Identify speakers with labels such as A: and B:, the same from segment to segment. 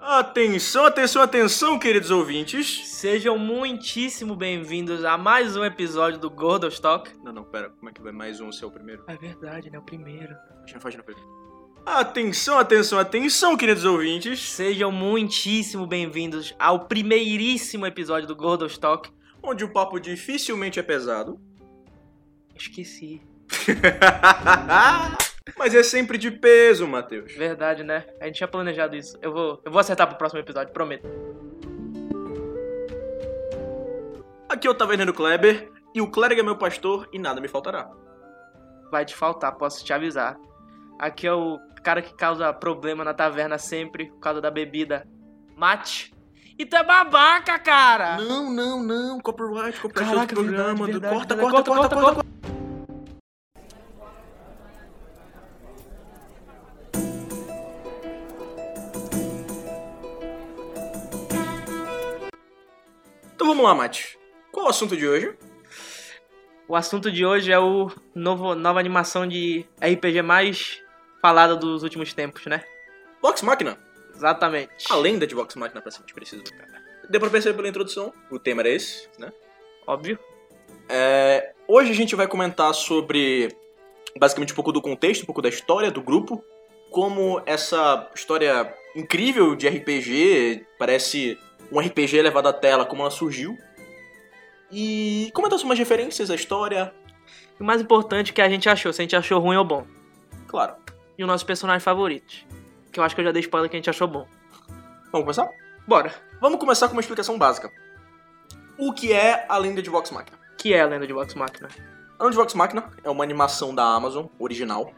A: Atenção, atenção, atenção, queridos ouvintes.
B: Sejam muitíssimo bem-vindos a mais um episódio do Gordostock.
A: Não, não, pera, como é que vai? Mais um, seu primeiro?
B: É verdade, né? O primeiro.
A: Imagina, faz de novo. Atenção, atenção, atenção, queridos ouvintes.
B: Sejam muitíssimo bem-vindos ao primeiríssimo episódio do Gordostock.
A: Onde o papo dificilmente é pesado,
B: Esqueci.
A: mas é sempre de peso, Matheus.
B: Verdade, né? A gente tinha planejado isso. Eu vou, eu vou acertar pro próximo episódio, prometo.
A: Aqui é o Taverneiro Kleber, e o clérigo é meu pastor e nada me faltará.
B: Vai te faltar, posso te avisar. Aqui é o cara que causa problema na taverna sempre por causa da bebida. Mate. E tu é babaca, cara!
A: Não, não, não, copyright, copyright
B: Caraca,
A: do programa.
B: verdade,
A: do-
B: verdade,
A: corta,
B: verdade.
A: corta, corta, corta, Então vamos lá, Mate. Qual o assunto de hoje?
B: O assunto de hoje é o novo, nova animação de RPG mais falada dos últimos tempos, né?
A: Vox Machina.
B: Exatamente.
A: A lenda de Vox Machina pra ser preciso. Deu pra perceber pela introdução, o tema era esse, né?
B: Óbvio.
A: É, hoje a gente vai comentar sobre basicamente um pouco do contexto, um pouco da história do grupo, como essa história incrível de RPG, parece um RPG levado à tela, como ela surgiu. E comentar sobre umas referências à história,
B: E o mais importante que a gente achou, se a gente achou ruim ou bom.
A: claro.
B: E o nosso personagem favorito. Que eu acho que eu já dei spoiler que a gente achou bom.
A: Vamos começar?
B: Bora.
A: Vamos começar com uma explicação básica. O que é a lenda de Vox Machina?
B: Que é a lenda de Vox Machina?
A: A lenda de Vox Machina é uma animação da Amazon, original,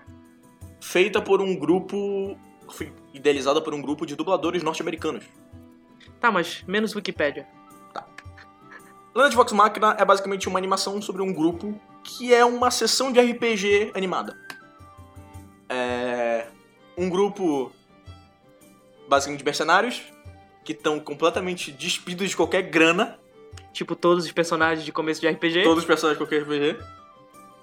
A: feita por um grupo... foi idealizada por um grupo de dubladores norte-americanos.
B: Tá, mas menos Wikipédia.
A: Lenda de Vox Machina é basicamente uma animação sobre um grupo que é uma sessão de RPG animada. É um grupo basicamente de mercenários que estão completamente despidos de qualquer grana,
B: Tipo, todos os personagens de começo de RPG.
A: todos os personagens de qualquer RPG,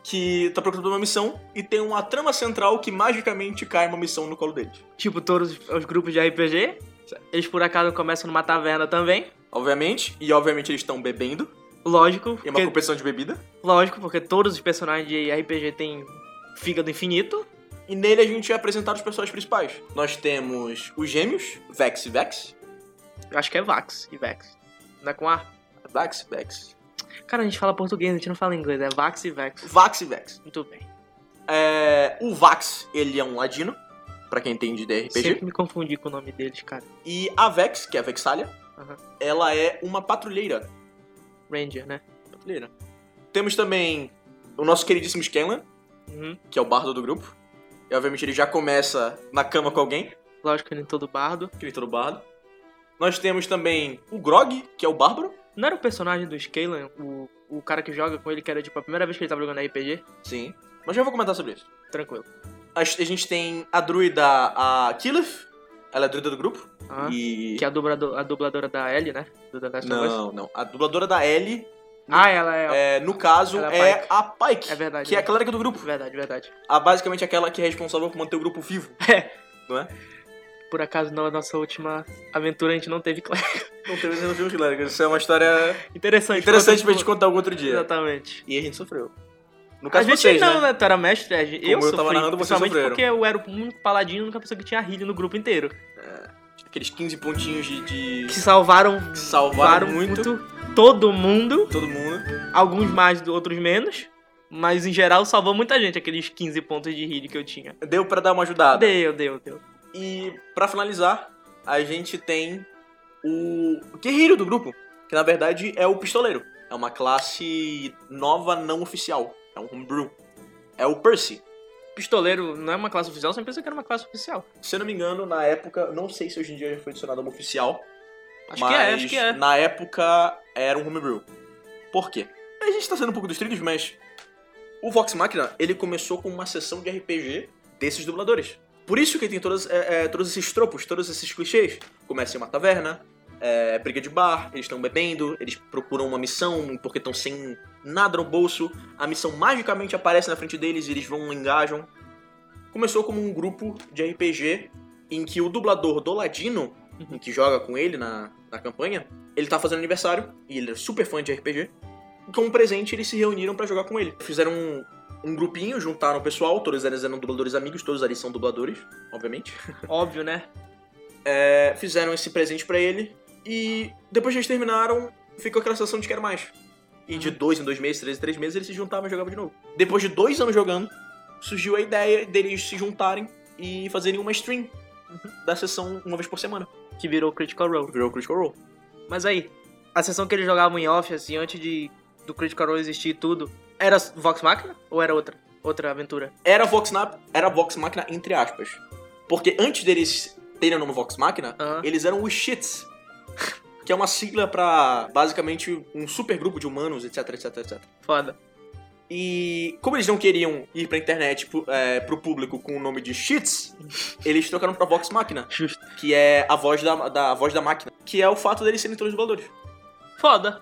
A: que tá procurando uma missão e tem uma trama central que magicamente cai uma missão no colo deles.
B: Tipo, todos os grupos de RPG. Eles por acaso começam numa taverna também.
A: Obviamente, e obviamente eles estão bebendo,
B: Lógico.
A: e é uma
B: porque-
A: competição de bebida.
B: Lógico, porque todos os personagens de RPG têm fígado infinito.
A: E nele a gente é apresentado os personagens principais. Nós temos os gêmeos, Vex e Vex.
B: Eu acho que é Vax e Vex. Não é com A?
A: Vax, Vex.
B: Cara, a gente fala português, a gente não fala inglês. É Vax e Vex.
A: Vax e Vex.
B: Muito bem.
A: É, o Vax, ele é um ladino, pra quem entende de RPG.
B: Sempre me confundi com o nome deles, cara.
A: E a Vex, que é a Vexalia,
B: Aham.
A: ela é uma patrulheira.
B: Ranger, né?
A: Patrulheira. Temos também o nosso queridíssimo Scanlan,
B: Uhum.
A: que é o bardo do grupo. E obviamente ele já começa na cama com alguém,
B: Lógico que nem todo bardo.
A: aquele todo bardo. Nós temos também o Grog, que é o bárbaro.
B: Não era o personagem do Scalan, o, o cara que joga com ele, que era tipo a primeira vez que ele tava jogando RPG?
A: Sim. Mas já vou comentar sobre isso.
B: Tranquilo.
A: A, a gente tem a druida, a Killeth. Ela é a druida do grupo.
B: Ah,
A: e...
B: Que é a, dublado- a dubladora da Ellie, né? Do The Last of Us.
A: Não, não. A dubladora da Ellie
B: Ah, ela é.
A: É, no caso,
B: Ela
A: é,
B: é a Pike.
A: a Pike.
B: É verdade,
A: Que é a
B: né?
A: clériga do grupo.
B: Verdade, verdade.
A: A, basicamente aquela que é responsável por manter o grupo vivo.
B: Por acaso, na nossa última aventura, a gente não tipo teve classe.
A: Não teve nenhum filme clériga. Isso é uma história
B: Interessante.
A: interessante pra
B: foi outro-
A: gente contar algum outro dia.
B: Exatamente.
A: E a gente sofreu. No
B: A
A: caso,
B: gente
A: vocês,
B: não,
A: né?
B: né? Tu era mestre, a gente-
A: Como
B: eu
A: eu
B: sofri.
A: tava narrando, vocês
B: principalmente
A: sofreram.
B: porque eu era o único paladino, a única pessoa que tinha heal no grupo inteiro.
A: Aqueles 15 pontinhos de... de-
B: né? Que salvaram,
A: Salvaram muito.
B: todo mundo.
A: Todo mundo.
B: Alguns mais, outros menos. Mas em geral salvou muita gente, aqueles 15 pontos de heal que eu tinha.
A: Deu pra dar uma ajudada.
B: Deu, deu, deu.
A: E pra finalizar, a gente tem o guerreiro do grupo, que na verdade é o pistoleiro. É uma classe nova não oficial. É um homebrew. É o Percy.
B: Pistoleiro não é uma classe oficial, você pensa que era uma classe oficial.
A: Se eu não me engano, na época, não sei se hoje em dia já foi adicionado uma oficial.
B: Acho
A: mas
B: que é, acho que é.
A: Na época era um homebrew. Por quê? A gente tá saindo um pouco dos trilhos, mas o Vox Machina, ele começou com uma sessão de RPG desses dubladores. Por isso que tem todas, é, é, todos esses tropos, todos esses clichês. Começa em uma taverna, é, briga de bar, eles estão bebendo, eles procuram uma missão porque estão sem nada no bolso. A missão magicamente aparece na frente deles e eles vão engajam. Começou como um grupo de RPG em que o dublador do Ladino em que joga com ele na, na campanha, ele tá fazendo aniversário e ele é super fã de RPG. E como um presente, eles se reuniram pra jogar com ele. Fizeram um, um grupinho, juntaram o pessoal, todos eles eram dubladores amigos, todos ali são dubladores, obviamente.
B: Óbvio, né?
A: É, fizeram esse presente pra ele e depois que eles terminaram, ficou aquela sensação de quero mais. E de dois em dois meses, três em três meses, eles se juntavam e jogavam de novo. Depois de dois anos jogando, surgiu a ideia deles se juntarem e fazerem uma stream da sessão uma vez por semana.
B: Que virou Critical Role.
A: Virou Critical Role.
B: Mas aí, a sessão que eles jogavam em off, assim, antes de do Critical Role existir e tudo, era Vox Machina ou era outra? Outra aventura?
A: Era Vox, Na- era Vox Machina entre aspas. Porque antes deles terem o nome Vox Machina,
B: Aham.
A: eles eram os Shits. Que é uma sigla pra, basicamente, um supergrupo de humanos, etc, etc, etc.
B: Foda.
A: E como eles não queriam ir pra internet pro, é, pro público com o nome de Shits, eles trocaram pra Vox Machina,
B: Justo.
A: que é a voz da, da, a voz da máquina, que é o fato deles serem todos dubladores.
B: Foda.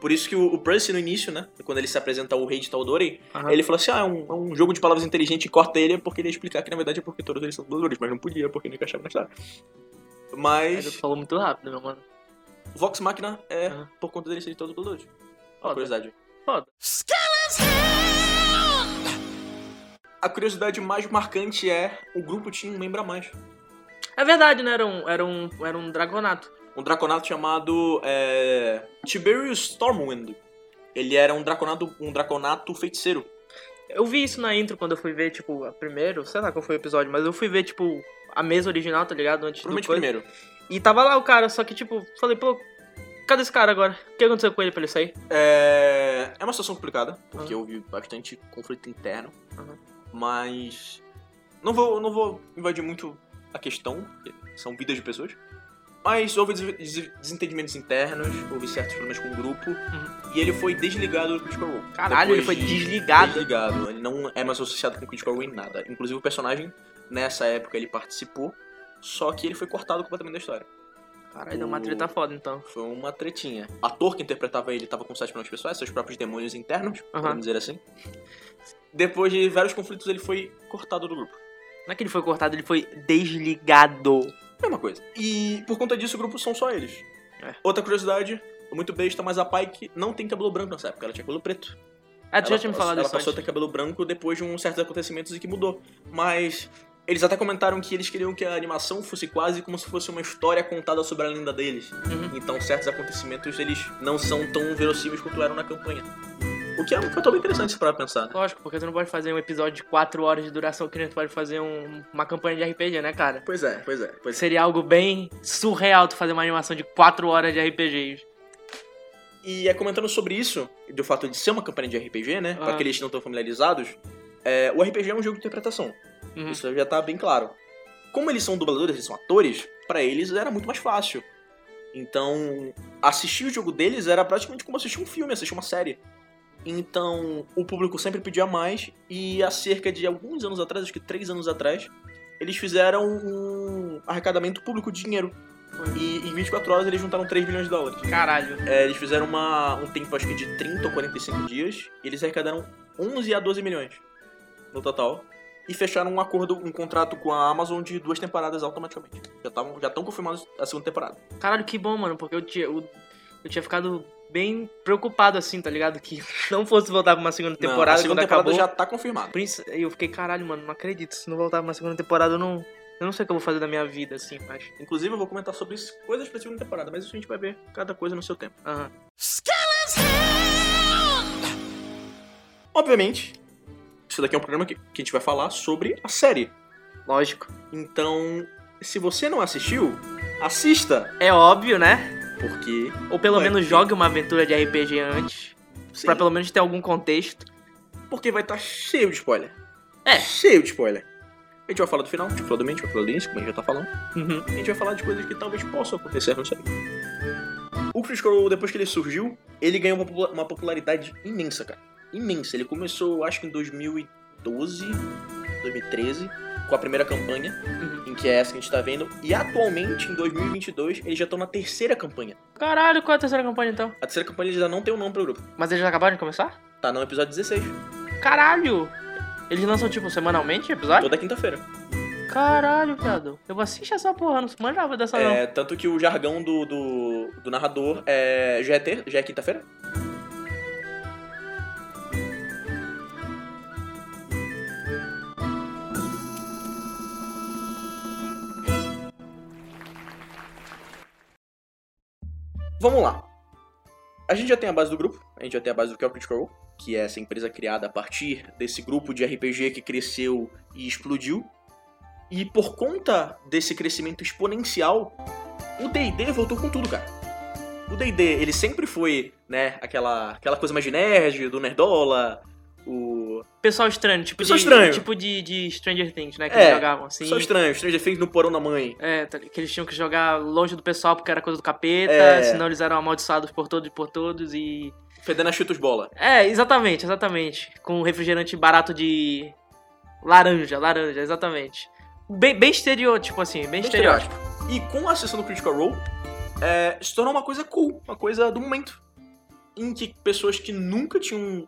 A: Por isso que o, o Percy, no início, né, quando ele se apresenta ao rei de Tal'Dorei,
B: Aham.
A: ele falou assim, ah, é um, é um jogo de palavras inteligente, e corta ele, porque ele ia explicar que, na verdade, é porque todos eles são dubladores, mas não podia, porque não encaixava na história.
B: Ele
A: Mas
B: falou muito rápido, meu mano.
A: Vox Machina é
B: Aham.
A: por conta deles serem todos dubladores. Uma
B: Foda.
A: curiosidade.
B: Foda.
A: A curiosidade mais marcante é o grupo tinha um membro a mais.
B: É verdade, né? Era um, era um, era um dragonato.
A: um draconato chamado é, Tiberius Stormwind. Ele era um draconato, um draconato feiticeiro.
B: Eu vi isso na intro quando eu fui ver, tipo, a primeiro, sei lá qual foi o episódio, mas eu fui ver, tipo, a mesa original, tá ligado? Antes do
A: Provavelmente
B: coisa.
A: primeiro.
B: E tava lá o cara, só que, tipo, falei, pô, cadê esse cara agora? O que aconteceu com ele pra ele sair?
A: É, é uma situação complicada, porque
B: Aham.
A: houve bastante conflito interno.
B: Aham.
A: Mas. Não vou, não vou invadir muito a questão, porque são vidas de pessoas. Mas houve des- des- desentendimentos internos, houve certos problemas com o grupo. E ele foi desligado do Critical Role.
B: Uhum. Caralho, ele foi desligado.
A: Desligado. Ele não é mais associado com o Critical Role em nada. Inclusive, o personagem, nessa época, ele participou. Só que ele foi cortado completamente da história.
B: Caralho, deu uma treta foda, então.
A: Foi uma tretinha. O ator que interpretava ele estava com sete problemas pessoais, seus próprios demônios internos,
B: Aham.
A: vamos dizer assim. Depois de vários conflitos, ele foi cortado do grupo.
B: Não é que ele foi cortado, ele foi desligado.
A: Mesma coisa. E por conta disso, o grupo são só eles.
B: É.
A: Outra curiosidade, muito besta, mas a Pike não tem cabelo branco nessa época, ela tinha cabelo preto.
B: Ah, tu já
A: ela,
B: tinha me falado
A: ela
B: isso
A: passou a
B: antes.
A: ter cabelo branco depois de um certos acontecimentos e que mudou. Mas eles até comentaram que eles queriam que a animação fosse quase como se fosse uma história contada sobre a lenda deles.
B: Uhum.
A: Então certos acontecimentos eles não são tão verossímeis quanto eram na campanha. O que é um fator bem interessante pra pensar, né?
B: Lógico, porque tu não pode fazer um episódio de 4 horas de duração que nem tu pode fazer um- uma campanha de RPG, né, cara?
A: Pois é, pois é, pois é.
B: Seria algo bem surreal tu fazer uma animação de 4 horas de RPGs.
A: E é comentando sobre isso, do fato de ser uma campanha de RPG, né? Pra
B: Ah.
A: aqueles que não estão familiarizados, é, o RPG é um jogo de interpretação.
B: Uhum.
A: Isso já tá bem claro. Como eles são dubladores, eles são atores, pra eles era muito mais fácil. Então, assistir o jogo deles era praticamente como assistir um filme, assistir uma série. Então, o público sempre pedia mais, e há cerca de alguns anos atrás, acho que três anos atrás, eles fizeram um arrecadamento público de dinheiro. E em 24 horas eles juntaram 3 milhões de dólares.
B: Caralho.
A: É, eles fizeram uma, um tempo, acho que de 30 ou 45 dias, e eles arrecadaram 11 a 12 milhões no total. E fecharam um acordo, um contrato com a Amazon de duas temporadas automaticamente. Já estão já tão confirmados a segunda temporada.
B: Caralho, que bom, mano, porque eu tinha, eu, eu tinha ficado bem preocupado assim, tá ligado? Que não fosse voltar pra uma segunda
A: Não,
B: temporada
A: a segunda
B: quando
A: temporada
B: acabou.
A: já tá confirmada.
B: Por isso, Eu fiquei, caralho, mano, não acredito. Se não voltar pra uma segunda temporada, eu não. Eu não sei o que eu vou fazer da minha vida, assim, mas.
A: Inclusive, eu vou comentar sobre isso, coisas pra segunda temporada, mas isso a gente vai ver cada coisa no seu tempo.
B: Aham.
A: Obviamente, isso daqui é um programa que, que a gente vai falar sobre a série.
B: Lógico.
A: Então, se você não assistiu, assista,
B: É óbvio, né?
A: porque
B: Ou pelo
A: Ué,
B: menos
A: tem-
B: jogue uma aventura de RPG antes.
A: sim,
B: Pra pelo menos ter algum contexto.
A: porque vai estar cheio de spoiler.
B: É.
A: Cheio de spoiler. A gente vai falar do final, a gente vai falar do meio, a gente vai falar do início, como a gente já tá falando.
B: Uhum.
A: A gente vai falar de coisas que talvez possam acontecer, não sei. O Chris Crow, depois que ele surgiu, ele ganhou uma popula- uma popularidade imensa, cara. Imensa. Ele começou, eu acho que em 2012, 2013, com a primeira campanha,
B: Uhum.
A: em que é essa que a gente tá vendo. E atualmente, em 2022, eles já estão na terceira campanha.
B: Caralho, qual é a terceira campanha então?
A: A terceira campanha eles ainda não tem o nome pro grupo.
B: Mas eles já acabaram de começar?
A: Tá no episódio 16,
B: Caralho! Eles lançam, tipo, semanalmente episódio?
A: toda quinta-feira.
B: Caralho, viado. Eu vou assistir essa porra, não se manjava dessa não.
A: É, tanto que o jargão do, do, do narrador é. Já é, ter- já é quinta-feira? Vamos lá. A gente já tem a base do grupo, a gente já tem a base do que é o Critical Role, que é essa empresa criada a partir desse grupo de RPG que cresceu e explodiu. E por conta desse crescimento exponencial, o D&D voltou com tudo, cara. O D&D, ele sempre foi, né, aquela, aquela coisa mais de nerd, do nerdola, o...
B: Pessoal estranho, tipo
A: Pessoal
B: de.
A: estranho.
B: Tipo de, de Stranger Things, né? Que eles
A: É,
B: jogavam assim.
A: Só estranho, Stranger Things no porão da mãe.
B: É, tá- que eles tinham que jogar longe do pessoal porque era coisa do capeta,
A: É.
B: senão eles eram amaldiçoados por todos e por todos e.
A: Fedendo a Cheetos Bola.
B: É, exatamente, exatamente. Com um refrigerante barato de. laranja, laranja, exatamente. Bem, bem estereótipo, assim, bem, estereótipo.
A: E com a sessão do Critical Role, é, se tornou uma coisa cool, uma coisa do momento. Em que pessoas que nunca tinham,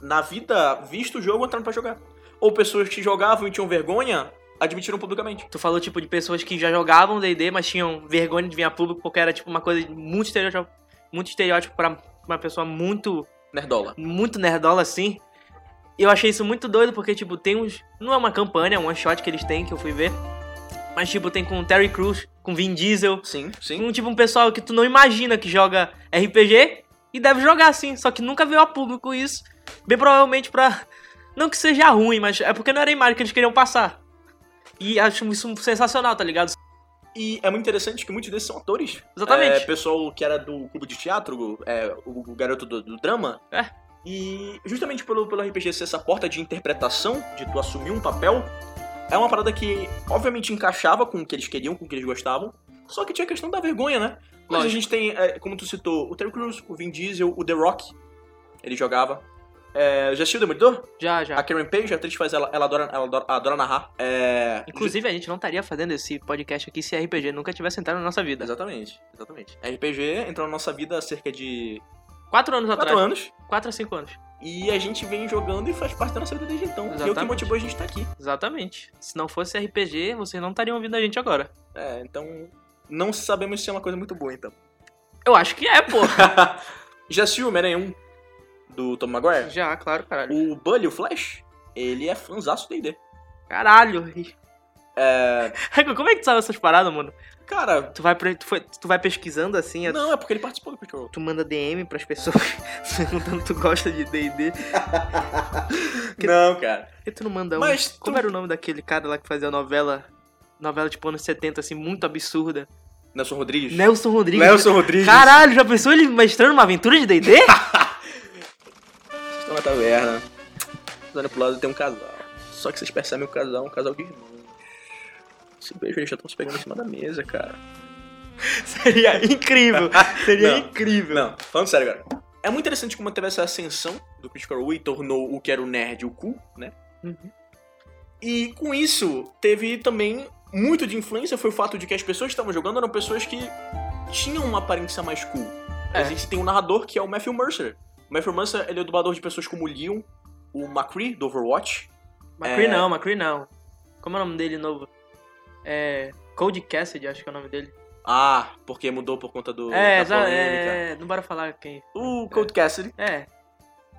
A: na vida, visto o jogo entraram pra jogar. Ou pessoas que jogavam e tinham vergonha, admitiram publicamente.
B: Tu falou, tipo, de pessoas que já jogavam D&D, mas tinham vergonha de vir a público porque era, tipo, uma coisa muito estereótipo, muito estereótipo pra uma pessoa muito,
A: Nerdola.
B: muito nerdola, assim. E eu achei isso muito doido porque, tipo, tem uns... Não é uma campanha, é um one-shot que eles têm, que eu fui ver. Mas, tipo, tem com Terry Crews, com Vin Diesel,
A: Sim, sim.
B: com, tipo, um pessoal que tu não imagina que joga RPG e deve jogar, assim. Só que nunca veio a público isso. Bem provavelmente pra... Não que seja ruim, mas é porque não era a imagem que eles queriam passar. E acho isso sensacional, tá ligado?
A: E é muito interessante que muitos desses são atores.
B: Exatamente.
A: É, pessoal que era do clube de teatro, é, o, o garoto do, do drama.
B: É.
A: E justamente pelo, pelo RPG ser essa porta de interpretação, de tu assumir um papel, é uma parada que obviamente encaixava com o que eles queriam, com o que eles gostavam. Só que tinha a questão da vergonha, né? Mas a
B: Lógico.
A: gente tem, é, como tu citou, o Terry Crews, o Vin Diesel, o The Rock. Ele jogava. É, já assistiu o Demolidor?
B: Já, já.
A: A Karen Page, a atriz que faz ela, ela adora, ela adora, adora narrar. É,
B: Inclusive, a gente não estaria fazendo esse podcast aqui se RPG nunca tivesse entrado na nossa vida.
A: Exatamente, exatamente. RPG entrou na nossa vida há cerca de
B: Quatro anos
A: 4
B: atrás.
A: anos.
B: Quatro a cinco anos.
A: E a gente vem jogando e faz parte da nossa vida desde então. E é o que
B: Exatamente.
A: motivou a gente estar aqui.
B: Exatamente. Se não fosse RPG, vocês não estariam ouvindo a gente agora.
A: É, então. Não sabemos se é uma coisa muito boa, então.
B: Eu acho que é, pô.
A: Já assistiu o Homem-Aranha 1 do Tom Maguire?
B: já, claro, caralho.
A: O Bully, o Flash, ele é fanzaço do D&D.
B: Caralho.
A: É,
B: Como é que tu sabe essas paradas, mano?
A: cara,
B: Tu vai, pre- tu foi- tu vai pesquisando assim,
A: não, é porque ele participou do Critical Role.
B: tu manda DM pras pessoas perguntando tu gosta de D&D.
A: Não, cara.
B: Por que tu não manda um?
A: Mas tu-
B: Como era o nome daquele cara lá que fazia novela... Novela tipo anos 70, assim, muito absurda.
A: Nelson Rodrigues.
B: Nelson Rodrigues.
A: Nelson Rodrigues.
B: Caralho, já pensou ele mestrando uma aventura de D&D?
A: Estou na taverna. Olhando pro lado tem um casal. Só que vocês percebem que o casal é um casal de irmãos. Esse beijo eles já estão se pegando em cima da mesa, cara.
B: Seria incrível. Seria
A: Não.
B: incrível.
A: Não, falando sério, cara. É muito interessante como teve essa ascensão do Critical Role e tornou o que era o nerd o cool, né?
B: Uhum.
A: E com isso, teve também muito de influência foi o fato de que as pessoas que estavam jogando eram pessoas que tinham uma aparência mais cool.
B: É.
A: A gente tem um narrador que é o Matthew Mercer. O Matthew Mercer, ele é o dublador de pessoas como o Leon, o McCree, do Overwatch,
B: McCree
A: É.
B: não, McCree não. Como é o nome dele novo? É. Cold Cassidy, acho que é o nome dele.
A: Ah, porque mudou por conta do.
B: é,
A: da
B: exa-
A: polêmica.
B: é, não bora falar quem.
A: O Cold Cassidy.
B: É.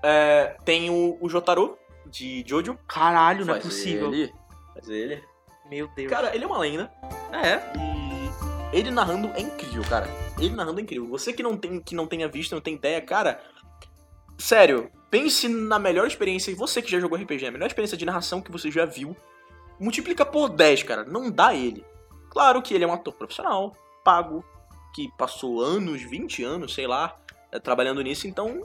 A: É, tem o, o Jotaro, de Jojo.
B: Caralho, não é
A: Faz
B: possível.
A: Ele. Faz ele.
B: Meu Deus.
A: Cara, ele é uma lenda.
B: é.
A: E ele narrando é incrível, cara. Ele narrando é incrível. Você que não, tem, que não tenha visto, não tem ideia, cara. Sério, pense na melhor experiência. E você que já jogou RPG, a melhor experiência de narração que você já viu. Multiplica por 10, cara. Não dá ele. Claro que ele é um ator profissional, pago, que passou anos, 20 anos, sei lá, eh, trabalhando nisso, então,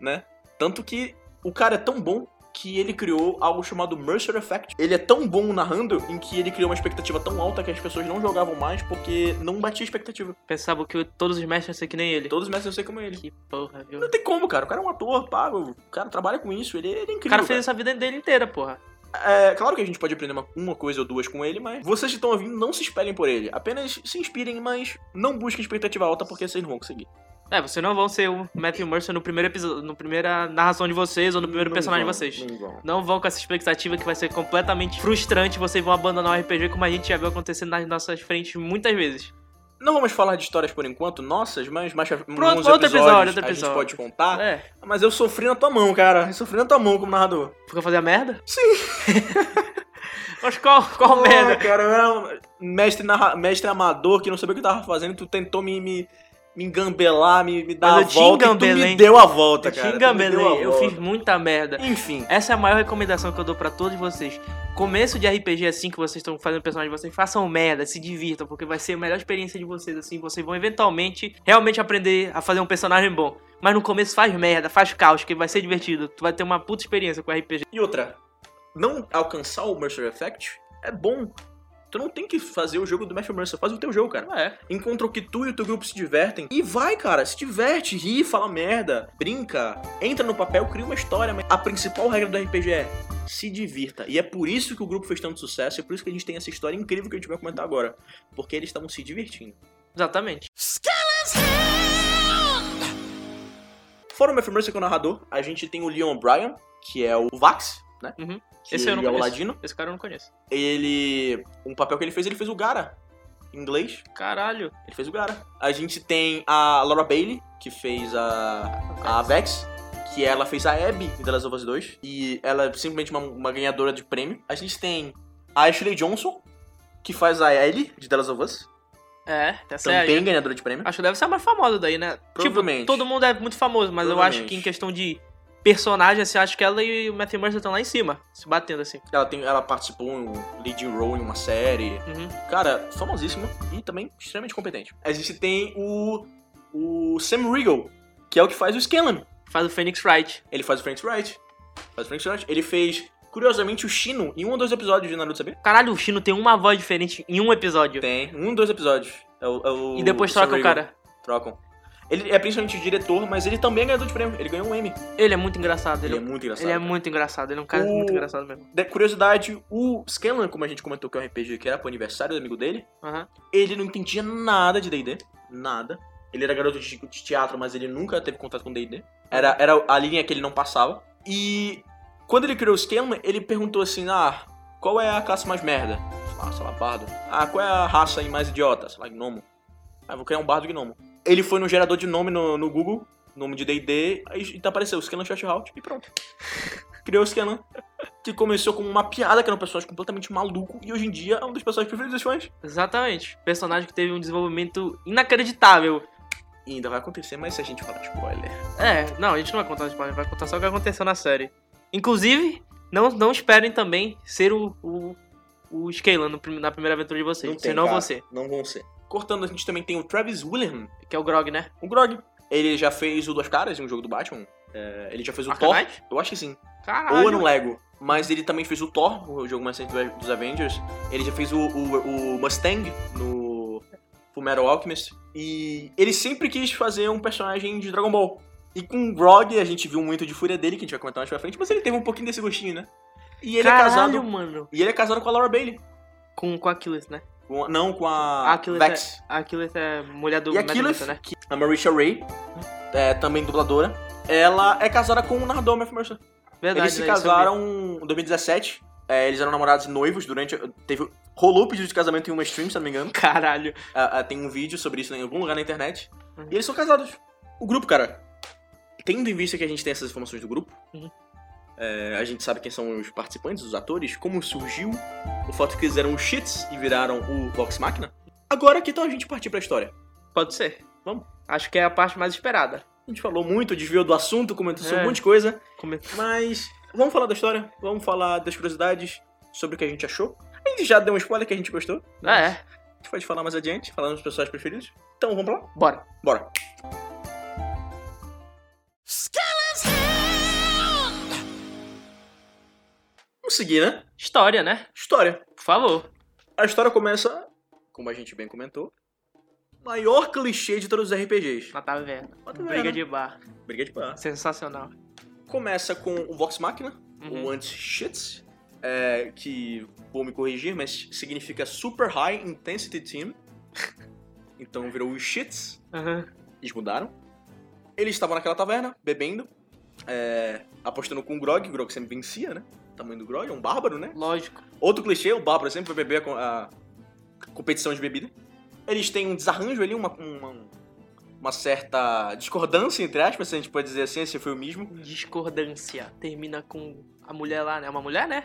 A: né? Tanto que o cara é tão bom que ele criou algo chamado Mercer Effect. Ele é tão bom narrando em que ele criou uma expectativa tão alta que as pessoas não jogavam mais porque não batia a expectativa.
B: Pensava que todos os mestres iam ser que nem ele.
A: Todos os mestres eu sei como é ele.
B: Que porra, viu?
A: Não tem como, cara. O cara é um ator pago, o cara trabalha com isso, ele, ele é incrível.
B: O cara fez essa vida dele inteira, porra.
A: É, claro que a gente pode aprender uma, uma coisa ou duas com ele, mas vocês que estão ouvindo não se espelhem por ele. Apenas se inspirem, mas não busquem expectativa alta porque vocês não vão conseguir.
B: É, vocês não vão ser o Matthew Mercer no primeiro episódio, na primeira narração de vocês ou no primeiro
A: Não
B: personagem
A: vão,
B: de vocês.
A: Não vão.
B: Não vão com essa expectativa que vai ser completamente frustrante, vocês vão abandonar o RPG como a gente já viu acontecendo nas nossas frentes muitas vezes.
A: Não vamos falar de histórias por enquanto, nossas, mas mais Pronto,
B: outro episódio, outro
A: a gente
B: episódio.
A: pode contar.
B: É.
A: Mas eu sofri na tua mão, cara. Eu sofri na tua mão como narrador.
B: Porque eu fazia merda? Sim. Mas qual, qual
A: Ah,
B: merda?
A: cara, eu era um mestre, narra... mestre amador que não sabia o que eu tava fazendo. Tu tentou me, me, me engambelar, me, me dar
B: Mas
A: a
B: eu te
A: volta. E tu me
B: engambelei.
A: deu a volta,
B: Eu te
A: cara. Tu me deu a
B: engambelei, eu
A: volta.
B: fiz muita merda.
A: Enfim.
B: Essa é a maior recomendação que eu dou pra todos vocês. Começo de RPG assim que vocês estão fazendo o personagem de vocês, façam merda, se divirtam, porque vai ser a melhor experiência de vocês assim, vocês vão eventualmente realmente aprender a fazer um personagem bom. Mas no começo faz merda, faz caos, que vai ser divertido. Tu vai ter uma puta experiência com RPG.
A: E outra, não alcançar o Mercer Effect é bom. Tu não tem que fazer o jogo do Matthew Mercer, faz o teu jogo, cara.
B: É.
A: Encontra o que tu e o teu grupo se divertem. E vai, cara, se diverte, ri, fala merda, brinca, entra no papel, cria uma história. Mas a principal regra do RPG é se divirta. E é por isso que o grupo fez tanto sucesso, e por isso que a gente tem essa história incrível que a gente vai comentar agora. Porque eles estavam se divertindo.
B: Exatamente.
A: Fora o Matthew Mercer que é o narrador, a gente tem o Leon Bryan, que é o Vax, né?
B: Uhum.
A: Que
B: Esse eu não
A: é o
B: conheço.
A: Ladino.
B: Esse cara eu não conheço.
A: Ele. Um papel que ele fez, ele fez o Gara. Em inglês,
B: Caralho.
A: ele fez o Gara. A gente tem a Laura Bailey, que fez a. a Vex, que ela fez a Abby em The Last of Us 2, e ela é simplesmente uma, uma ganhadora de prêmio. A gente tem a Ashley Johnson, que faz a Ellie de The Last of Us,
B: É, essa é a
A: também ganhadora de prêmio.
B: Acho que deve ser a mais famosa daí, né? Tipo,
A: Provavelmente.
B: todo mundo é muito famoso, mas eu acho
A: Provavelmente.
B: que em questão de personagem, assim, eu acho que ela e o Matthew Mercer estão lá em cima, se batendo assim.
A: Ela, tem, ela participou em um leading role em uma série.
B: Uhum.
A: Cara, famosíssima e também extremamente competente. A gente tem o, o Sam Riegel, que é o que faz o Scanlan.
B: Faz o Phoenix Wright.
A: Ele faz o Frank Wright. Faz o Frank Wright. Ele fez, curiosamente, o Shino em um ou dois episódios de Naruto, sabia?
B: Caralho, o Shino tem uma voz diferente em um episódio.
A: Tem. Um, dois episódios. É o- é o
B: E depois
A: Sam
B: troca o
A: Riegel.
B: cara.
A: Trocam. Ele é principalmente diretor, mas ele também é ganhador de prêmio. Ele ganhou um M.
B: Ele é muito engraçado.
A: Ele
B: Ele,
A: é muito engraçado.
B: ele é muito engraçado. Ele é um cara
A: O-
B: muito engraçado mesmo.
A: Da curiosidade, o Scanlan, como a gente comentou que é um RPG que era pro aniversário do amigo dele,
B: Aham.
A: ele não entendia nada de D&D. Nada. Ele era garoto de de teatro, mas ele nunca teve contato com D&D. Era, era a linha que ele não passava. E quando ele criou o Scanlan, ele perguntou assim, ah, qual é a classe mais merda? Ah, sei lá, bardo. Ah, qual é a raça aí mais idiota? Sei lá, gnomo. Ah, vou criar um bardo gnomo. Ele foi no gerador de nome no, no Google, nome de D&D, aí então apareceu o Scanlan Shorthout e pronto. Criou o Scanlan, que começou com uma piada, que era um personagem completamente maluco, e hoje em dia é um dos personagens preferidos dos fãs.
B: Exatamente. Personagem que teve um desenvolvimento inacreditável.
A: E ainda vai acontecer, mas se a gente falar de spoiler...
B: É, não, a gente não vai contar spoiler, vai contar só o que aconteceu na série. Inclusive, não, não esperem também ser o, o, o Scalan no prim- na primeira aventura de vocês. senão
A: cara.
B: você,
A: Não vão ser. Cortando, a gente também tem o Travis William,
B: que é o Grog, né?
A: o Grog. Ele já fez o Duas Caras em um jogo do Batman. É, ele já fez o Thor.
B: Arcanite?
A: Eu acho que sim. Ou
B: Caralho.
A: é no Lego. Mas ele também fez o Thor, o jogo mais recente do- dos Avengers. Ele já fez o, o- o Mustang no Fullmetal Alchemist. E ele sempre quis fazer um personagem de Dragon Ball. E com o Grog, a gente viu muito de fúria dele, que a gente vai comentar mais pra frente, mas ele teve um pouquinho desse gostinho, né? E ele
B: Caralho,
A: é casado.
B: mano.
A: E ele é casado com a Laura Bailey.
B: Com, com a Aquiles, né?
A: Com a- não, com a
B: Aquiles
A: Vex.
B: A Aquiles Ah, é mulher do
A: E a
B: Metal
A: Keyleth,
B: Gear, né?
A: que a Marisha Ray, é, também dubladora, ela é casada com o narrador Matthew Mercer.
B: Verdade,
A: Eles se
B: né? Isso eu vi.
A: casaram em 2017, é, eles eram namorados e noivos durante... Teve, rolou o pedido de casamento em uma stream, se eu não me engano.
B: Caralho.
A: Ah, ah, tem um vídeo sobre isso em algum lugar na internet.
B: Uhum.
A: E eles são casados. O grupo, cara, tendo em vista que a gente tem essas informações do grupo,
B: Uhum.
A: é, a gente sabe quem são os participantes, os atores, como surgiu, o fato que eles eram os cheats e viraram o Vox Machina. Agora que tal a gente partir pra história?
B: Pode ser.
A: Vamos.
B: Acho que é a parte mais esperada.
A: A gente falou muito, desviou do assunto, comentou sobre
B: É.
A: um monte de coisa,
B: Come-
A: mas vamos falar da história, vamos falar das curiosidades sobre o que a gente achou. A gente já deu um spoiler que a gente gostou.
B: É,
A: mas
B: é.
A: A gente pode falar mais adiante, falando dos personagens preferidos. Então vamos pra lá?
B: Bora.
A: Bora. Vamos seguir, né?
B: História, né?
A: História.
B: Por favor.
A: A história começa, como a gente bem comentou, o maior clichê de todos os RPGs.
B: Na taverna.
A: Na taverna.
B: Ah, Briga de bar.
A: né? Briga de pá.
B: Sensacional.
A: Começa com o Vox Machina,
B: Uhum.
A: o anti-shits, é, que vou me corrigir, mas significa Super High Intensity Team. Então virou os shits,
B: Aham.
A: eles mudaram. Eles estavam naquela taverna, bebendo, é, apostando com o Grog, o Grog sempre vencia, né? O tamanho do Grog, é um bárbaro, né?
B: Lógico.
A: Outro clichê, o bárbaro sempre vai beber a co- a, competição de bebida. Eles têm um desarranjo ali, uma, uma, uma certa discordância, entre aspas, se a gente pode dizer assim, esse foi o mesmo.
B: Discordância. Termina com a mulher lá, né? É uma mulher, né?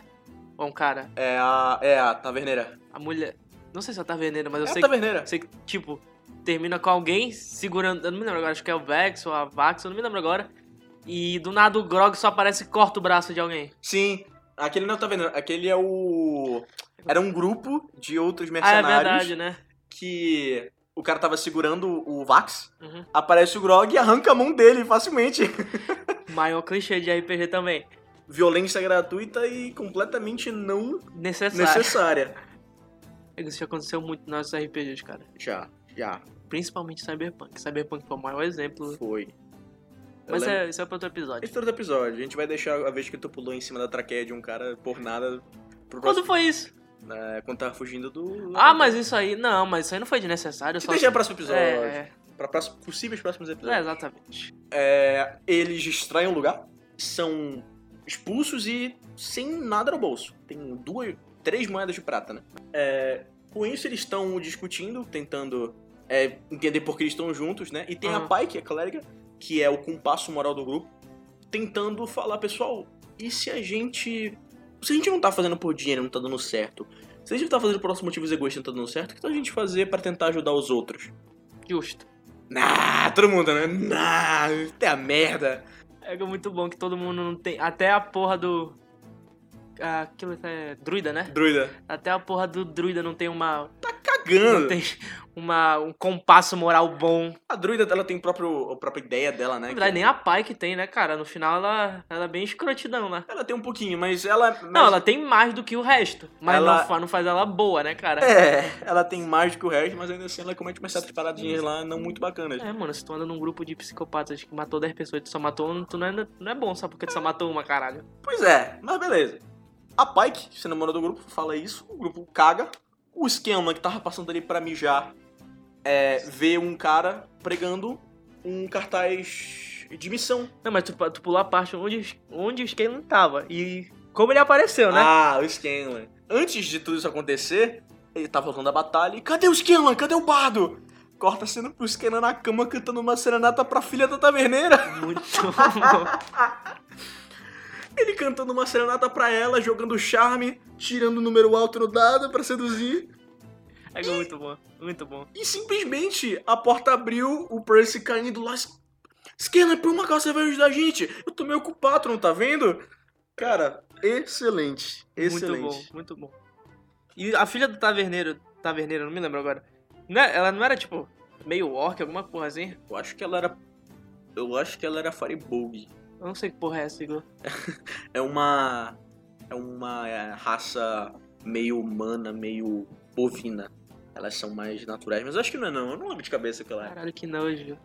B: Ou é um cara?
A: É a, é a taverneira.
B: A mulher. Não sei se é a taverneira, mas
A: é
B: eu sei
A: a
B: que.
A: taverneira.
B: Sei que, tipo, termina com alguém segurando. Eu não me lembro agora, acho que é o Vex ou a Vax, eu não me lembro agora. E do nada o Grog só aparece e corta o braço de alguém.
A: Sim, aquele não é o taverneiro, aquele é o... Era um grupo de outros
B: Ah, é
A: mercenários
B: verdade, né?
A: que o cara tava segurando o Vax,
B: Uhum.
A: aparece o Grog e arranca a mão dele facilmente.
B: Maior clichê de RPG também.
A: Violência gratuita e completamente não
B: Necessário. É
A: necessária.
B: Isso já aconteceu muito nos RPGs, cara.
A: Já, já,
B: Principalmente Cyberpunk. Cyberpunk foi o maior exemplo.
A: foi. Eu
B: Mas
A: lembro-
B: é, isso é pra outro episódio.
A: Esse todo episódio, a gente vai deixar a vez que tu pulou em cima da traqueia de um cara por nada pro
B: Quando
A: próximo,
B: foi isso?
A: é, quando tava fugindo do...
B: Ah, mas isso aí. Não, mas isso aí não foi de necessário.
A: A gente
B: Só...
A: deixa pro próximo episódio,
B: É,
A: pra próximo- possíveis próximos episódios.
B: é, exatamente.
A: É, eles distraem o lugar, são expulsos e sem nada no bolso. Tem duas, três moedas de prata, né? É, com isso eles estão discutindo, tentando é, entender por que eles estão juntos, né? E tem
B: Aham.
A: a Pike, a clériga, que é o compasso moral do grupo, tentando falar, pessoal, e se a gente... Se a gente não tá fazendo por dinheiro, não tá dando certo. Se a gente tá fazendo por nossos motivos egoístas, não tá dando certo, o que tal a gente fazer pra tentar ajudar os outros?
B: Justo.
A: Nah, todo mundo, né? Nah, até a merda.
B: É que é muito bom que todo mundo não tem. Até a porra do. ah, Aquilo é druida, né?
A: Druida.
B: Até a porra do druida não tem uma. Não
A: Cagando.
B: tem uma, um compasso moral bom.
A: A druida, ela tem o próprio, a própria ideia dela, né?
B: Na verdade, nem a pai que tem, né, cara? No final ela, ela é bem escrotidão, né?
A: Ela tem um pouquinho, mas ela... mas-
B: Não, ela tem mais do que o resto. Mas
A: Ela-
B: não, fa- não faz ela boa, né, cara?
A: É, ela tem mais do que o resto, mas ainda assim ela comete umas certas paradinhas lá não muito bacanas.
B: É, mano, se tu anda num grupo de psicopatas que matou 10 pessoas e tu só matou um, tu não é, não é bom só porque tu só matou uma, caralho.
A: Pois é, mas beleza. A Pike, se namora do grupo, fala isso, o grupo caga. O esquema que tava passando ali pra mijar é, vê um cara pregando um cartaz de missão.
B: Não, mas tu, tu pulou a parte onde, onde o Scanlan tava e como ele apareceu, né?
A: Ah, o Scanlan. Antes de tudo isso acontecer, ele tá voltando da batalha e cadê o Scanlan? Cadê o bardo? Corta a cena pro Scanlan na cama cantando uma serenata pra filha da taverneira.
B: Ah, Muito bom.
A: Ele cantando uma serenata pra ela, jogando charme, tirando o número alto no dado pra seduzir.
B: É que é muito bom, muito bom.
A: E simplesmente a porta abriu, o Percy caindo lá. "S- Scanlan, por uma calça você vai ajudar a gente. Eu tô meio ocupado, tu não tá vendo? Cara, excelente. Excelente.
B: Muito bom, muito bom. E a filha do taverneiro, taverneiro, não me lembro agora. Não é- ela não era, tipo, meio orc, alguma porra assim?
A: Eu acho que ela era. Eu acho que ela era Firebug.
B: Eu não sei que porra é essa, Igor.
A: É uma. É uma é, raça meio humana, meio bovina. Elas são mais naturais, mas eu acho que não é não. Eu não lembro de cabeça o que ela é.
B: Caralho, que nojo.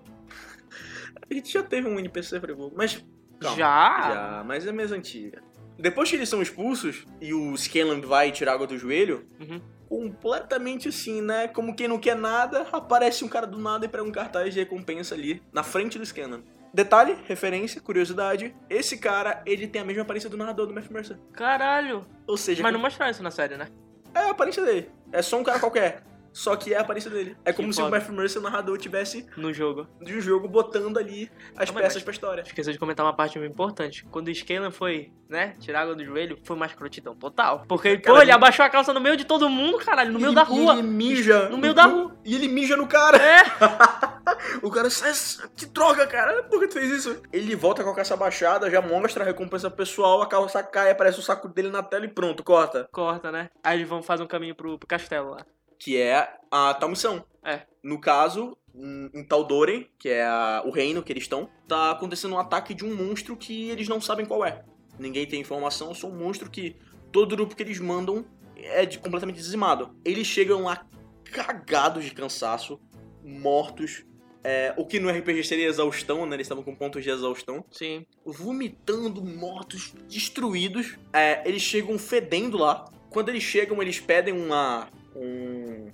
A: A gente já teve um NPC Frevo, mas. calma.
B: Já?
A: Já, mas é mais antiga. Depois que eles são expulsos e o Scanlan vai tirar água do joelho,
B: Uhum.
A: completamente assim, né? Como quem não quer nada, aparece um cara do nada e pega um cartaz de recompensa ali na frente do Scanlan. Detalhe, referência, curiosidade, esse cara, ele tem a mesma aparência do narrador do Matthew Mercer.
B: Caralho.
A: Ou seja,
B: Mas não mostraram isso na série, né?
A: É a aparência dele. É só um cara qualquer. Só que é a aparência dele. É como
B: Que
A: se o
B: foda.
A: Matthew Mercer, o narrador, tivesse
B: No jogo.
A: de um jogo botando ali as
B: Não, mas-
A: peças pra história.
B: Esqueci de comentar uma parte muito importante. Quando o Scanlan foi, né, tirar água do joelho, foi uma escrotidão total. Porque, pô,
A: Cara,
B: ele abaixou a calça no meio de todo mundo, caralho, no meio
A: E-
B: da
A: e Ele
B: rua.
A: mija.
B: No meio da rua.
A: E ele mija no cara.
B: É.
A: O cara sai. Que droga, cara. Por que tu fez isso? Ele volta com a caça baixada, já mostra a recompensa pro pessoal, a calça cai, aparece o saco dele na tela e pronto, corta.
B: Corta, né? Aí eles vão fazer um caminho pro, pro castelo lá.
A: Que é a tal missão.
B: É.
A: No caso, um, em em Taldoren, que é a- o reino que eles estão, tá acontecendo um ataque de um monstro que eles não sabem qual é. Ninguém tem informação, é só um monstro que todo grupo que eles mandam é de- completamente dizimado. Eles chegam lá cagados de cansaço, mortos. é, o que no RPG seria exaustão, né? Eles estavam com pontos de exaustão.
B: Sim.
A: Vomitando, mortos, destruídos. É, eles chegam fedendo lá. Quando eles chegam, eles pedem uma. um-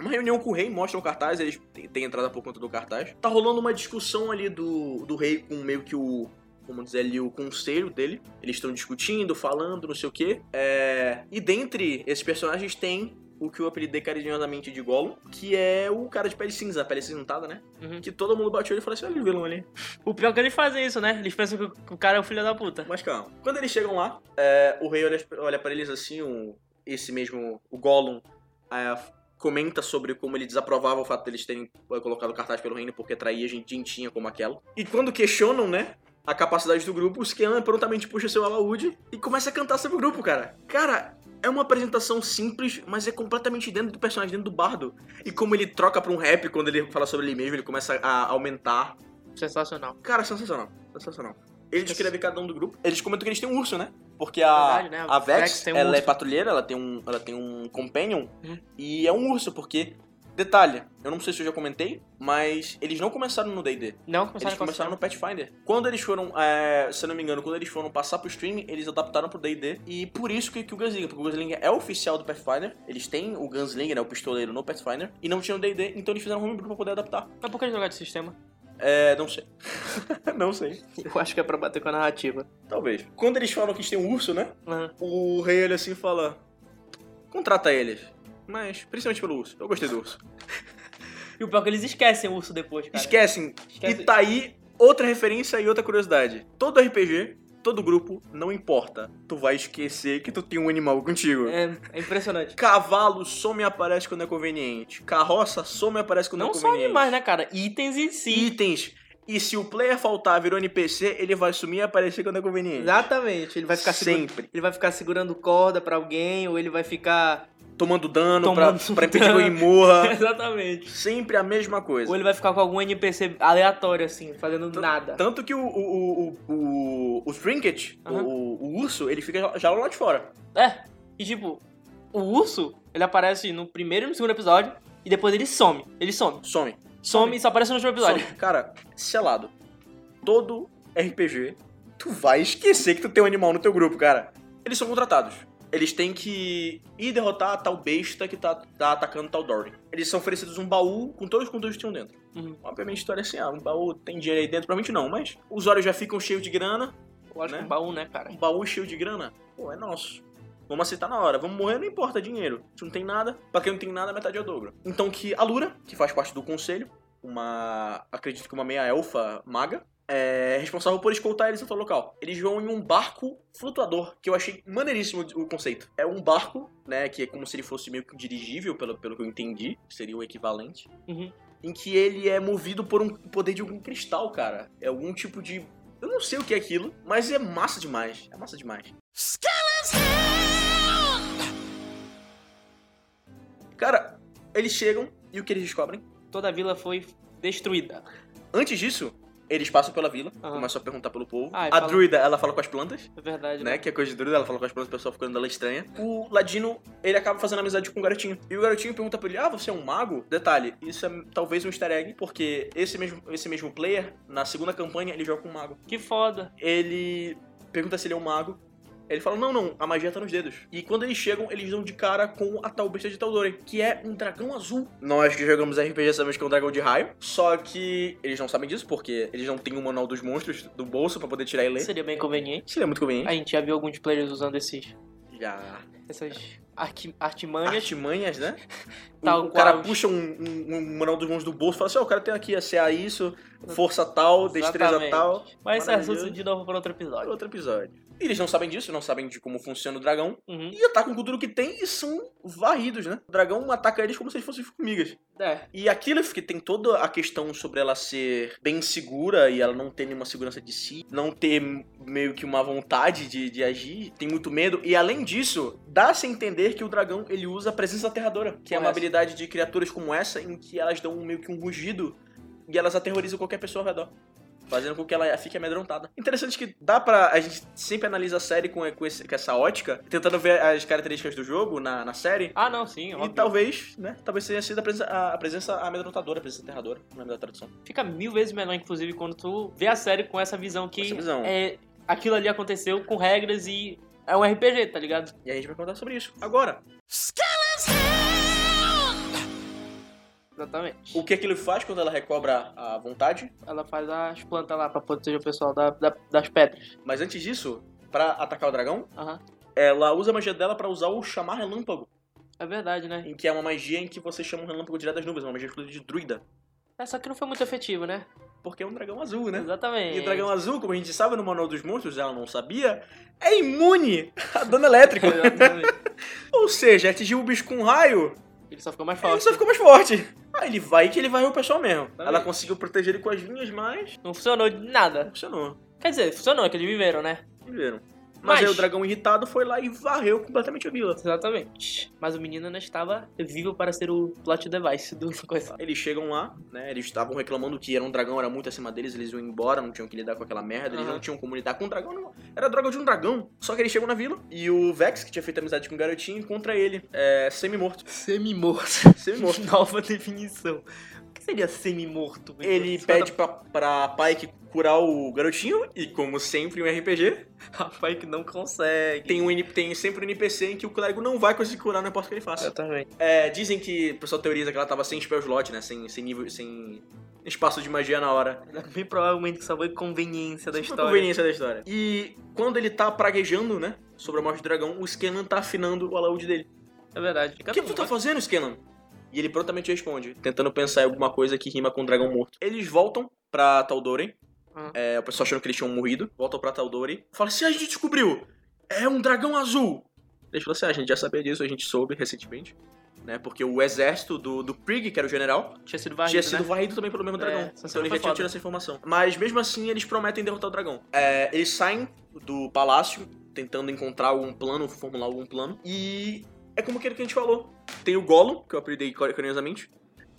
A: uma reunião com o rei, mostram o cartaz, eles têm, têm entrada por conta do cartaz. Tá rolando uma discussão ali do, do rei com meio que o. Como dizer ali, o conselho dele. Eles estão discutindo, falando, não sei o quê. É, E dentre esses personagens tem o que eu apelidei carinhosamente de Gollum, que é o cara de pele cinza, pele cinzentada, né?
B: Uhum.
A: Que todo mundo bateu ele e falou assim: olha o vilão ali.
B: O pior é que eles fazem isso, né? Eles pensam que o- que o cara é o filho da puta.
A: Mas calma. Quando eles chegam lá, é, o rei olha, olha para eles assim, um- esse mesmo, o Gollum, é, comenta sobre como ele desaprovava o fato deles terem é, colocado o cartaz pelo reino porque traía gente gentinha como aquela. E quando questionam, né, a capacidade do grupo, o Scan prontamente puxa seu alaúde e começa a cantar sobre o grupo, cara. Cara, é uma apresentação simples, mas é completamente dentro do personagem, dentro do bardo. E como ele troca pra um rap quando ele fala sobre ele mesmo, ele começa a aumentar
B: Sensacional.
A: Cara, sensacional. Sensacional. Ele descreve cada um do grupo. Eles comentam que eles têm um urso, né? Porque a,
B: Verdade, né?
A: a Vex,
B: Vex tem um
A: ela é
B: urso.
A: patrulheira, ela tem um, ela tem um companion.
B: Uhum.
A: E é um urso, porque... Detalhe, eu não sei se eu já comentei, mas eles não começaram no D&D.
B: Não, começaram
A: Eles
B: a calçar.
A: começaram no Pathfinder. Quando eles foram, é, se eu não me engano, quando eles foram passar pro stream, eles adaptaram pro D&D. E por isso que, que o Gunslinger, porque o Gunslinger é oficial do Pathfinder. Eles têm o Gunslinger, né, o pistoleiro, no Pathfinder. E não tinham D&D, então eles fizeram um homebrew pra poder adaptar.
B: Mas por que eles jogaram de sistema?
A: É, não sei. não sei.
B: Eu acho que é pra bater com a narrativa.
A: Talvez. Quando eles falam que eles têm um urso, né?
B: Aham.
A: O rei olha assim e fala: Contrata eles. Mas, principalmente pelo urso. Eu gostei do urso.
B: E o pior é que eles esquecem o urso depois, cara.
A: Esquecem.
B: Esquece.
A: E tá aí outra referência e outra curiosidade. Todo RPG, todo grupo, não importa. Tu vai esquecer que tu tem um animal contigo.
B: É, é impressionante.
A: Cavalo só me aparece quando é conveniente. Carroça só me aparece quando é
B: Não só
A: conveniente.
B: animais, né, cara? Itens em si.
A: Itens. E se o player faltar, virou NPC, ele vai sumir e aparecer quando é conveniente.
B: Exatamente. Ele vai ficar segurando.
A: Sempre.
B: Ele vai ficar segurando corda pra alguém, ou ele vai ficar.
A: Tomando dano pra,
B: Tomando
A: pra impedir que alguém
B: dano.
A: morra.
B: Exatamente.
A: Sempre a mesma coisa.
B: Ou ele vai ficar com algum NPC aleatório, assim, fazendo nada.
A: Tanto que o, o, o, o, o Trinket,
B: Aham.
A: o, o urso, ele fica já lá de fora.
B: É. E tipo, o urso, ele aparece no primeiro e no segundo episódio, e depois ele some. Ele some.
A: Some.
B: Some e só aparece no último episódio.
A: Some. Cara, selado. Todo RPG, tu vai esquecer que tu tem um animal no teu grupo, cara. Eles são contratados. Eles têm que ir derrotar a tal besta que tá, tá atacando tal Dory. Eles são oferecidos um baú com todos os conteúdos que tinham dentro.
B: Uhum.
A: Obviamente, a história é assim, ah, um baú tem dinheiro aí dentro, provavelmente não, mas os olhos já ficam cheios de grana,
B: Lógico,
A: Né?
B: um baú, né, cara?
A: um baú cheio de grana, pô, é nosso. Vamos aceitar na hora, vamos morrer, não importa, é dinheiro. Se não tem nada, pra quem não tem nada, metade é o dobro. Então que a Lura, que faz parte do conselho, uma. acredito que uma meia elfa maga, é responsável por escoltar eles até o local. Eles vão em um barco flutuador, que eu achei maneiríssimo o conceito. É um barco, né, que é como se ele fosse meio que dirigível, pelo, pelo que eu entendi, seria o equivalente.
B: Uhum.
A: Em que ele é movido por um poder de algum cristal, cara. É algum tipo de eu não sei o que é aquilo, mas é massa demais. É massa demais. Cara, eles chegam e o que eles descobrem?
B: Toda a vila foi destruída.
A: Antes disso, eles passam pela vila,
B: Aham.
A: começam a perguntar pelo povo.
B: Ah, e
A: a
B: fala-
A: druida, ela fala com as plantas,
B: É verdade,
A: né? Que é coisa de druida, ela fala com as plantas, o pessoal ficando dela estranha. O ladino, ele acaba fazendo amizade com o garotinho. E o garotinho pergunta pra ele: Ah, você é um mago? Detalhe, isso é talvez um easter egg, porque esse mesmo, esse mesmo player, na segunda campanha, ele joga com um mago.
B: Que foda.
A: ele pergunta se ele é um mago. Ele fala, não, não, a magia tá nos dedos. E quando eles chegam, eles dão de cara com a tal besta de Taldoren, que é um dragão azul. Nós que jogamos RPG sabemos que é um dragão de raio, só que eles não sabem disso, porque eles não têm o manual dos monstros do bolso pra poder tirar e ler.
B: Seria bem conveniente.
A: Seria muito conveniente.
B: A gente já viu alguns players usando esses,
A: Já.
B: essas arqui- artimanhas.
A: Artimanhas, né? O-
B: Tal
A: o, cara
B: qual.
A: puxa um, um, um manual dos monstros do bolso e fala assim, ó, o cara tem aqui CA isso, força tal, destreza
B: Exatamente.
A: tal.
B: Mas esse
A: Maravilhoso.
B: assunto de novo para outro episódio.
A: Outro episódio. E eles não sabem disso, não sabem de como funciona o dragão.
B: Uhum.
A: e atacam com tudo que tem e são varridos, né? O dragão ataca eles como se eles fossem formigas.
B: É.
A: E a Lilith, que tem toda a questão sobre ela ser bem segura e ela não ter nenhuma segurança de si, não ter meio que uma vontade de, de agir, tem muito medo. E além disso, dá-se a entender que o dragão ele usa a presença aterradora, que é
B: Como
A: uma
B: essa.
A: habilidade de criaturas como essa em que elas dão meio que um rugido e elas aterrorizam qualquer pessoa ao redor. Fazendo com que ela fique amedrontada. Interessante que dá pra. A gente sempre analisa a série com, com esse- com essa ótica, tentando ver as características do jogo na- na série.
B: Ah, não, sim.
A: E
B: óbvio.
A: talvez, né? Talvez tenha sido a presença, a, a presença amedrontadora, a presença aterradora, não lembro da tradução.
B: Fica mil vezes melhor, inclusive, quando tu vê a série com essa visão que
A: Essa visão.
B: é aquilo ali aconteceu com regras e é um RPG, tá ligado?
A: E a gente vai contar sobre isso agora. O
B: exatamente.
A: que é que ele faz quando ela recobra a vontade?
B: Ela faz as plantas lá pra proteger o pessoal da- da- das pedras.
A: Mas antes disso, pra atacar o dragão,
B: Aham.
A: ela usa a magia dela pra usar o chamar relâmpago,
B: É verdade, né?
A: em que é uma magia em que você chama um relâmpago direto das nuvens, uma magia exclusiva de druida,
B: Essa aqui É, não foi muito efetivo, né?
A: porque é um dragão azul, né?
B: Exatamente.
A: E o dragão azul, como a gente sabe no Manual dos Monstros, ela não sabia, é imune à dano elétrico.
B: Exatamente.
A: Ou seja, atingiu o bicho com um raio,
B: Ele só ficou mais
A: ele
B: forte.
A: só ficou mais forte. Aí ele vai que ele vai o pessoal mesmo.
B: Exatamente.
A: Ela conseguiu proteger ele com as vinhas, mas
B: Não funcionou de nada.
A: funcionou.
B: Quer dizer, funcionou, que eles viveram, né?
A: Viveram. Mas,
B: Mas-
A: aí o dragão irritado foi lá e varreu completamente a vila.
B: Exatamente. Mas o menino ainda estava vivo para ser o plot device do coisa.
A: Eles chegam lá, né? Eles estavam reclamando que era um dragão, era muito acima deles, eles iam embora, não tinham que lidar com aquela merda, eles
B: Aham.
A: não tinham como lidar com um dragão, não. Era droga de um dragão. Só que eles chegam na vila e o Vex, que tinha feito amizade com o garotinho, encontra ele, é, semi-morto.
B: Semi-morto.
A: Semi-morto.
B: Nova definição. O que seria semi-morto?
A: Ele pede pra, pra Pike curar o garotinho, e como sempre, um RPG,
B: Rapaz que não consegue.
A: tem, um, N- tem sempre um NPC em que o clérigo não vai conseguir curar, não importa o que ele faça.
B: Exatamente.
A: É, dizem que o pessoal teoriza que ela tava sem spell slot, né? Sem, sem nível. sem espaço de magia na hora.
B: Bem provavelmente que só foi conveniência da
A: Uma
B: história.
A: Tipo conveniência da história. E quando ele tá praguejando, né? Sobre a morte do dragão, o Scanlan tá afinando o alaúde dele.
B: É verdade.
A: O que tu tá fazendo, Scanlan? E ele prontamente responde, tentando pensar em alguma coisa que rima com um dragão morto. Eles voltam pra Taldoren.
B: Ah.
A: É, o pessoal achando que eles tinham morrido. Voltam pra Taldoren. Fala, se a gente descobriu, é um dragão azul. Eles falam assim, ah, a gente já sabia disso, a gente soube recentemente. Né, porque o exército do, do Prig, que era o general,
B: Tinha sido varrido,
A: tinha sido
B: né?
A: varrido também pelo mesmo
B: É,
A: dragão.
B: essa
A: então
B: cena
A: eles
B: foi
A: já tinham
B: foda.
A: tirado essa informação. Mas mesmo assim, eles prometem derrotar o dragão. É, eles saem do palácio, tentando encontrar algum plano, formular algum plano. E é como aquele que a gente falou. Tem o Gollum, que eu apelidei carinhosamente.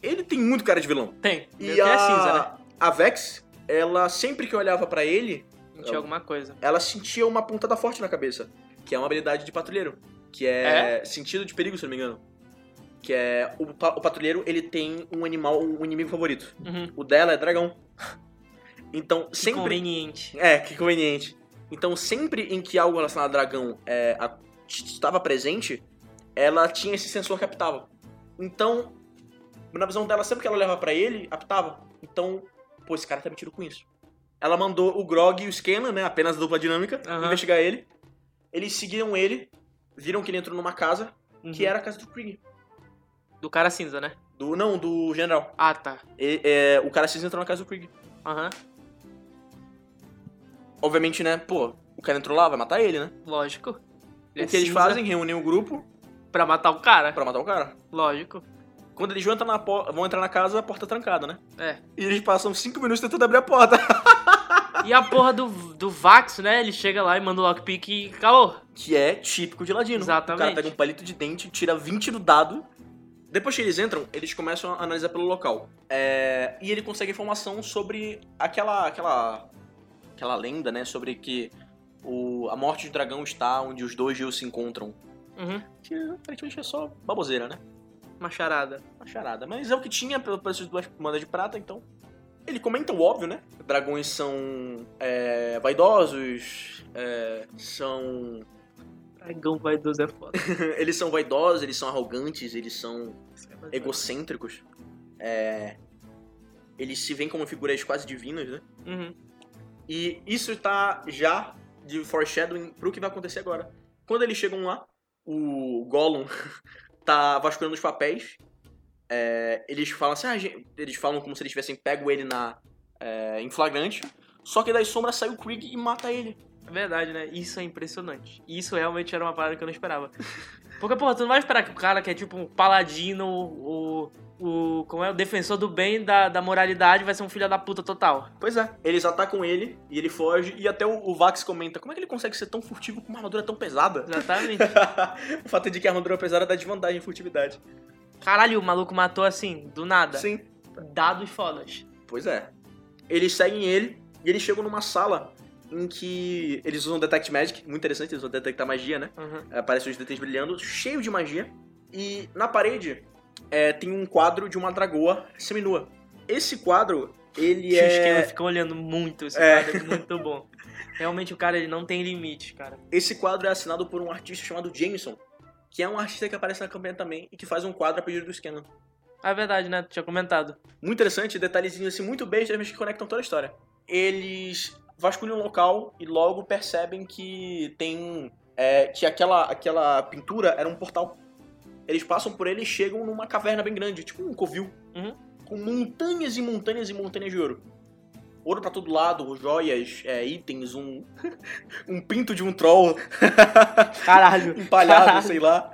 A: Ele tem muito cara de vilão.
B: né? Tem.
A: E
B: Tem a cinza, né?
A: a Vex, ela sempre que olhava pra ele,
B: Não né? tinha alguma coisa.
A: ela sentia uma pontada forte na cabeça. Que é uma habilidade de patrulheiro. Que é, sentido de perigo, se eu não me engano. Que é. O, pa- o patrulheiro, ele tem um animal, um inimigo favorito.
B: Uhum.
A: O dela é dragão. Então,
B: Que
A: sempre.
B: Conveniente.
A: É, que conveniente. Então, sempre em que algo relacionado a dragão é, a- estava presente, ela tinha esse sensor que apitava. Então, na visão dela, sempre que ela olhava pra ele, apitava. Então, pô, esse cara tá metido com isso. Ela mandou o Grog e o Scanlan, né? Apenas a dupla dinâmica,
B: Aham.
A: investigar ele. Eles seguiram ele, viram que ele entrou numa casa,
B: Uhum.
A: que era a casa do Krieg.
B: Do cara cinza, né?
A: Do, não, do general.
B: Ah, tá.
A: E- é, o cara se entrou na casa do Krieg.
B: Aham.
A: obviamente, né, pô, o cara entrou lá, vai matar ele, né?
B: Lógico. É
A: o que eles fazem? Reúnem o grupo
B: Pra matar o cara?
A: pra matar o cara.
B: Lógico.
A: Quando eles vão entrar na, po- vão entrar na casa, a porta é trancada, né?
B: É.
A: E eles passam cinco minutos tentando abrir a porta.
B: E a porra do, do Vax, né? Ele chega lá e manda o lockpick e acabou.
A: Que é típico de ladino.
B: Exatamente.
A: O cara pega um palito de dente, tira 20 no dado. Depois que eles entram, eles começam a analisar pelo local. É, E ele consegue informação sobre aquela. aquela. aquela lenda, né? Sobre que o... a morte do dragão está onde os dois rios se encontram.
B: Uhum.
A: Que aparentemente é só baboseira, né?
B: Uma charada.
A: Uma charada. Mas é o que tinha pelo preço de duas moedas de prata, então. Ele comenta o óbvio, né? Dragões são é, vaidosos, é, são.
B: Dragão vai dos é foda.
A: eles são vaidosos, eles são arrogantes, eles são
B: é
A: egocêntricos. É, eles se veem como figuras quase divinas, né?
B: Uhum.
A: E isso tá já de foreshadowing pro que vai acontecer agora. Quando eles chegam lá, o Gollum tá vasculhando os papéis. É, eles falam assim, ah, gente- eles falam como se eles tivessem pego ele na é, em flagrante. Só que das sombras sai o Krieg e mata ele.
B: É verdade, né? Isso é impressionante. Isso realmente era uma parada que eu não esperava. Porque, porra, tu não vai esperar que o cara que é tipo um paladino, o. o como é? O defensor do bem da, da moralidade vai ser um filho da puta total.
A: Pois é. Eles atacam ele e ele foge. E até o, o Vax comenta, como é que ele consegue ser tão furtivo com uma armadura tão pesada?
B: Exatamente.
A: o fato de que a armadura pesada dá desvantagem em furtividade.
B: Caralho, o maluco matou assim, do nada.
A: Sim.
B: Dados fodas.
A: Pois é. Eles seguem ele e eles chegam numa sala em que eles usam Detect Magic, muito interessante, eles usam detectar magia, né?
B: Uhum.
A: Aparecem os DTs brilhando, cheio de magia. E na parede é, tem um quadro de uma dragoa seminua. Esse quadro, ele
B: Acho que
A: é.
B: ele ficou olhando muito, esse
A: É.
B: cara é muito bom. Realmente o cara ele não tem limite, cara.
A: Esse quadro é assinado por um artista chamado Jameson, que é um artista que aparece na campanha também e que faz um quadro a pedido do Scanlan.
C: É verdade, né? Tu tinha comentado.
A: Muito interessante, detalhezinhos assim, muito bestas, mas que conectam toda a história. Eles vasculham o local e logo percebem que tem. é, que aquela, aquela pintura era um portal. Eles passam por ele e chegam numa caverna bem grande, tipo um covil.
C: Uhum.
A: Com montanhas e montanhas e montanhas de ouro. Ouro pra todo lado, joias, é, itens, um. um pinto de um troll
C: Caralho.
A: empalhado,
C: Caralho.
A: sei lá.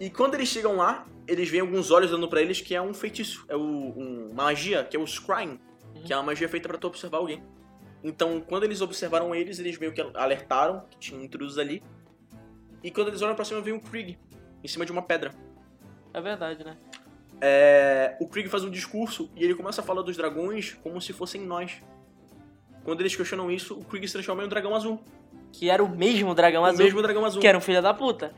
A: E quando eles chegam lá, eles veem alguns olhos dando pra eles que é um feitiço, é o, um- uma magia, que é o scrying,
C: Uhum.
A: que é uma magia feita pra tu observar alguém. Então, quando eles observaram eles, eles meio que alertaram que tinha intrusos ali. E quando eles olham pra cima, vem um Krieg em cima de uma pedra.
C: É verdade, né?
A: É, o Krieg faz um discurso e ele começa a falar dos dragões como se fossem nós. Quando eles questionam isso, o Krieg se transforma em um dragão azul.
C: Que era o mesmo dragão
A: o
C: azul.
A: mesmo dragão azul.
C: Que era um filho da puta.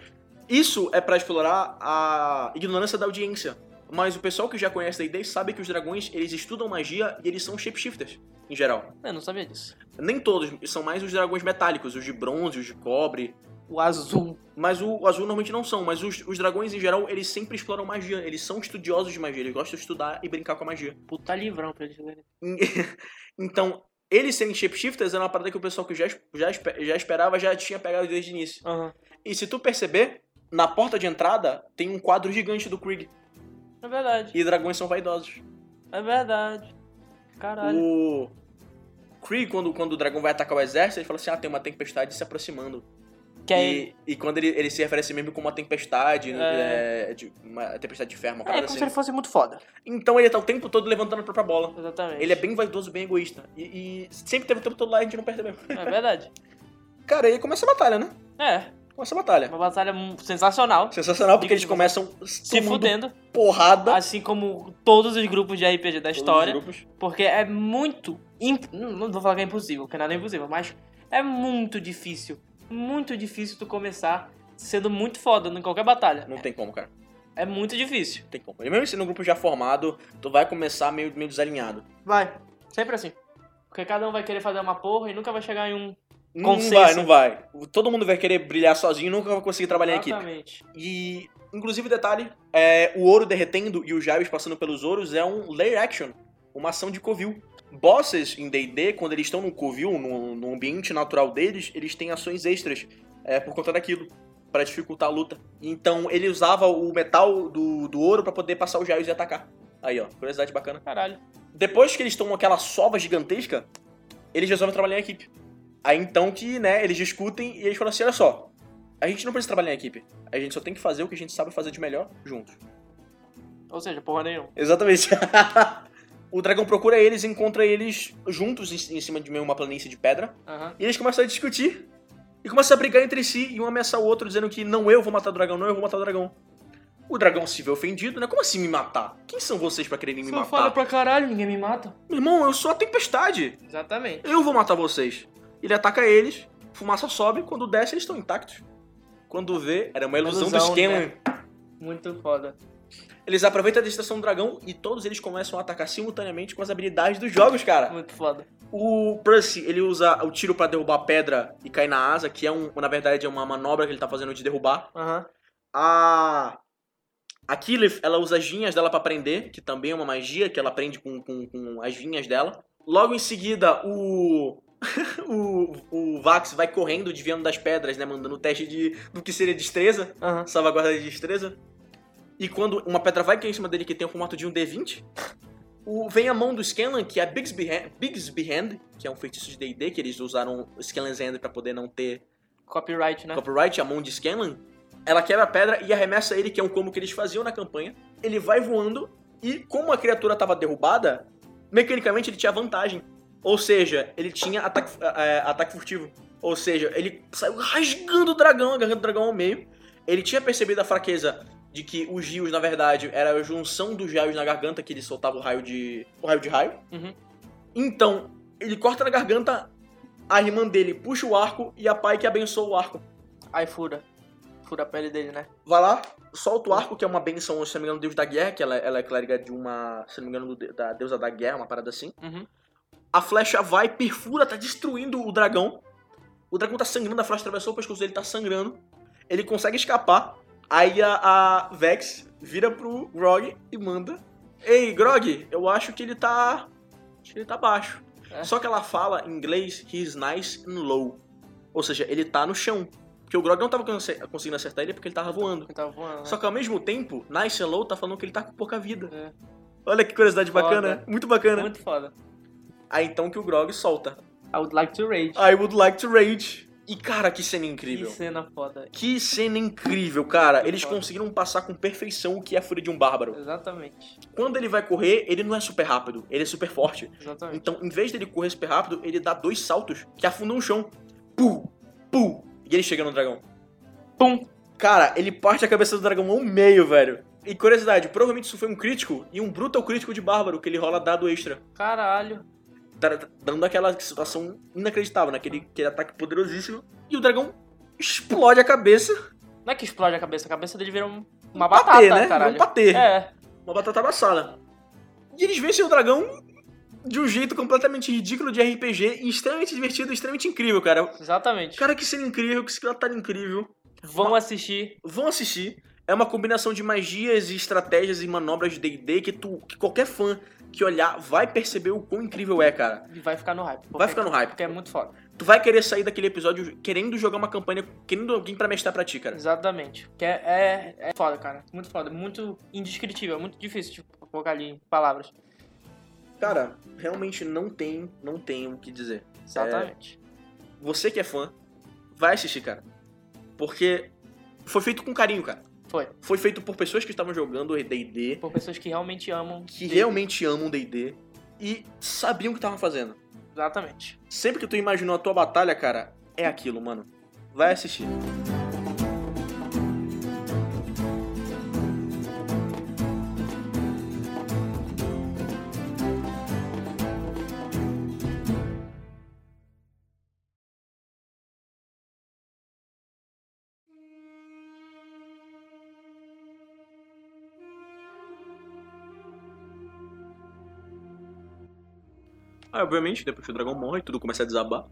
A: Isso é pra explorar a ignorância da audiência. Mas o pessoal que já conhece a ideia sabe que os dragões, eles estudam magia e eles são shapeshifters, em geral.
C: Eu não sabia disso.
A: Nem todos, são mais os dragões metálicos, os de bronze, os de cobre.
C: O azul.
A: Mas o, o azul normalmente não são, mas os, os dragões em geral, eles sempre exploram magia. Eles são estudiosos de magia, eles gostam de estudar e brincar com a magia.
C: Puta livrão pra eles lerem.
A: então, eles serem shapeshifters era uma parada que o pessoal que já, es- já, espe- já esperava já tinha pegado desde o início.
C: Aham.
A: E se tu perceber, na porta de entrada tem um quadro gigante do Krieg.
C: É verdade.
A: E dragões são vaidosos.
C: É verdade. Caralho.
A: O Kree, quando, quando o dragão vai atacar o exército, ele fala assim: ah, tem uma tempestade se aproximando.
C: Que aí.
A: E, e quando ele, ele se refere a si mesmo como uma tempestade,
C: É.
A: é, de, uma tempestade de ferro, uma
C: É
A: parada
C: como
A: assim.
C: se ele fosse muito foda.
A: Então ele tá o tempo todo levantando a própria bola.
C: Exatamente.
A: Ele é bem vaidoso, bem egoísta. E, e sempre teve o tempo todo lá e a gente não percebeu.
C: É verdade.
A: Cara, aí começa a batalha, né?
C: É.
A: Começa a batalha.
C: Uma batalha mu- sensacional.
A: Sensacional, porque
C: Diga
A: eles
C: de
A: começam
C: Se
A: tomando
C: fudendo.
A: porrada.
C: Assim como todos os grupos de RPG da
A: todos os
C: história.
A: grupos.
C: Porque é muito. imp- Não não vou falar que é impossível, porque nada é impossível, mas é muito difícil. Muito difícil tu começar sendo muito foda em qualquer batalha.
A: Não tem como, cara.
C: É muito difícil.
A: Não tem como. E mesmo sendo um grupo já formado, tu vai começar meio, meio desalinhado.
C: Vai. Sempre assim. Porque cada um vai querer fazer uma porra e nunca vai chegar em um.
A: Não
C: Consenso.
A: vai, não vai. Todo mundo vai querer brilhar sozinho e nunca vai conseguir trabalhar em equipe.
C: Exatamente.
A: E, inclusive, detalhe, é, o ouro derretendo e os Javes passando pelos ouros é um layer action, uma ação de covil. Bosses em D&D, quando eles estão num covil, no, no ambiente natural deles, eles têm ações extras é, por conta daquilo, pra dificultar a luta. Então, ele usava o metal do, do ouro pra poder passar os Javes e atacar. Aí, ó, curiosidade bacana.
C: Caralho.
A: Depois que eles tomam aquela sova gigantesca, eles resolvem trabalhar em equipe. Aí então que, né, eles discutem e eles falam assim, olha só, a gente não precisa trabalhar em equipe. A gente só tem que fazer o que a gente sabe fazer de melhor juntos.
C: Ou seja, porra nenhuma.
A: Exatamente. o dragão procura eles e encontra eles juntos em em cima de meio uma planície de pedra.
C: Aham.
A: E eles começam a discutir. E começam a brigar entre si e um ameaçar o outro, dizendo que não eu vou matar o dragão, não eu vou matar o dragão. O dragão se vê ofendido, né? Como assim me matar? Quem são vocês pra quererem me
C: Sou
A: matar?
C: foda pra caralho, ninguém me mata.
A: Meu irmão, eu sou a tempestade.
C: Exatamente.
A: Eu vou matar vocês. Ele ataca eles, fumaça sobe, quando desce eles estão intactos. Quando vê, era uma ilusão, do
C: Ilusão,
A: esquema.
C: né? Muito foda.
A: Eles aproveitam a distração do dragão e todos eles começam a atacar simultaneamente com as habilidades dos jogos, cara.
C: Muito foda.
A: O Percy, ele usa o tiro pra derrubar a pedra e cair na asa, que é um, na verdade é uma manobra que ele tá fazendo de derrubar.
C: Aham.
A: A a Killif, ela usa as vinhas dela pra prender, que também é uma magia que ela prende com, com, com as vinhas dela. Logo em seguida, o. o, o Vax vai correndo, desviando das pedras, né? Mandando o teste de, do que seria destreza,
C: Aham.
A: salvaguarda de destreza. E quando uma pedra vai cair em cima dele, que tem o formato de um D20, o, vem a mão do Scanlan, que é a Bigsby, Hand- Bigsby Hand, que é um feitiço de DD, que eles usaram o Scanlan's Hand pra poder não ter
C: Copyright, né?
A: Copyright, a mão de Scanlan, ela quebra a pedra e arremessa ele, que é um combo que eles faziam na campanha. Ele vai voando e, como a criatura estava derrubada, mecanicamente ele tinha vantagem. Ou seja, ele tinha ataque, eh, ataque furtivo. Ou seja, ele saiu rasgando o dragão, agarrando o dragão ao meio. Ele tinha percebido a fraqueza de que os rios, na verdade, era a junção dos raios na garganta que ele soltava o raio de. o raio de raio.
C: Uhum.
A: Então, ele corta na garganta, a irmã dele puxa o arco e a pai que abençoa o arco.
C: Aí fura. Fura a pele dele, né?
A: vai lá, solta o arco, que é uma benção, se não me engano, do deus da guerra, que ela, ela é clériga de uma, se não me engano, do de- da deusa da guerra, uma parada assim.
C: Uhum.
A: A flecha vai, perfura, tá destruindo o dragão. O dragão tá sangrando, a flecha atravessou o pescoço dele, tá sangrando. Ele consegue escapar. Aí a, a Vex vira pro Grog e manda Ei, Grog, eu acho que ele tá. Acho que ele tá baixo.
B: É.
A: Só que ela fala em inglês, he's nice and low. Ou seja, ele tá no chão. Porque o Grog não tava conse- conseguindo acertar ele porque ele tava voando.
B: Eu tava voando, né?
A: Só que ao mesmo tempo, nice and low tá falando que ele tá com pouca vida.
B: É.
A: Olha que curiosidade
B: Foda.
A: bacana. É Muito bacana.
B: Muito foda.
A: Aí então que o Grog solta.
B: I would like to rage.
A: I would like to rage. E cara, que cena
B: que
A: Ah, incrível.
B: cena foda.
A: Que cena incrível, cara.
B: Que
A: Eles
B: foda.
A: conseguiram passar com perfeição o que é a fúria de um bárbaro.
B: Exatamente.
A: Quando ele vai correr, ele não é super rápido, ele é super forte.
B: Exatamente.
A: Então, em vez dele correr super rápido, ele dá dois saltos que afundam o chão. Pum! Pum! E ele chega no dragão.
B: Pum!
A: Cara, ele parte a cabeça do dragão ao meio, velho. E curiosidade, provavelmente isso foi um crítico e um brutal crítico de bárbaro que ele rola dado extra.
B: Caralho.
A: Tá- tá- Dando aquela situação inacreditável, né? Aquele, aquele ataque poderosíssimo. E o dragão explode a cabeça.
B: Não é que explode a cabeça, a cabeça dele vira um- uma
A: Um
B: batata,
A: patê, né?
B: caralho.
A: Um patê.
B: É.
A: Uma batata amassada. E eles vencem o dragão de um jeito completamente ridículo de RPG e extremamente divertido, extremamente incrível, cara.
B: Exatamente.
A: Cara, que cena incrível, que secretário incrível.
B: Vão assistir.
A: Vão assistir. É uma combinação de magias e estratégias e manobras de D&D que tu, que qualquer fã que olhar vai perceber o quão incrível é, cara.
B: E vai ficar no hype. porque-
A: Vai ficar no hype.
B: Porque é muito foda.
A: Tu vai querer sair daquele episódio querendo jogar uma campanha, querendo alguém pra mestrar pra ti, cara.
B: Exatamente. Que é, é, é foda, cara. Muito foda. Muito indescritível. É muito difícil de colocar ali em palavras.
A: Cara, realmente não tem, não tem o que dizer.
B: Exatamente.
A: Você que é fã, vai assistir, cara. Porque foi feito com carinho, cara.
B: Foi.
A: Foi feito por pessoas que estavam jogando D&D,
B: Por pessoas que realmente amam.
A: que
B: D&D.
A: realmente amam D&D e sabiam o que estavam fazendo.
B: Exatamente.
A: Sempre que tu imaginou a tua batalha, cara, é aquilo, mano. Vai assistir. Aí, obviamente, depois que o dragão morre, tudo começa a desabar.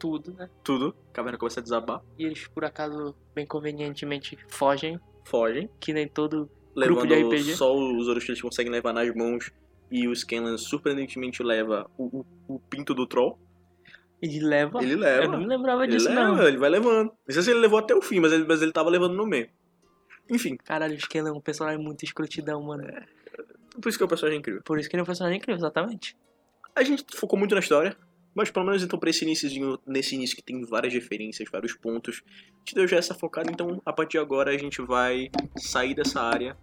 B: Tudo, né?
A: Tudo. A caverna começa a desabar.
B: E eles, por acaso, bem convenientemente fogem.
A: Fogem.
B: Que nem todo Grupo de
A: Levando
B: RPG.
A: só os Orochilis conseguem levar nas mãos. E o Scanlan surpreendentemente leva o, o- o pinto do troll.
B: Ele leva.
A: Ele
B: eu
A: leva.
B: não lembrava
A: Ele
B: disso,
A: leva,
B: não.
A: ele vai levando. Não sei se ele levou até o fim, mas ele, mas ele tava levando no meio. Enfim,
B: Caralho, o Skellan é um personagem muito escrotidão, mano.
A: por isso que é um personagem incrível.
B: Por isso que ele é um personagem incrível, exatamente.
A: A gente focou muito na história, mas pelo menos então pra esse iníciozinho, nesse início que tem várias referências, vários pontos, a gente deu já essa focada, então a partir de agora a gente vai sair dessa área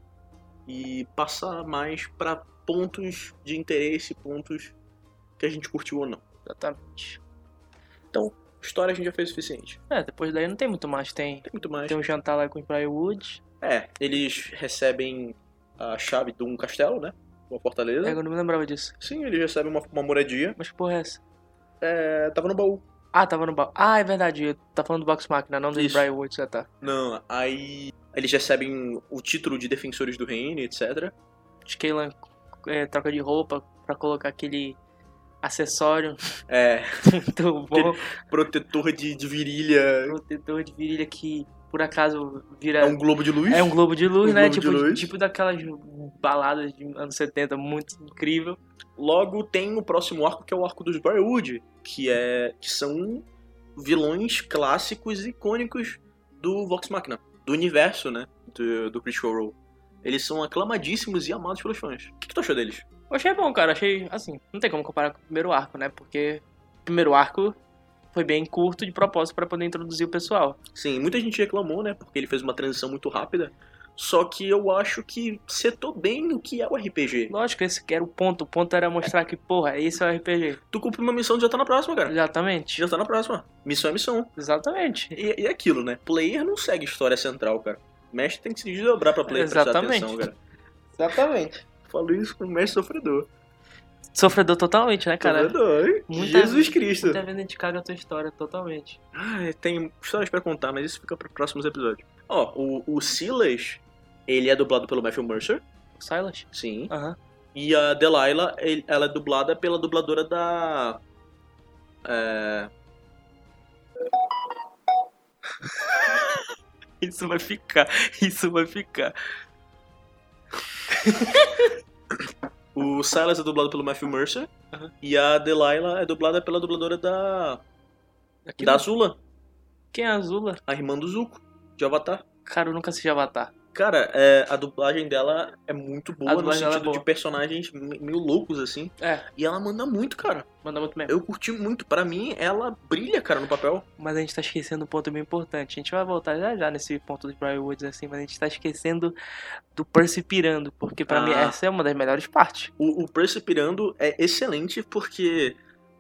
A: e passar mais pra pontos de interesse, pontos que a gente curtiu ou não.
B: Exatamente.
A: História a gente já fez o suficiente.
B: É, depois daí não tem muito mais. Tem,
A: Tem muito mais.
B: tem um jantar lá com o Briarwood.
A: É, eles recebem a chave de um castelo, né? Uma fortaleza.
B: É, eu não me lembrava disso.
A: Sim, eles recebem uma, uma moradia.
B: Mas que porra é essa?
A: É, tava no baú.
B: Ah, tava no box. Ah, é verdade. Tá falando do Box Machina, não do
A: Isso.
B: Briarwood, já tá.
A: Não, aí eles recebem o título de defensores do reino, etc.
B: Skellan é, troca de roupa pra colocar aquele acessório
A: É,
B: muito bom.
A: protetor de, de virilha.
B: Protetor de virilha que, por acaso, vira...
A: É um globo de luz.
B: É um globo de luz,
A: Um
B: né?
A: globo de
B: tipo,
A: luz.
B: tipo daquelas baladas de anos 70, muito incrível.
A: Logo tem o próximo arco que é o arco dos Briarwood, que é que são vilões clássicos e icônicos do Vox Machina, do universo, né, do, do Critical Role. Eles são aclamadíssimos e amados pelos fãs. O que, que tu achou deles?
B: Eu achei bom, cara. Achei, assim, não tem como comparar com o primeiro arco, né? Porque o primeiro arco foi bem curto de propósito pra poder introduzir o pessoal.
A: Sim, muita gente reclamou, né, porque ele fez uma transição muito rápida. Só que eu acho que setou bem o que é o RPG.
B: Lógico, esse que era o ponto. O ponto era mostrar que, porra, esse é o RPG.
A: Tu cumpre uma missão, tu já tá na próxima, cara.
B: Exatamente.
A: Já tá na próxima. Missão é missão.
B: Exatamente.
A: E, e aquilo, né? Player não segue história central, cara. Mestre tem que se desdobrar pra player prestar
B: Exatamente.
A: atenção, cara.
B: Exatamente.
A: Falo isso pro mestre sofredor.
B: Sofredor totalmente, né, cara?
A: Sofredor, hein?
B: Muita-
A: Jesus Cristo.
B: Muita vez a gente caga a tua história totalmente.
A: Ai, tem histórias pra contar, mas isso fica pra próximos episódios. Ó, o, o Silas, ele é dublado pelo Matthew Mercer,
B: Silas?
A: sim.
B: Aham.
A: E a Delilah, ele- ela é dublada pela dubladora da... É...
B: Isso vai ficar. Isso vai ficar.
A: O Silas é dublado pelo Matthew Mercer. E a Delilah é dublada pela dubladora da.
B: Aqui
A: da
B: não.
A: Azula,
B: Quem é a Azula?
A: a irmã do Zuko, de Avatar.
B: Cara, eu nunca assisti Avatar.
A: Cara, é, a dublagem dela é muito boa
B: A
A: no
B: dublagem dela é
A: sentido de
B: boa.
A: personagens me- meio loucos, assim.
B: É,
A: E ela manda muito, cara.
B: manda muito mesmo.
A: Eu curti muito. Pra mim, ela brilha, cara, no papel.
B: Mas a gente tá esquecendo um ponto bem importante. A gente vai voltar já já nesse ponto dos Briar Woods, assim, mas a gente tá esquecendo do Percy pirando, porque pra
A: Ah.
B: mim essa é uma das melhores partes.
A: O, o Percy pirando é excelente porque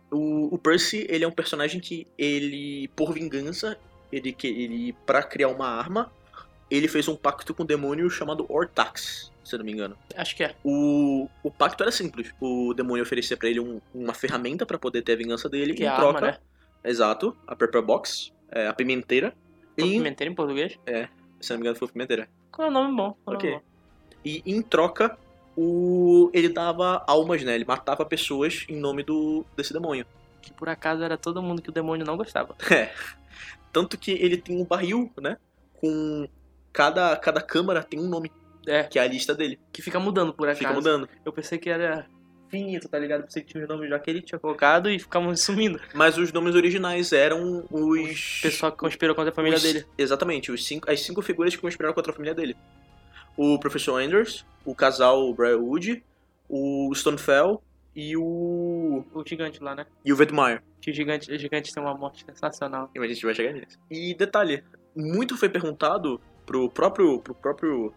A: o, o Percy ele é um personagem que ele por vingança ele que ele para criar uma arma ele fez um pacto com o demônio chamado Ortax, se eu não me engano.
B: Acho que é.
A: O, o pacto era simples. O demônio oferecia pra ele um- uma ferramenta pra poder ter a vingança dele
B: Que
A: em
B: é a
A: troca.
B: arma, né?
A: Exato, a Purple Box, é, a pimenteira. E,
B: Pimenteiro em português.
A: se eu não me engano, foi a pimenteira.
B: Qual é o nome bom? Qual é o
A: Ok.
B: nome bom?
A: E em troca, o... ele dava almas, né? Ele matava pessoas em nome do... desse demônio.
B: Que por acaso era todo mundo que o demônio não gostava.
A: Tanto que ele tem um barril, né? Com cada, cada câmara tem um nome,
B: É,
A: que é a lista dele.
B: que fica mudando por acaso.
A: Fica mudando.
B: Eu pensei que era finito, tá ligado? Pensei que tinha os nomes já que ele tinha colocado e ficavam sumindo.
A: Mas os nomes originais eram os.
B: O pessoal que conspirou contra a família
A: os-
B: dele.
A: Exatamente, os cinco, as cinco figuras que conspiraram contra a família dele: o Professor Anders, o casal Briarwood, o Stonefell e o.
B: O gigante lá, né?
A: e o Vedmire.
B: Que o gigante, o gigante tem uma morte sensacional.
A: Mas a gente vai chegar nisso. E detalhe, muito foi perguntado pro próprio, pro próprio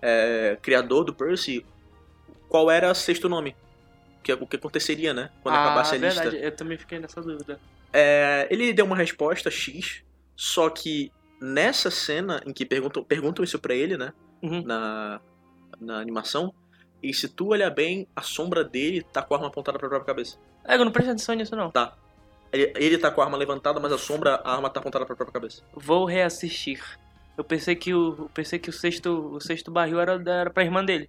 A: é, criador do Percy qual era o sexto nome. Que, é o que aconteceria, né? Quando
B: ah,
A: acabasse a tá- lista.
B: verdade, eu também fiquei nessa dúvida.
A: É, ele deu uma resposta X, só que nessa cena em que perguntam, perguntam isso pra ele, né?
B: Uhum.
A: Na, na animação. E se tu olhar bem, a sombra dele tá com a arma apontada pra própria cabeça.
B: É, eu não presto atenção nisso, não.
A: Tá. Ele, ele tá com a arma levantada, mas a sombra, a arma tá apontada pra própria cabeça.
B: Vou reassistir. Eu pensei que o, eu pensei que o sexto, o sexto barril era, da- era pra irmã dele.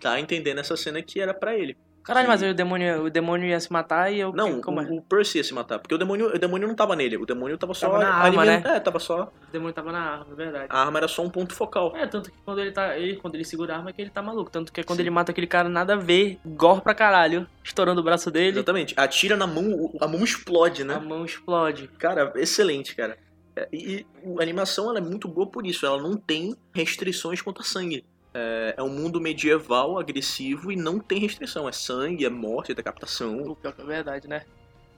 A: dá a entender nessa cena que era pra ele.
B: Caralho,
A: Sim.
B: mas aí o demônio, o demônio ia se matar e eu.
A: Não,
B: como é?
A: o, o Percy ia se matar, porque o demônio, o demônio não tava nele, o demônio tava só
B: Tava na arma, né?
A: aliment- É, tava só
B: O demônio tava na arma, é verdade.
A: a arma era só um ponto focal.
B: É, tanto que quando ele tá. Ele, quando ele segura a arma é que ele tá maluco. Tanto que quando
A: Sim.
B: ele mata aquele cara, nada a ver. Gore pra caralho. Estourando o braço dele.
A: Exatamente. Atira na mão, o- a mão explode,
B: A
A: né?
B: mão explode.
A: Cara, excelente, cara. É, E, e o- a animação ela é muito boa por isso, ela não tem restrições quanto a sangue. É, é um mundo medieval, agressivo e não tem restrição. É sangue, é morte, é decapitação.
B: O pior que é verdade, né?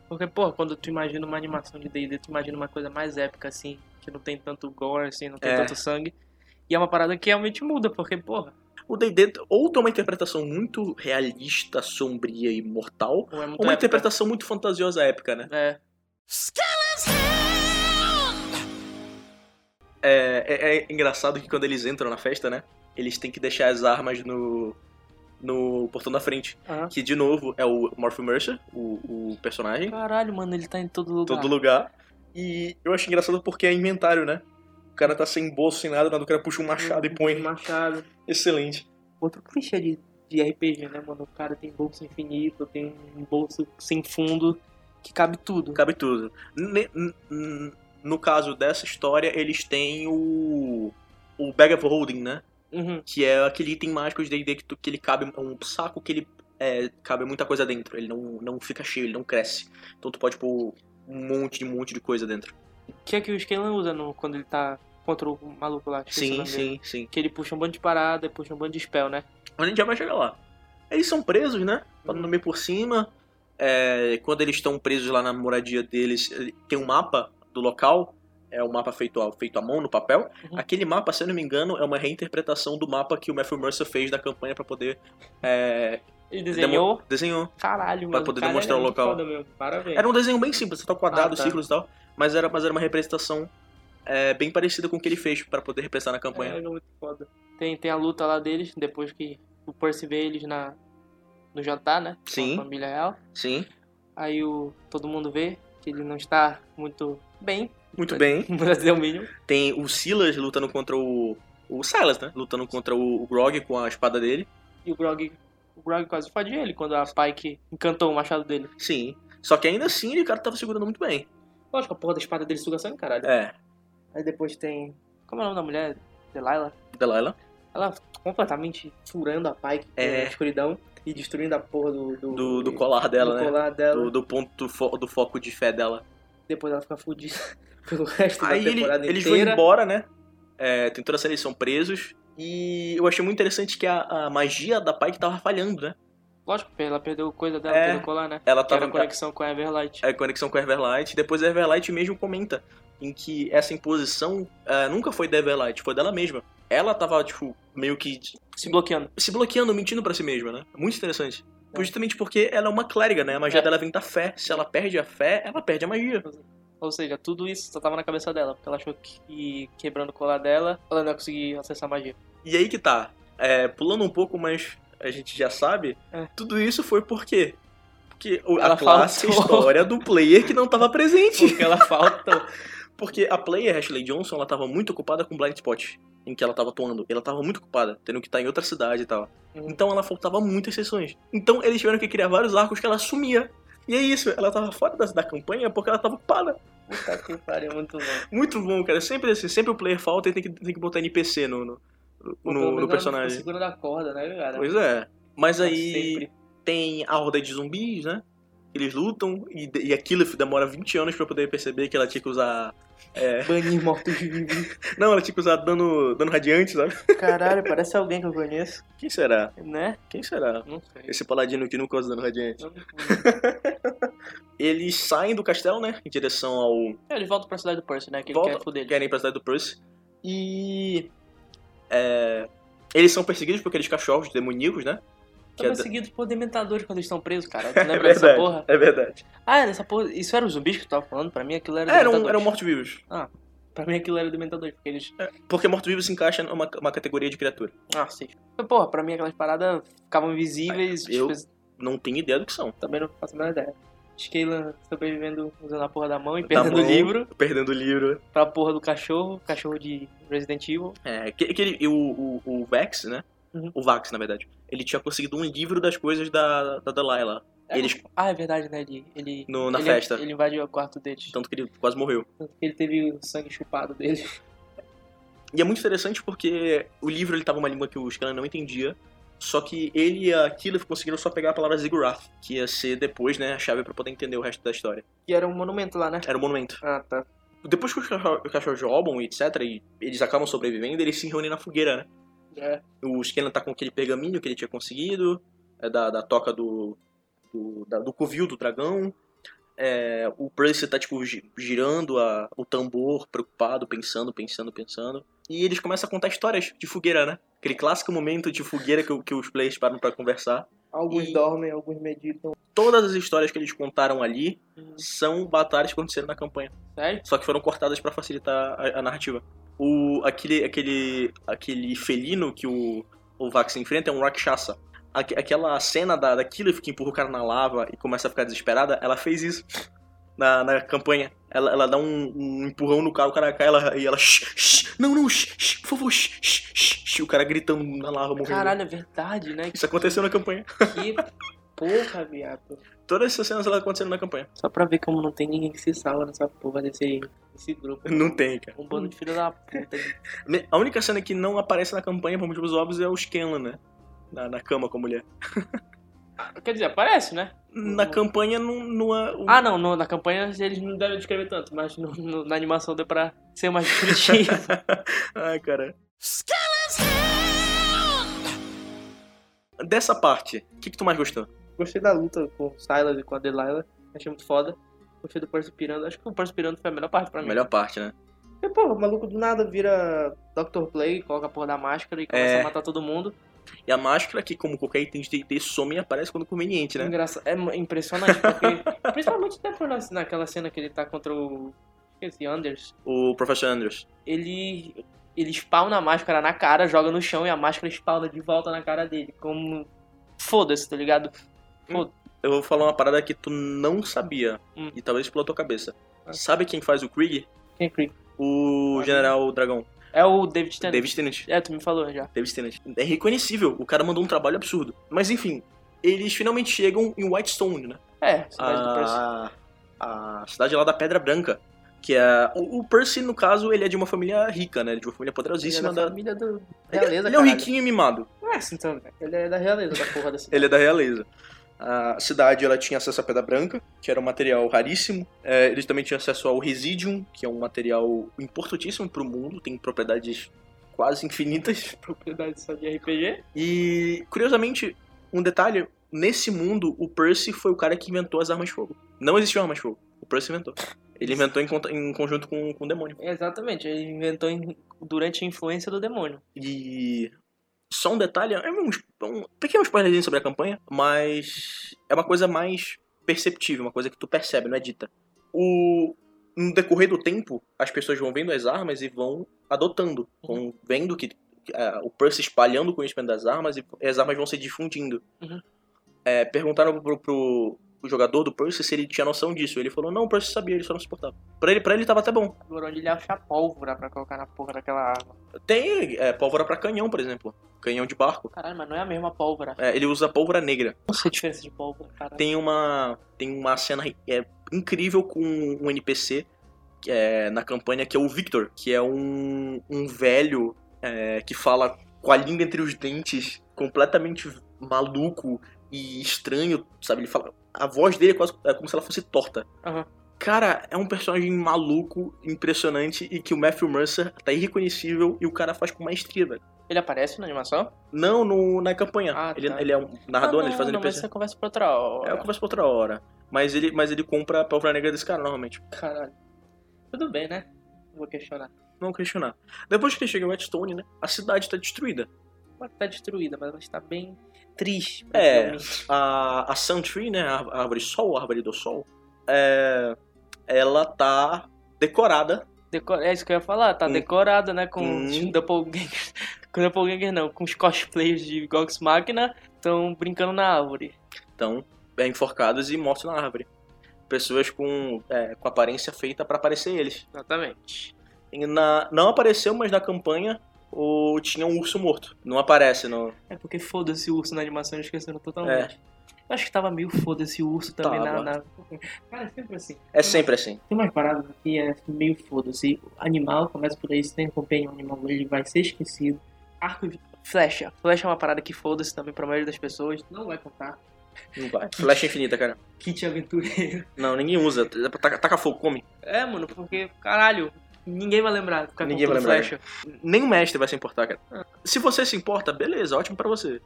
B: Porque, pô, quando tu imagina uma animação de D&D, tu imagina uma coisa mais épica, assim. Que não tem tanto gore, assim, não tem
A: É.
B: tanto sangue. E é uma parada que realmente muda, porque, porra,
A: O D&D ou tem uma interpretação muito realista, sombria e mortal,
B: ou é muito
A: Uma
B: épica.
A: interpretação muito fantasiosa épica, né?
B: É.
A: É, é- é engraçado que quando eles entram na festa, né? Eles têm que deixar as armas no, no portão da frente.
B: Aham.
A: Que, de novo, é o Morph Mercer, o, o personagem,
B: Caralho, mano, ele tá em todo
A: em
B: lugar.
A: todo lugar. E eu acho engraçado porque é inventário, né? O cara tá sem bolso, sem nada, nada, o cara puxa um machado e põe.
B: Machado.
A: Excelente.
B: Outro clichê de, de RPG, né, mano? O cara tem bolso infinito, tem um bolso sem fundo, que cabe tudo.
A: Cabe tudo. Ne- n- n- No caso dessa história, eles têm o. O Bag of Holding, né?
B: Uhum.
A: que é aquele item mágico de D&D que, tu- que ele cabe é um saco que ele é, cabe muita coisa dentro. Ele não, não fica cheio, ele não cresce. Então tu pode pôr um monte de um monte de coisa dentro.
B: O que é que o Scalan usa no, quando ele tá contra o maluco lá? Esqueci o
A: Sim,
B: nome dele.
A: sim, sim.
B: Que ele puxa um bando de parada, puxa um bando de spell, né?
A: Mas a gente já vai chegar lá. Eles são presos, né? Falando no meio por cima. É, quando eles estão presos lá na moradia deles, ele- tem um mapa do local. É um mapa feito, a- feito à mão, no papel.
B: Uhum.
A: Aquele mapa, se eu não me engano, é uma reinterpretação do mapa que o Matthew Mercer fez da campanha pra poder. é,
B: Ele desenhou.
A: demo- desenhou.
B: Caralho, mano.
A: Pra poder
B: o cara
A: demonstrar
B: era
A: o
B: muito
A: local.
B: Foda mesmo. Parabéns.
A: Era um desenho bem simples, só quadrado,
B: Ah, tá.
A: círculos e tal, mas era, mas era uma representação é, bem parecida com o que ele fez pra poder representar na campanha.
B: Era é muito foda. Tem, tem a luta lá deles, depois que o Percy vê eles na, no jantar, né? Com
A: Sim.
B: a família real.
A: Sim,
B: Aí o, todo mundo vê que ele não está muito bem,
A: muito bem.
B: pra dizer é o mínimo.
A: Tem o Silas lutando contra o. O Silas, né? Lutando contra o, o Grog com a espada dele.
B: E o Grog, o Grog quase fadia ele quando a Pike encantou o machado dele.
A: Sim. Só que ainda assim ele, cara, tava segurando muito bem.
B: Lógico, a porra da espada dele suga sangue, caralho.
A: É.
B: Aí depois tem... Como é o nome da mulher? Delilah?
A: Delilah.
B: Ela completamente furando a Pike
A: É.
B: na escuridão e destruindo a porra do. Do,
A: Do, do colar dela,
B: do
A: né?
B: colar dela.
A: Do, do ponto fo- do foco de fé dela.
B: Depois ela fica fudida pelo resto
A: Aí
B: da
A: ele,
B: temporada
A: eles vão
B: inteira.
A: embora, né? É, tem toda essa eles são presos. E eu achei muito interessante que a, a magia da Pike tava falhando, né?
B: Lógico, ela perdeu coisa dela
A: É.
B: pelo colar, né?
A: Ela
B: Que era
A: tava É.
B: a conexão com a Everlight.
A: a conexão com a Everlight. Depois a Everlight mesmo comenta em que essa imposição ah, nunca foi da Everlight, foi dela mesma. Ela tava, tipo, meio que
B: Se bloqueando.
A: se bloqueando, mentindo pra si mesma, né? Muito interessante.
B: É.
A: Justamente porque ela é uma clériga, né? A magia
B: É.
A: dela vem da fé. Se ela perde a fé, ela perde a magia.
B: Ou seja, tudo isso só tava na cabeça dela, porque ela achou que quebrando o colar dela, ela não ia conseguir acessar a magia.
A: E aí que tá. É, pulando um pouco, mas a gente já sabe.
B: É.
A: Tudo isso foi por quê? Porque o- a
B: Ela
A: classe
B: faltou.
A: história do player que não tava presente.
B: Porque ela faltou.
A: Porque a player Ashley Johnson, ela tava muito ocupada com Blind Spot, em que ela tava atuando. Ela tava muito ocupada, tendo que estar em outra cidade e tal.
B: Uhum.
A: Então ela faltava muitas sessões. Então eles tiveram que criar vários arcos que ela sumia. E é isso, ela tava fora da, da campanha porque ela tava ocupada.
B: Puta que pariu, muito bom.
A: Muito bom, cara. Sempre assim, sempre o player falta e tem que, tem que botar NPC no, no, no-
B: Pô,
A: no
B: pelo menos é ela não ficou
A: personagem.
B: segurando a corda, né, cara?
A: Pois é. Mas
B: Ela
A: aí
B: sempre-
A: tem a horda de zumbis, né? Eles lutam e, e a Killif demora 20 anos pra poder perceber que ela tinha que usar. é,
B: Banir mortos-vivos.
A: Não, ela tinha que usar dano, dano radiante, sabe?
B: Caralho, parece alguém que eu conheço.
A: Quem será?
B: Né?
A: Quem será?
B: Não sei.
A: Esse paladino que nunca usa dano radiante.
B: Eu não-
A: Eles saem do castelo, né? Em direção ao.
B: É, Ele volta pra cidade do Percy, né? Que
A: Volta-
B: ele quer foder ele.
A: Querem ir pra cidade do Percy. E. é, Eles são perseguidos por aqueles cachorros demoníacos, né?
B: Tá
A: Que é da-
B: perseguido por dementadores quando eles estão presos, cara. Tu
A: É
B: lembra dessa
A: verdade.
B: porra?
A: É verdade.
B: Ah, era essa porra. Isso era os zumbis que tu tava falando? Pra mim aquilo era
A: É,
B: um
A: Eram,
B: dementadores.
A: eram mortos-vivos.
B: Pra mim aquilo era dementadores, porque eles.
A: Porque mortos-vivos se encaixa numa uma categoria de criatura.
B: Ah, sei. Mas, Porra, pra mim aquelas paradas ficavam invisíveis.
A: Eu-
B: tipo,
A: Não tenho ideia do que são.
B: Também não faço a menor ideia. Scalan sobrevivendo usando a porra da mão e
A: Da
B: perdendo o
A: mão.
B: livro
A: Perdendo o livro.
B: pra porra do cachorro, cachorro de Resident Evil.
A: É, que- aquele, e o, o, o Vex, né?
B: Uhum.
A: O Vax, na verdade. Ele tinha conseguido um livro das coisas da, da Delilah.
B: É,
A: Eles-
B: Ah, é verdade, né? Ele. ele
A: No- na
B: ele-
A: festa. Então-
B: Ele invadiu o quarto deles.
A: Tanto que ele quase morreu.
B: Tanto que ele teve o sangue chupado dele.
A: E é muito interessante porque o livro ele tava uma língua que o Scanlan não entendia, só que ele e a Killif conseguiram só pegar a palavra Ziggurat, que ia ser depois, né, a chave pra poder entender o resto da história.
B: E era um monumento lá, né?
A: Era o monumento.
B: Ah, tá.
A: Depois que os cachorro- os cachorros roubam e etc, e eles acabam sobrevivendo, eles se reúnem na fogueira, né?
B: É.
A: O Scanlan tá com aquele pergaminho que ele tinha conseguido, é, da, da toca do, do, da- do covil do dragão. É, o Percy tá, tipo, gi- girando a- o tambor, preocupado, pensando, pensando, pensando. E eles começam a contar histórias de fogueira, né? Aquele clássico momento de fogueira que, o- que os players param pra conversar.
B: Alguns
A: E-
B: dormem, alguns meditam.
A: Todas as histórias que eles contaram ali são batalhas que aconteceram na campanha.
B: Sério?
A: Só que foram cortadas pra facilitar a, a narrativa. O, aquele, aquele, aquele felino que o, o Vax enfrenta é um Rakshasa. Aque- aquela cena da, da Killif que empurra o cara na lava e começa a ficar desesperada, ela fez isso na, na campanha. Ela, ela dá um, um empurrão no cara, o cara cai ela, e ela. "Shh, shh, não, não, shh, shh, por favor, shh, shh, shh, shh", o cara gritando na lava morrendo.
B: Caralho, é verdade, né?
A: Isso aconteceu na campanha.
B: Que porra, viado.
A: Todas essas cenas elas aconteceram na campanha.
B: Só pra ver como não tem ninguém que se salva nessa porra desse, desse grupo.
A: Não tem, cara.
B: Um bando de filho da puta.
A: Me- A única cena que não aparece na campanha, por motivos óbvios, é o Scanlan, né? Na, na cama com a mulher.
B: Quer dizer, aparece, né?
A: Na
B: Hum.
A: campanha não, não é. o-
B: Ah, não, no- na campanha eles não devem descrever tanto, mas no- no- na animação deu pra ser mais descritivo.
A: Ai, cara. Dessa parte, o que, que tu mais gostou?
B: Gostei da luta com o Silas e com a Delilah, achei muito foda. Gostei do Percy Pirando, acho que o Percy Pirando foi a melhor parte pra mim.
A: Melhor parte, né?
B: Porque, porra, o maluco do nada vira Dr. Play, coloca a porra da máscara e começa
A: É.
B: a matar todo mundo.
A: E a máscara, que como qualquer item de DT, some e aparece quando conveniente, né?
B: Engraça- É m- impressionante, porque. principalmente depois na- naquela cena que ele tá contra o. Esqueci, Anders.
A: O Professor Andrews.
B: Ele. Ele spawna a máscara na cara, joga no chão e a máscara spawna de volta na cara dele. Como. Foda-se, tá ligado?
A: Eu vou falar uma parada que tu não sabia.
B: Hum.
A: E talvez explodiu a tua cabeça.
B: Ah.
A: Sabe quem faz o Krieg?
B: Quem é Creep?
A: O
B: Ah,
A: General Dragão.
B: É o David Tennant.
A: David Tennant.
B: É, tu me falou já.
A: David Tennant. É reconhecível, o cara mandou um trabalho absurdo. Mas enfim, eles finalmente chegam em Whitestone, né?
B: É, cidade do Percy.
A: A, a cidade lá da Pedra Branca. Que é. O, o Percy, no caso, ele é de uma família rica, né? De uma família poderosíssima.
D: Ele é da família do... realeza,
A: ele é um
D: caralho.
A: riquinho mimado.
B: Não é assim também.
D: Ele é da realeza da porra desse.
A: Ele é da realeza. A cidade ela tinha acesso à pedra branca, que era um material raríssimo. É, eles também tinham acesso ao residium, que é um material importantíssimo para o mundo, tem propriedades quase infinitas.
B: Propriedade só de RPG.
A: E, curiosamente, um detalhe: nesse mundo, o Percy foi o cara que inventou as armas de fogo. Não existiam armas de fogo. O Percy inventou. Ele inventou em, conta- em conjunto com, com o demônio.
B: Exatamente, ele inventou em- durante a influência do demônio.
A: E. Só um detalhe: é um, é um pequeno spoilerzinho sobre a campanha, mas é uma coisa mais perceptível, uma coisa que tu percebe, não é dita. O. No decorrer do tempo, as pessoas vão vendo as armas e vão adotando, vão vendo que é, o Percy espalhando o conhecimento das armas e as armas vão se difundindo.
B: Uhum.
A: É, perguntaram pro, pro- pro jogador do Percy se ele tinha noção disso. Ele falou, não, o Percy sabia, ele só não suportava. Pra ele, pra ele tava até bom.
B: Por onde ele acha pólvora pra colocar na porra daquela arma.
A: Tem é, pólvora pra canhão, por exemplo. Canhão de barco.
B: Caralho, mas não é a mesma pólvora.
A: É, ele usa pólvora negra.
B: Nossa, a diferença de pólvora, cara.
A: Tem uma, tem uma cena é, incrível com um NPC que é, na campanha, que é o Victor, que é um, um velho é, que fala com a língua entre os dentes, completamente maluco e estranho, sabe? Ele fala. A voz dele é, quase, é como se ela fosse torta.
B: Aham.
A: Cara, é um personagem maluco, impressionante, e que o Matthew Mercer tá irreconhecível e o cara faz com maestria, velho.
B: Ele aparece na animação?
A: Não no, na campanha.
B: Ah,
A: ele,
B: tá.
A: ele é um narrador, né? ele faz
B: não, mas
A: NPC.
B: você conversa pra outra hora.
A: É, eu converso pra outra hora. Mas ele, mas ele compra a pólvora negra desse cara, normalmente.
B: Caralho. Tudo bem, né? Não vou questionar.
A: Não questionar. Depois que ele chega em Whetstone, né? A cidade tá destruída.
B: Pode estar destruída, mas ela está bem triste.
A: É.
B: principalmente.
A: A, a Sun Tree, né? A, a árvore sol, a árvore do sol. É, ela tá decorada.
B: Deco- É isso que eu ia falar, tá
A: Hum.
B: decorada, né? Com
A: Hum.
B: os doppelgangers. Com doppelgangers não, com os cosplayers de Gox Máquina, estão brincando na árvore.
A: Então, é, enforcados e mortos na árvore. Pessoas com, é, com aparência feita pra parecer eles.
B: Exatamente.
A: E na- não apareceu, mas na campanha o, tinha um urso morto. Não aparece, não.
B: É porque foda-se o urso na animação, eles esqueceram totalmente. Eu acho que tava meio foda-se o urso também
A: É. Tava.
B: na, na- Cara, é sempre assim.
A: É sempre assim.
B: Tem umas paradas que é meio foda-se. Animal, começa por aí, se tem companhia um animal, ele vai ser esquecido. Arco de... Flecha. Flecha é uma parada que foda-se também pra maioria das pessoas. Não vai contar.
A: Não vai. Flecha infinita, cara.
B: Kit aventureiro.
A: Não, ninguém usa. Taca, taca fogo, come.
B: É, mano, porque, caralho, ninguém vai lembrar. Ficar
A: Ninguém
B: contando
A: vai lembrar.
B: Flecha.
A: Nem o mestre vai se importar, cara. Se você se importa, beleza, ótimo pra você.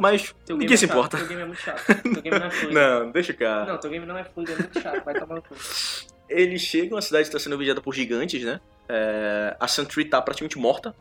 A: Mas
B: Teu
A: ninguém
B: game é
A: se
B: chato,
A: importa.
B: Teu game é muito chato. Teu game não é fluido.
A: Não, deixa cá.
B: Não, teu game não é fluido, é muito chato. Vai tomar no cu.
A: Eles chegam, a cidade está sendo vigiada por gigantes, né? É, a Sentry tá praticamente morta.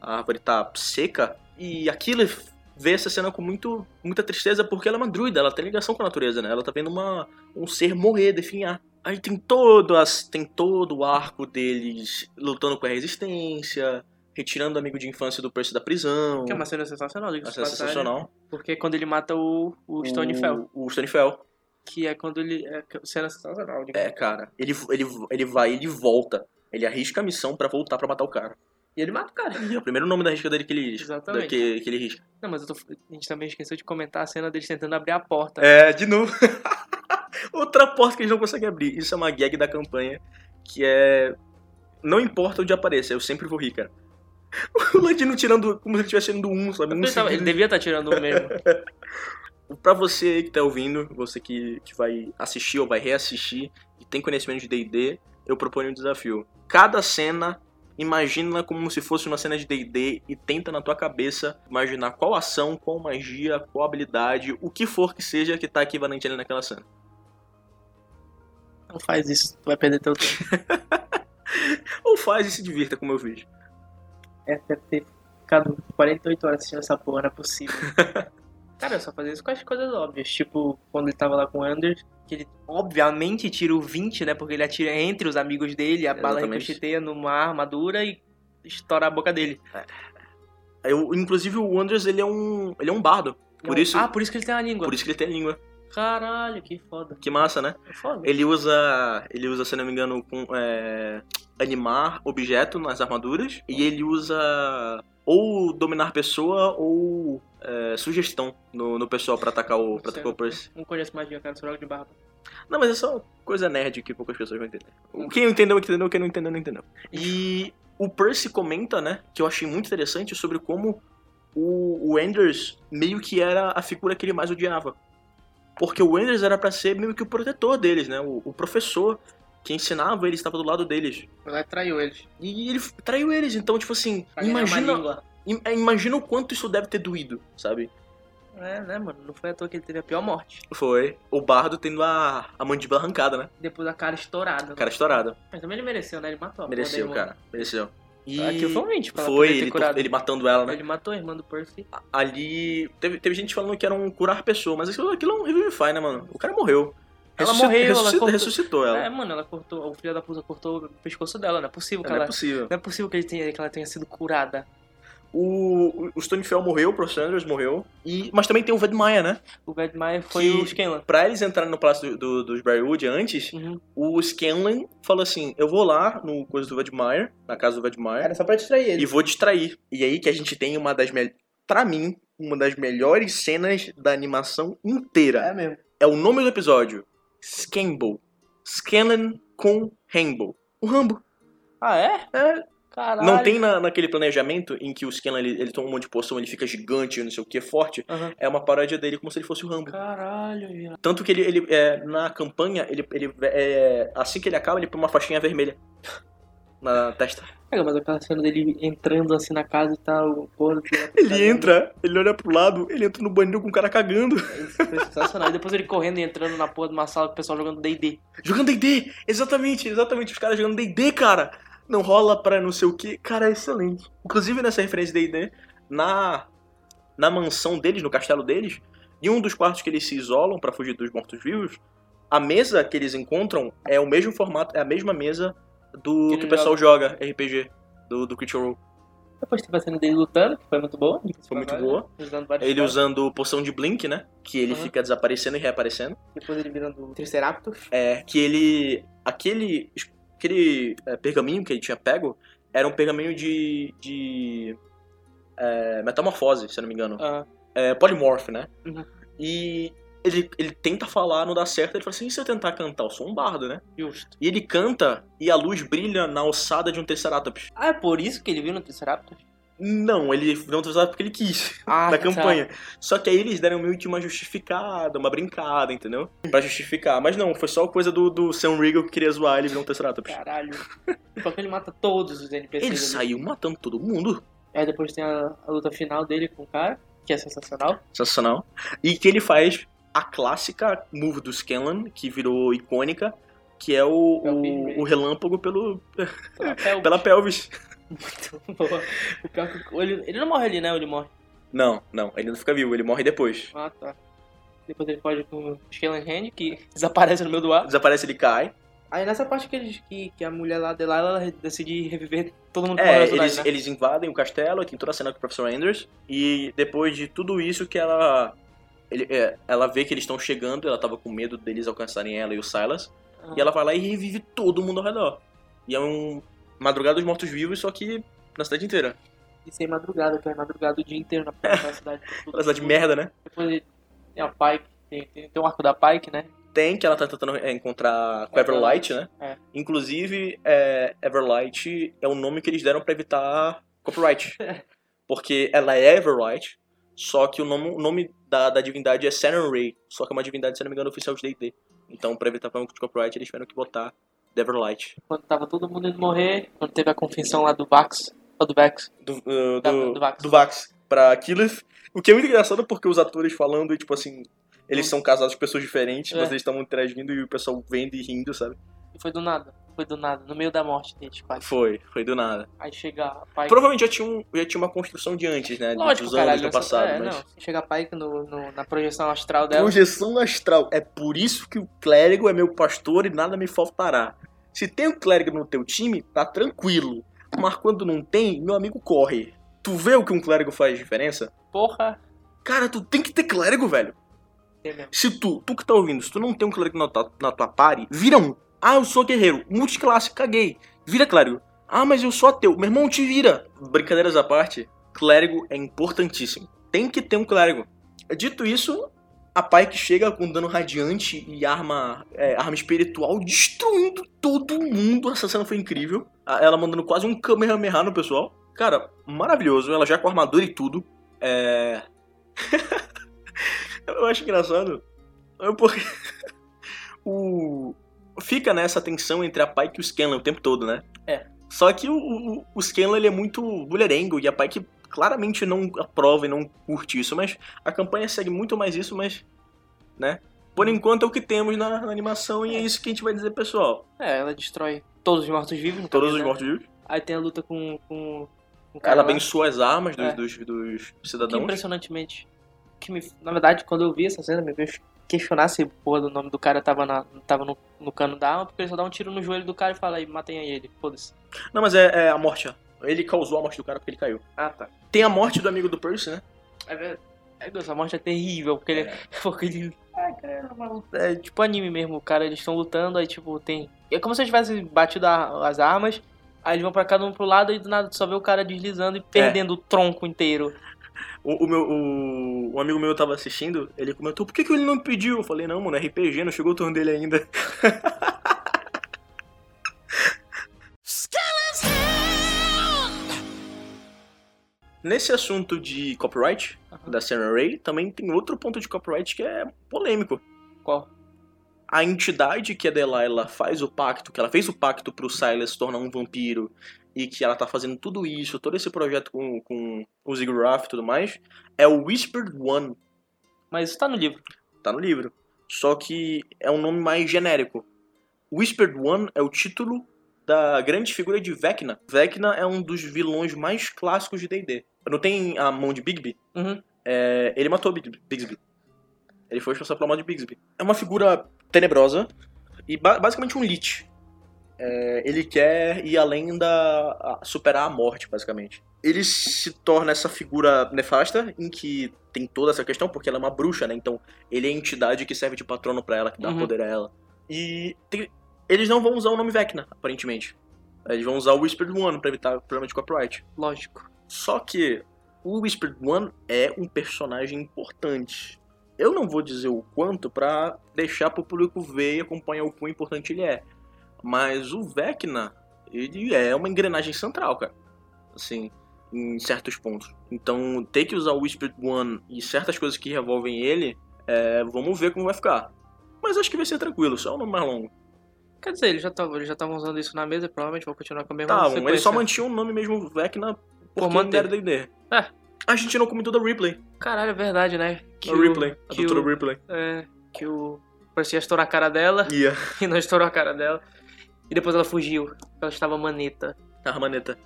A: A árvore tá seca. E aquilo vê essa cena com muito, muita tristeza porque ela é uma druida, ela tem ligação com a natureza, né? Ela tá vendo uma, um ser morrer, definhar. Aí tem todo, as, tem todo o arco deles lutando com a resistência, retirando o amigo de infância do Percy da prisão.
B: Que é uma cena sensacional, diga
A: Uma cena sensacional.
B: Porque quando ele mata o, o Stonefell,
A: O Stonefell.
B: que é quando ele. É cena sensacional, diga
A: É, cara. Ele, ele, ele vai, ele volta. Ele arrisca a missão pra voltar pra matar o cara.
B: E ele mata o cara.
A: E é o primeiro nome da risca dele que ele
B: Exatamente.
A: da- Que, que ele risca.
B: Não, mas eu tô- a gente também esqueceu de comentar a cena deles tentando abrir a porta.
A: É, de novo. Outra porta que eles não conseguem abrir. Isso é uma gag da campanha que é. Não importa onde apareça, eu sempre vou rir, cara. O Ladino tirando como se ele estivesse tirando um, sabe?
B: Eu
A: Um
B: pensava, ele
A: seguido.
B: devia estar tirando um mesmo.
A: Pra você aí que tá ouvindo, você que, que vai assistir ou vai reassistir e tem conhecimento de D&D, eu proponho um desafio. Cada cena, imagina como se fosse uma cena de D&D e tenta na tua cabeça imaginar qual ação, qual magia, qual habilidade, o que for que seja que tá equivalente ali naquela cena.
B: Não faz isso, tu vai perder teu tempo.
A: Ou faz e se divirta com o meu vídeo.
B: É, deve ter ficado 48 horas assistindo essa porra, não é possível. Cara, eu só fazia isso com as coisas óbvias. Tipo, quando ele tava lá com o Anders, que ele obviamente tira o 20, né? Porque ele atira entre os amigos dele, a bala
A: Exatamente.
B: ricocheteia numa armadura e estoura a boca dele.
A: Eu, inclusive o Anders, ele é um, ele é um bardo. Por
B: Não.
A: isso,
B: Ah, por isso que ele tem a língua.
A: por isso que ele tem a língua.
B: Caralho, que foda.
A: Que massa, né?
B: É foda.
A: Ele usa, ele usa, se não me engano, com, é, animar objeto nas armaduras e ele usa ou dominar pessoa ou é, sugestão no, no pessoal pra atacar o, pra atacar o Percy.
B: Não conheço magia, cara. Sou de barba.
A: Não, mas é só coisa nerd que poucas pessoas vão entender. O- Quem entendeu, entendeu. Quem não entendeu, não
B: Uhum.
A: entendeu. E o Percy comenta, né, que eu achei muito interessante sobre como o, o Anders meio que era a figura que ele mais odiava. Porque o Anders era pra ser meio que o protetor deles, né, o, o professor que ensinava eles, estava do lado deles.
B: Ela traiu eles.
A: E ele traiu eles, então, tipo assim,
B: Pra ganhar uma
A: imagina,
B: língua.
A: im- é, imagina o quanto isso deve ter doído, sabe?
B: É, né, mano? Não foi à toa que ele teve a pior morte.
A: Foi o Bardo tendo a, a mandíbula arrancada, né?
B: Depois a cara estourada. né?
A: Cara estourada.
B: Mas também ele mereceu, né? Ele matou a porra da
A: Mereceu,
B: irmã.
A: cara. Mereceu. E...
B: Aquilo foi um 20 pra ela
A: Foi,
B: poder ter
A: ele,
B: curado.
A: ele matando ela, né? Então.
B: Ele matou a irmã do Percy.
A: Ali. Teve, teve gente falando que era um curar pessoa, mas aquilo, aquilo é um revivify, né, mano? O cara morreu.
B: Ela morreu, ela
A: ressuscitou,
B: cortou-
A: ressuscitou ela.
B: É, mano, ela cortou. O filho da puta cortou o pescoço dela. Não é possível que
A: Não
B: ela.
A: é possível.
B: Não é possível que, ele tenha, que ela tenha sido curada.
A: O, o Stone Fell morreu, o Pro Sanders morreu. E, mas também tem o Vedmaia, né?
B: O Bedmaier foi
A: Que-
B: o Scanlan.
A: Pra eles entrarem no palácio do- do- dos Barrywood antes,
B: Uhum.
A: o Scanlan falou assim: Eu vou lá no coisa do Vedmaia, na casa do Vedmaia,
C: só pra distrair
A: e vou distrair. E aí que a gente tem uma das melhores. Pra mim, uma das melhores cenas da animação inteira.
C: mesmo.
A: é o nome do episódio. Scamble. Scanlan com Rambo. O Rambo.
B: Ah, é?
A: É,
B: Caralho.
A: não tem na- naquele planejamento em que o Scanlan ele, ele toma um monte de poção, ele fica gigante, não sei o que, forte.
B: Aham.
A: É uma paródia dele como se ele fosse o Rambo.
B: Caralho, viado.
A: Tanto que ele, ele, é, na campanha, ele, ele, é, assim que ele acaba, ele põe uma faixinha vermelha na testa.
B: Cara, Mas aquela cena dele entrando assim na casa e tal. Porra,
A: Ele entra, ele olha pro lado, ele entra no banheiro com o cara cagando.
B: Isso foi sensacional. E depois ele correndo e entrando na porra de uma sala com o pessoal jogando DD.
A: Jogando D&D! Exatamente, exatamente. Os caras jogando D&D, cara. Não rola pra não sei o que. Cara, é excelente. Inclusive, nessa referência de D&D, na, na mansão deles, no castelo deles, em um dos quartos que eles se isolam pra fugir dos mortos-vivos, a mesa que eles encontram é o mesmo formato, é a mesma mesa do que,
B: Que
A: o pessoal joga, RPG, do, do Critical Role.
B: Depois teve a cena dele lutando, que foi muito boa.
A: Foi muito boa.
B: Usando vários
A: Ele
B: golpes.
A: usando poção de Blink, né? Que ele
B: Aham.
A: fica desaparecendo e reaparecendo.
B: Depois ele virando.
C: Triceraptor.
A: é, que ele. Aquele. Aquele é, pergaminho que ele tinha pego era um pergaminho de. de. é, metamorfose, se eu não me engano.
B: Ah,
A: É, polimorph, né?
B: Uhum.
A: E ele, ele tenta falar, não dá certo, ele fala assim, e se eu tentar cantar? Eu sou um bardo, né?
B: justo.
A: E ele canta e a luz brilha na alçada de um Triceratops.
B: Ah, é por isso que ele viu no Triceratops?
A: Não, ele não um Triceratops porque ele quis.
B: Ah,
A: da
B: tá.
A: campanha. Só que aí eles deram meio que uma justificada, uma brincada, entendeu? Pra justificar. Mas não, foi só coisa do, do Sam Riegel que queria zoar ele e virou um Triceratops.
B: Caralho. Só que ele mata todos os NPCs.
A: Ele
B: ali.
A: saiu matando todo mundo.
B: Aí depois tem a, a luta final dele com o cara, que é sensacional.
A: Sensacional. E que ele faz a clássica move do Scanlan, que virou icônica, que é o,
B: É o
A: o-
B: Big
A: o relâmpago pelo,
B: Pela pel-
A: pela pelvis.
B: muito boa. O pior que ele, ele não morre ali, né? Ou Ele morre.
A: Não, não, ele não fica vivo, ele morre depois.
B: Ah, tá. Depois ele pode com o Skellan Hand, que desaparece no meio do ar.
A: Desaparece, ele cai.
B: Aí nessa parte que, eles, que, que a mulher lá de lá, ela decide reviver todo mundo que
A: É,
B: morreu na cidade,
A: eles,
B: né?
A: eles invadem o castelo, tem toda a cena com o Professor Anders. E depois de tudo isso que ela. ele- é, ela vê que eles estão chegando, ela tava com medo deles alcançarem ela e o Silas.
B: Ah.
A: E ela vai lá e revive todo mundo ao redor. E é um Madrugada dos Mortos-Vivos, só que na cidade inteira.
B: E sem madrugada, que é madrugada o dia inteiro na porra da cidade. Tudo,
A: Aquela cidade de
B: tudo.
A: merda, né?
B: Depois ele- tem a Pike, tem, tem, tem um arco da Pike, né?
A: Tem, que ela tá tentando é, encontrar com Everlight, né?
B: É.
A: Inclusive, é, Everlight é o nome que eles deram pra evitar copyright. Porque ela é Everlight, só que o nome, o nome da, da divindade é Saturn Ray. Só que é uma divindade, se eu não me engano, oficial de D&D. Então, pra evitar problema de copyright, eles tiveram que botar The Everlight.
B: Quando tava todo mundo indo morrer, quando teve a confissão lá do Vax, ou do Vex,
A: Do, uh,
B: Da-
A: do,
B: do Vax.
A: do Vax pra Killeth. O que é muito engraçado porque os atores falando e, tipo assim... Eles são casados com pessoas diferentes,
B: Hum. É.
A: mas eles estavam interagindo e o pessoal vendo e rindo, sabe?
B: e foi do nada, foi do nada, no meio da morte deles quase.
A: Foi, foi do nada.
B: Aí chega a Pike...
A: Provavelmente já tinha, um- já tinha uma construção de antes, né?
B: Lógico,
A: dos anos
B: caralho,
A: do
B: nessa-
A: passado,
B: é,
A: mas.
B: não. Chega a Pike no, no- na projeção astral dela,
A: Projeção astral. É por isso que o clérigo é meu pastor e nada me faltará. Se tem um clérigo no teu time, tá tranquilo. Mas quando não tem, meu amigo corre. Tu vê o que um clérigo faz de diferença?
B: porra...
A: Cara, tu tem que ter clérigo, velho.
B: tem mesmo.
A: Se tu, tu que tá ouvindo, se tu não tem um clérigo na tua, na tua party, vira um. Ah, eu sou guerreiro, multiclasse, caguei. Vira clérigo. Ah, mas eu sou ateu. Meu irmão, te vira. Brincadeiras à parte, clérigo é importantíssimo. Tem que ter um clérigo. Dito isso, a Pike chega com um dano radiante e arma, é, arma espiritual destruindo todo mundo. Essa cena foi incrível. A- Ela mandando quase um Kamehameha no pessoal. Cara, maravilhoso. Ela já com armadura e tudo. É. Eu acho engraçado. é Porque. o... Fica nessa tensão entre a Pike e o Scanlan o tempo todo, né?
B: É.
A: Só que o, o, o Scanlan ele é muito mulherengo e a Pike claramente não aprova e não curte isso, mas a campanha segue muito mais isso, mas. né? Por enquanto é o que temos na, na animação e é isso que a gente vai dizer, pessoal.
B: É, ela destrói todos os mortos-vivos. no
A: Todos
B: caso,
A: os
B: né?
A: mortos-vivos.
B: Aí tem a luta com, com, com o cara
A: Ela
B: lá,
A: abençoou as armas dos,
B: É.
A: dos, dos
B: que
A: cidadãos.
B: impressionantemente... Que me, na verdade, quando eu vi essa cena, me veio questionar se porra do nome do cara tava, na, tava no, no cano da arma, porque ele só dá um tiro no joelho do cara e fala aí, matem aí ele, foda-se.
A: Não, mas é, é a morte. ó. Ele causou a morte do cara porque ele caiu.
B: Ah, tá.
A: Tem a morte do amigo do Percy, né?
B: É verdade. É, Deus, a morte é terrível, porque ele. Porque ele... Ai, cara, maluco. É tipo anime mesmo, cara. Eles estão lutando, aí tipo, tem. É como se eles tivessem batido a- as armas, aí eles vão pra cada um pro lado e do nada tu só vê o cara deslizando e perdendo o tronco inteiro.
A: O, o meu, o, o amigo meu tava assistindo, ele comentou, por que, que ele não me pediu? Eu falei, não, mano, é RPG, não chegou o turno dele ainda. Nesse assunto de copyright,
B: Aham.
A: da Sarah Ray, também tem outro ponto de copyright que é polêmico.
B: Qual?
A: A entidade que a Delilah faz o pacto, que ela fez o pacto pro Silas se tornar um vampiro, e que ela tá fazendo tudo isso, todo esse projeto com, com o Ziggurat e tudo mais, é o Whispered One,
B: Mas isso tá no livro.
A: tá no livro. Só que é um nome mais genérico. Whispered One é o título da grande figura de Vecna. Vecna é um dos vilões mais clássicos de D&D. Não tem a mão de Bigby?
B: Uhum.
A: É, ele matou Big- Bigsby. Ele foi responsável pela morte de Bigsby. É uma figura tenebrosa e ba- basicamente um Lich. É, ele quer ir além da... a- superar a morte, basicamente. Ele se torna essa figura nefasta em que tem toda essa questão, porque ela é uma bruxa, né? Então ele é a entidade que serve de patrono pra ela, que dá
B: Uhum.
A: poder a ela. E tem- eles não vão usar o nome Vecna, aparentemente. Eles vão usar o Whispered One pra evitar o problema de copyright.
B: Lógico.
A: Só que o Whispered One é um personagem importante. Eu não vou dizer o quanto pra deixar pro público ver e acompanhar o quão importante ele é. Mas o Vecna, ele é uma engrenagem central, cara. Assim, em certos pontos. Então, ter que usar o Whispered One e certas coisas que revolvem ele, é, vamos ver como vai ficar. Mas acho que vai ser tranquilo, só o nome mais longo.
B: Quer dizer, eles já estavam eles já estavam usando isso na mesa, provavelmente vão continuar com a mesma
A: Tá,
B: sequência.
A: ele só mantinha o nome mesmo Vecna
B: Por
A: porque
B: manter.
A: era D&D.
B: É.
A: A gente não comentou da Ripley.
B: Caralho, é verdade, né? Que
A: o Ripley, a
B: que
A: doutora
B: o-
A: Ripley.
B: É, que o Percy estourou a cara dela
A: Ia.
B: e não estourou a cara dela. E depois ela fugiu. Ela estava maneta.
A: A maneta.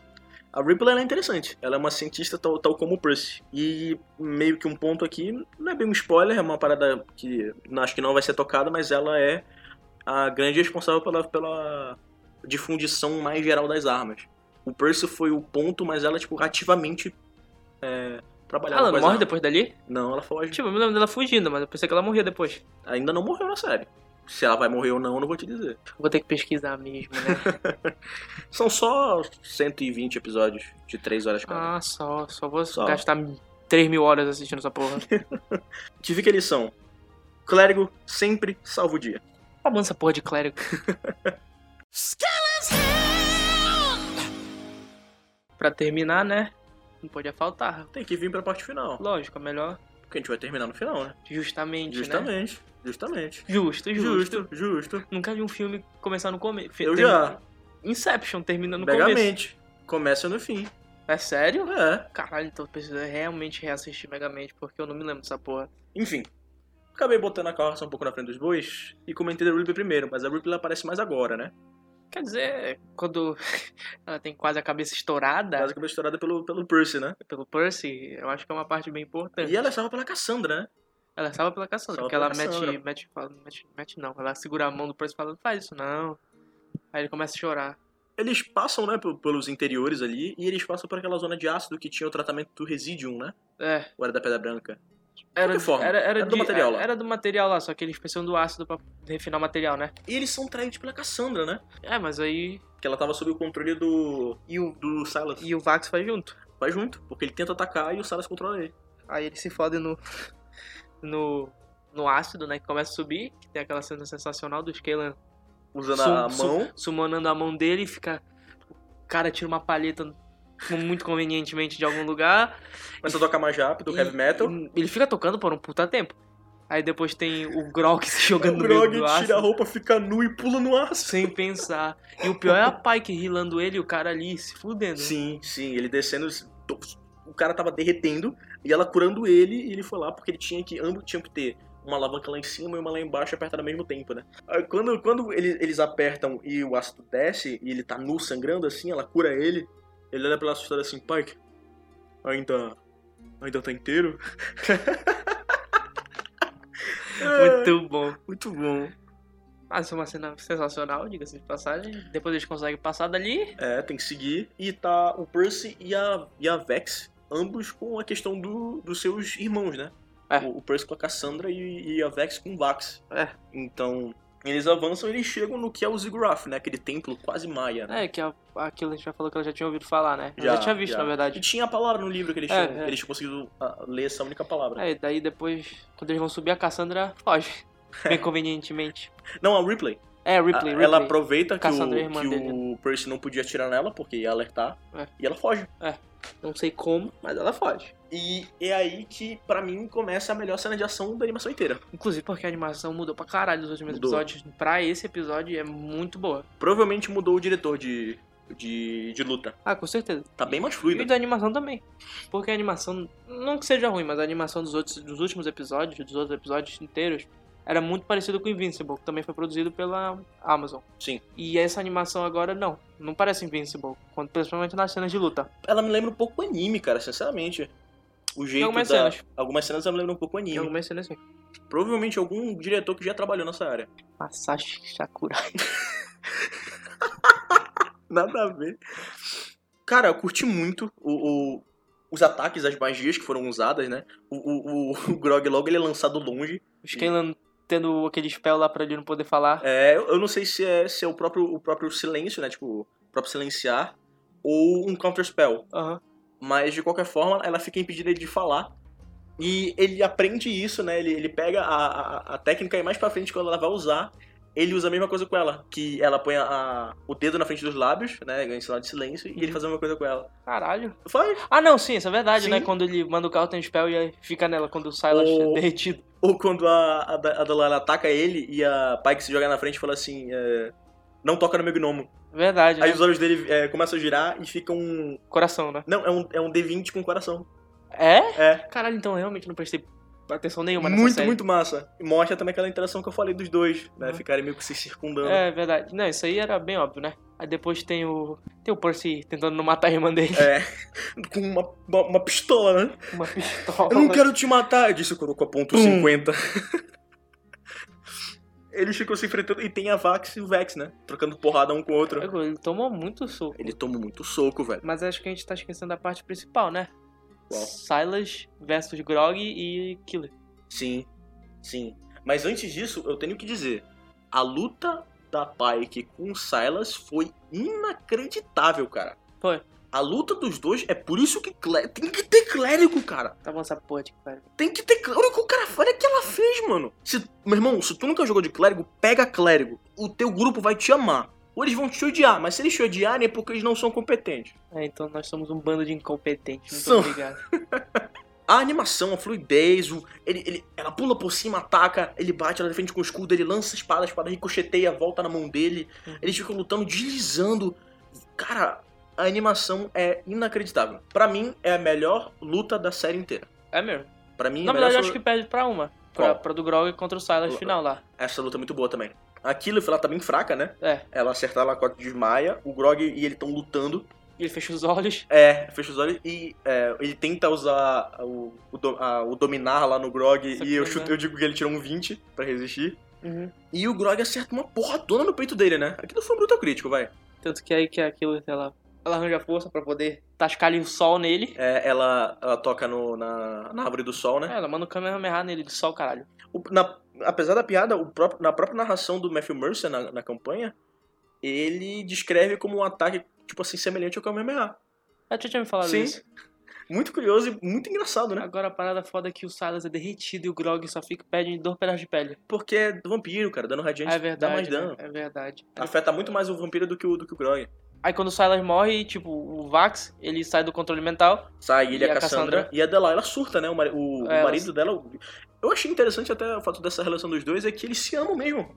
A: A Ripley ela é interessante. Ela é uma cientista tal, tal como o Percy. E meio que um ponto aqui, não é bem um spoiler, é uma parada que não- acho que não vai ser tocada, mas ela é a grande responsável pela, pela difundição mais geral das armas. O Percy foi o ponto, mas ela, tipo, ativamente é, trabalhava
B: Ela
A: com
B: não
A: as
B: morre
A: armas.
B: depois dali?
A: Não, ela foge.
B: Tipo, eu me lembro dela fugindo, mas eu pensei que ela morria depois.
A: Ainda não morreu na série. Se ela vai morrer ou não, eu não vou te dizer.
B: Vou ter que pesquisar mesmo, né?
A: São só 120 episódios de 3 horas cada.
B: ah, só, só vou
A: Só.
B: gastar 3 mil horas assistindo essa porra.
A: Te vi que eles são. Clérigo sempre salva o dia.
B: Acabando Tá essa porra de clérigo. pra terminar, né? Não podia faltar.
A: Tem que vir pra parte final.
B: Lógico, é melhor.
A: Porque a gente vai terminar no final, né?
B: Justamente, né?
A: Justamente. Justamente.
B: Justo, justo.
A: Justo, justo.
B: Nunca vi um filme começar no começo.
A: Eu já.
B: Inception termina no começo.
A: Megamente. Começa no fim.
B: É sério?
A: É.
B: Caralho, então eu preciso realmente reassistir Megamente, porque eu não me lembro dessa porra.
A: Enfim. Acabei botando a carroça um pouco na frente dos bois e comentei da Ripley primeiro, mas a Ripley ela aparece mais agora, né?
B: Quer dizer, quando ela tem quase a cabeça estourada
A: Quase que foi estourada pelo, pelo Percy, né?
B: pelo Percy, eu acho que é uma parte bem importante.
A: E ela é salva pela Cassandra, né?
B: Ela é salva pela Cassandra,
A: Salva
B: porque
A: pela
B: ela mete,
A: Cassandra.
B: mete, fala- mete, mete não, ela segura a mão do Percy falando, faz isso não. Aí ele começa a chorar.
A: Eles passam, né, pe- pelos interiores ali e eles passam por aquela zona de ácido que tinha o tratamento do Residium, né?
B: É,
A: O era da Pedra Branca.
B: era,
A: qualquer forma,
B: era, é,
A: era do material lá.
B: Era do material lá, só que eles precisam do ácido pra refinar o material, né?
A: E eles são traídos pela Cassandra, né?
B: É, mas aí.
A: Que ela tava sob o controle do.
B: E o,
A: do Silas.
B: e o Vax vai junto.
A: Vai junto, porque ele tenta atacar e o Silas controla ele.
B: Aí eles se fodem no. no. no ácido, né? Que começa a subir, que tem aquela cena sensacional do Skelan
A: Usando
B: Sum-
A: a
B: sum-
A: mão.
B: sumonando a mão dele e fica. O cara tira uma palheta muito convenientemente de algum lugar.
A: Começa a tocar mais rápido,
B: E-
A: heavy metal.
B: e Ele fica tocando por um puta tempo. Aí depois tem o Grog se
A: O
B: jogando no meio
A: Grog
B: do
A: tira a
B: ácido.
A: roupa, fica nu e pula no aço.
B: Sem pensar. E o pior é a Pike rilando ele e o cara ali se
A: né?
B: fudendo.
A: Sim, sim, ele descendo. O cara tava derretendo e ela curando ele e ele foi lá porque ele tinha que. Ambos tinham que ter uma alavanca lá em cima e uma lá embaixo apertada ao mesmo tempo, né? Aí Quando, quando ele- eles apertam e o ácido desce e ele tá nu sangrando assim, ela cura ele, ele olha pra ela assustada assim, Pike, ainda. ainda tá inteiro?
B: Muito bom.
A: Muito bom.
B: Ah, isso é uma cena sensacional, diga-se de passagem. Depois eles conseguem passar dali.
A: É, tem que seguir. E tá o Percy e a, e a Vex, ambos com a questão do, dos seus irmãos, né?
B: É.
A: O, o Percy com a Cassandra e, e a Vex com o Vax.
B: É.
A: Então, eles avançam e eles chegam no que é o Ziggurat, né? Aquele templo quase maia. né?
B: É, que a, aquilo a gente já falou que ela já tinha ouvido falar, né?
A: Já,
B: Já, já tinha visto,
A: já.
B: na
A: E
B: verdade.
A: tinha a palavra no livro que eles
B: É,
A: tinham.
B: é.
A: Eles tinham conseguido ah, ler essa única palavra.
B: É, e daí depois, quando eles vão subir, a Cassandra foge. Bem convenientemente.
A: Não, a Ripley.
B: É, Ripley,
A: A-
B: Ripley.
A: Ah, Ela aproveita que, o,
B: Caçando a irmã
A: que
B: dele.
A: o Percy não podia atirar nela, porque ia alertar.
B: É.
A: E ela foge.
B: Não sei como, mas ela foge.
A: E é aí que, pra mim, começa a melhor cena de ação da animação inteira.
B: Inclusive porque a animação mudou pra caralho dos últimos
A: Mudou.
B: episódios. Pra esse episódio é muito boa.
A: provavelmente mudou o diretor de, de, de luta.
B: Ah, com certeza.
A: Tá bem mais
B: E
A: fluido.
B: da animação também. Porque a animação, não que seja ruim, mas a animação dos, outros, dos últimos episódios, dos outros episódios inteiros, era muito parecida com Invincible, que também foi produzido pela Amazon.
A: Sim.
B: E essa animação agora, não. Não parece Invincible. Quando, principalmente nas cenas de luta.
A: Ela me lembra um pouco anime, cara, sinceramente. O jeito
B: algumas
A: da...
B: cenas.
A: Algumas cenas ela me lembra um pouco anime.
B: Tem algumas cenas assim.
A: Provavelmente algum diretor que já trabalhou nessa área.
B: Masashi Shakura.
A: Nada a ver. Cara, eu curti muito o, o- os ataques, as magias que foram usadas, né? O, o, o- o Grog logo ele é lançado longe.
B: O Skylan tendo aquele spell lá pra ele não poder falar.
A: É, eu eu não sei se é, se é o, próprio, o próprio silêncio, né? Tipo, o próprio silenciar. Ou um counter spell.
B: Aham.
A: Mas de qualquer forma, ela fica impedida de falar. E ele aprende isso, né? Ele, ele pega a, a, a técnica e mais pra frente, quando ela vai usar, ele usa a mesma coisa com ela. Que ela põe a- a- o dedo na frente dos lábios, né? Ganha sinal de silêncio,
B: Uhum.
A: e ele faz a mesma coisa com ela.
B: Caralho.
A: Faz.
B: Ah, não, sim, isso é verdade,
A: Sim.
B: né? Quando ele manda o carro, tem spell e aí fica nela quando sai ela
A: O-
B: derretido.
A: Ou quando a, a, Da- a Dalala ataca ele e a Pike se joga na frente e fala assim. é, não toca no meu gnomo.
B: Verdade,
A: Aí
B: né?
A: os olhos dele é, começam a girar e fica um.
B: Coração, né?
A: Não, é um, é um D20 com coração.
B: É?
A: É.
B: Caralho, então eu realmente não prestei atenção nenhuma nessa
A: muito,
B: série.
A: muito massa. E mostra também aquela interação que eu falei dos dois, né?
B: Uhum.
A: Ficarem meio que se circundando.
B: É verdade. Não, isso aí era bem óbvio, né? Aí depois tem o. Tem o Percy tentando não matar a irmã dele
A: É. Com uma, uma, uma pistola, né?
B: com uma pistola.
A: Eu não quero te matar, disse o Kuroko a ponto
B: Pum.
A: 50. Eles ficam se enfrentando e tem a Vax e o Vex, né? Trocando porrada um com o outro.
B: Ele tomou muito soco.
A: Ele toma muito soco, velho.
B: Mas acho que a gente tá esquecendo da parte principal, né?
A: Qual?
B: Silas versus Grog e Killer.
A: Sim, sim. Mas antes disso, eu tenho que dizer: a luta da Pike com o Silas foi inacreditável, cara.
B: Foi.
A: A luta dos dois é por isso que clé- tem que ter clérigo, cara.
B: Tá bom essa porra de cara.
A: Tem que ter clérigo. Olha o que o cara fala é que ela fez, mano. Se, meu irmão, se tu nunca jogou de clérigo, pega clérigo. O teu grupo vai te amar. Ou eles vão te odiar, mas se eles te odiarem é porque eles não são competentes.
B: É, então nós somos um bando de incompetentes. Muito
A: São.
B: obrigado.
A: A animação, a fluidez, o, ele, ele- ela pula por cima, ataca, ele bate, ela defende com o escudo, ele lança a espada, a espada ricocheteia, volta na mão dele.
B: Uhum.
A: Eles ficam lutando, deslizando. Cara, a animação é inacreditável. Pra mim, é a melhor luta da série inteira.
B: É mesmo.
A: Pra mim,
B: Na
A: a melhor
B: verdade, eu
A: foi-
B: acho que perde pra uma. Pra,
A: Qual?
B: pra do Grog contra o Silas
A: Eu-
B: final lá.
A: Essa luta é muito boa também. A Killif, ela tá bem fraca, né?
B: É.
A: Ela acerta ela com a desmaia. O Grog e ele estão lutando.
B: Ele fecha os olhos.
A: É, fecha os olhos e é, ele tenta usar o, o, do- a- o dominar lá no Grog.
B: Só
A: e
B: que
A: eu,
B: não
A: chuto-
B: dá.
A: eu digo que ele tirou um 20 pra resistir.
B: Uhum.
A: E o Grog acerta uma porradona no peito dele, né? Aquilo foi um brutal crítico, vai.
B: Tanto que aí que aquilo, ela, ela arranja força pra poder tascar ali o sol nele.
A: É, ela, ela toca no- na, na árvore do sol, né?
B: É, ela manda o Kamehameha nele de sol, caralho.
A: O- na- apesar da piada, o próprio- na própria narração do Matthew Mercer na, na campanha, ele descreve como um ataque, tipo assim, semelhante ao Kamehameha.
B: A tia tinha me falado
A: Sim.
B: isso.
A: Muito curioso e muito engraçado, né?
B: Agora a parada foda é que o Silas é derretido e o Grog só fica pede dois pedaços de pele.
A: Porque é vampiro, cara. Dano radiante
B: é verdade.
A: dá mais
B: né?
A: dano. Tá.
B: É verdade.
A: Afeta muito mais o vampiro do que o, do que o Grog.
B: Aí quando o Silas morre, tipo, o Vax, ele sai do controle mental.
A: Sai ele,
B: E
A: a
B: a
A: Cassandra.
B: Cassandra?
A: E a Delilah surta, né? O, mari- o- o
B: É, ela-
A: marido dela. Eu achei interessante até o fato dessa relação dos dois é que eles se amam mesmo.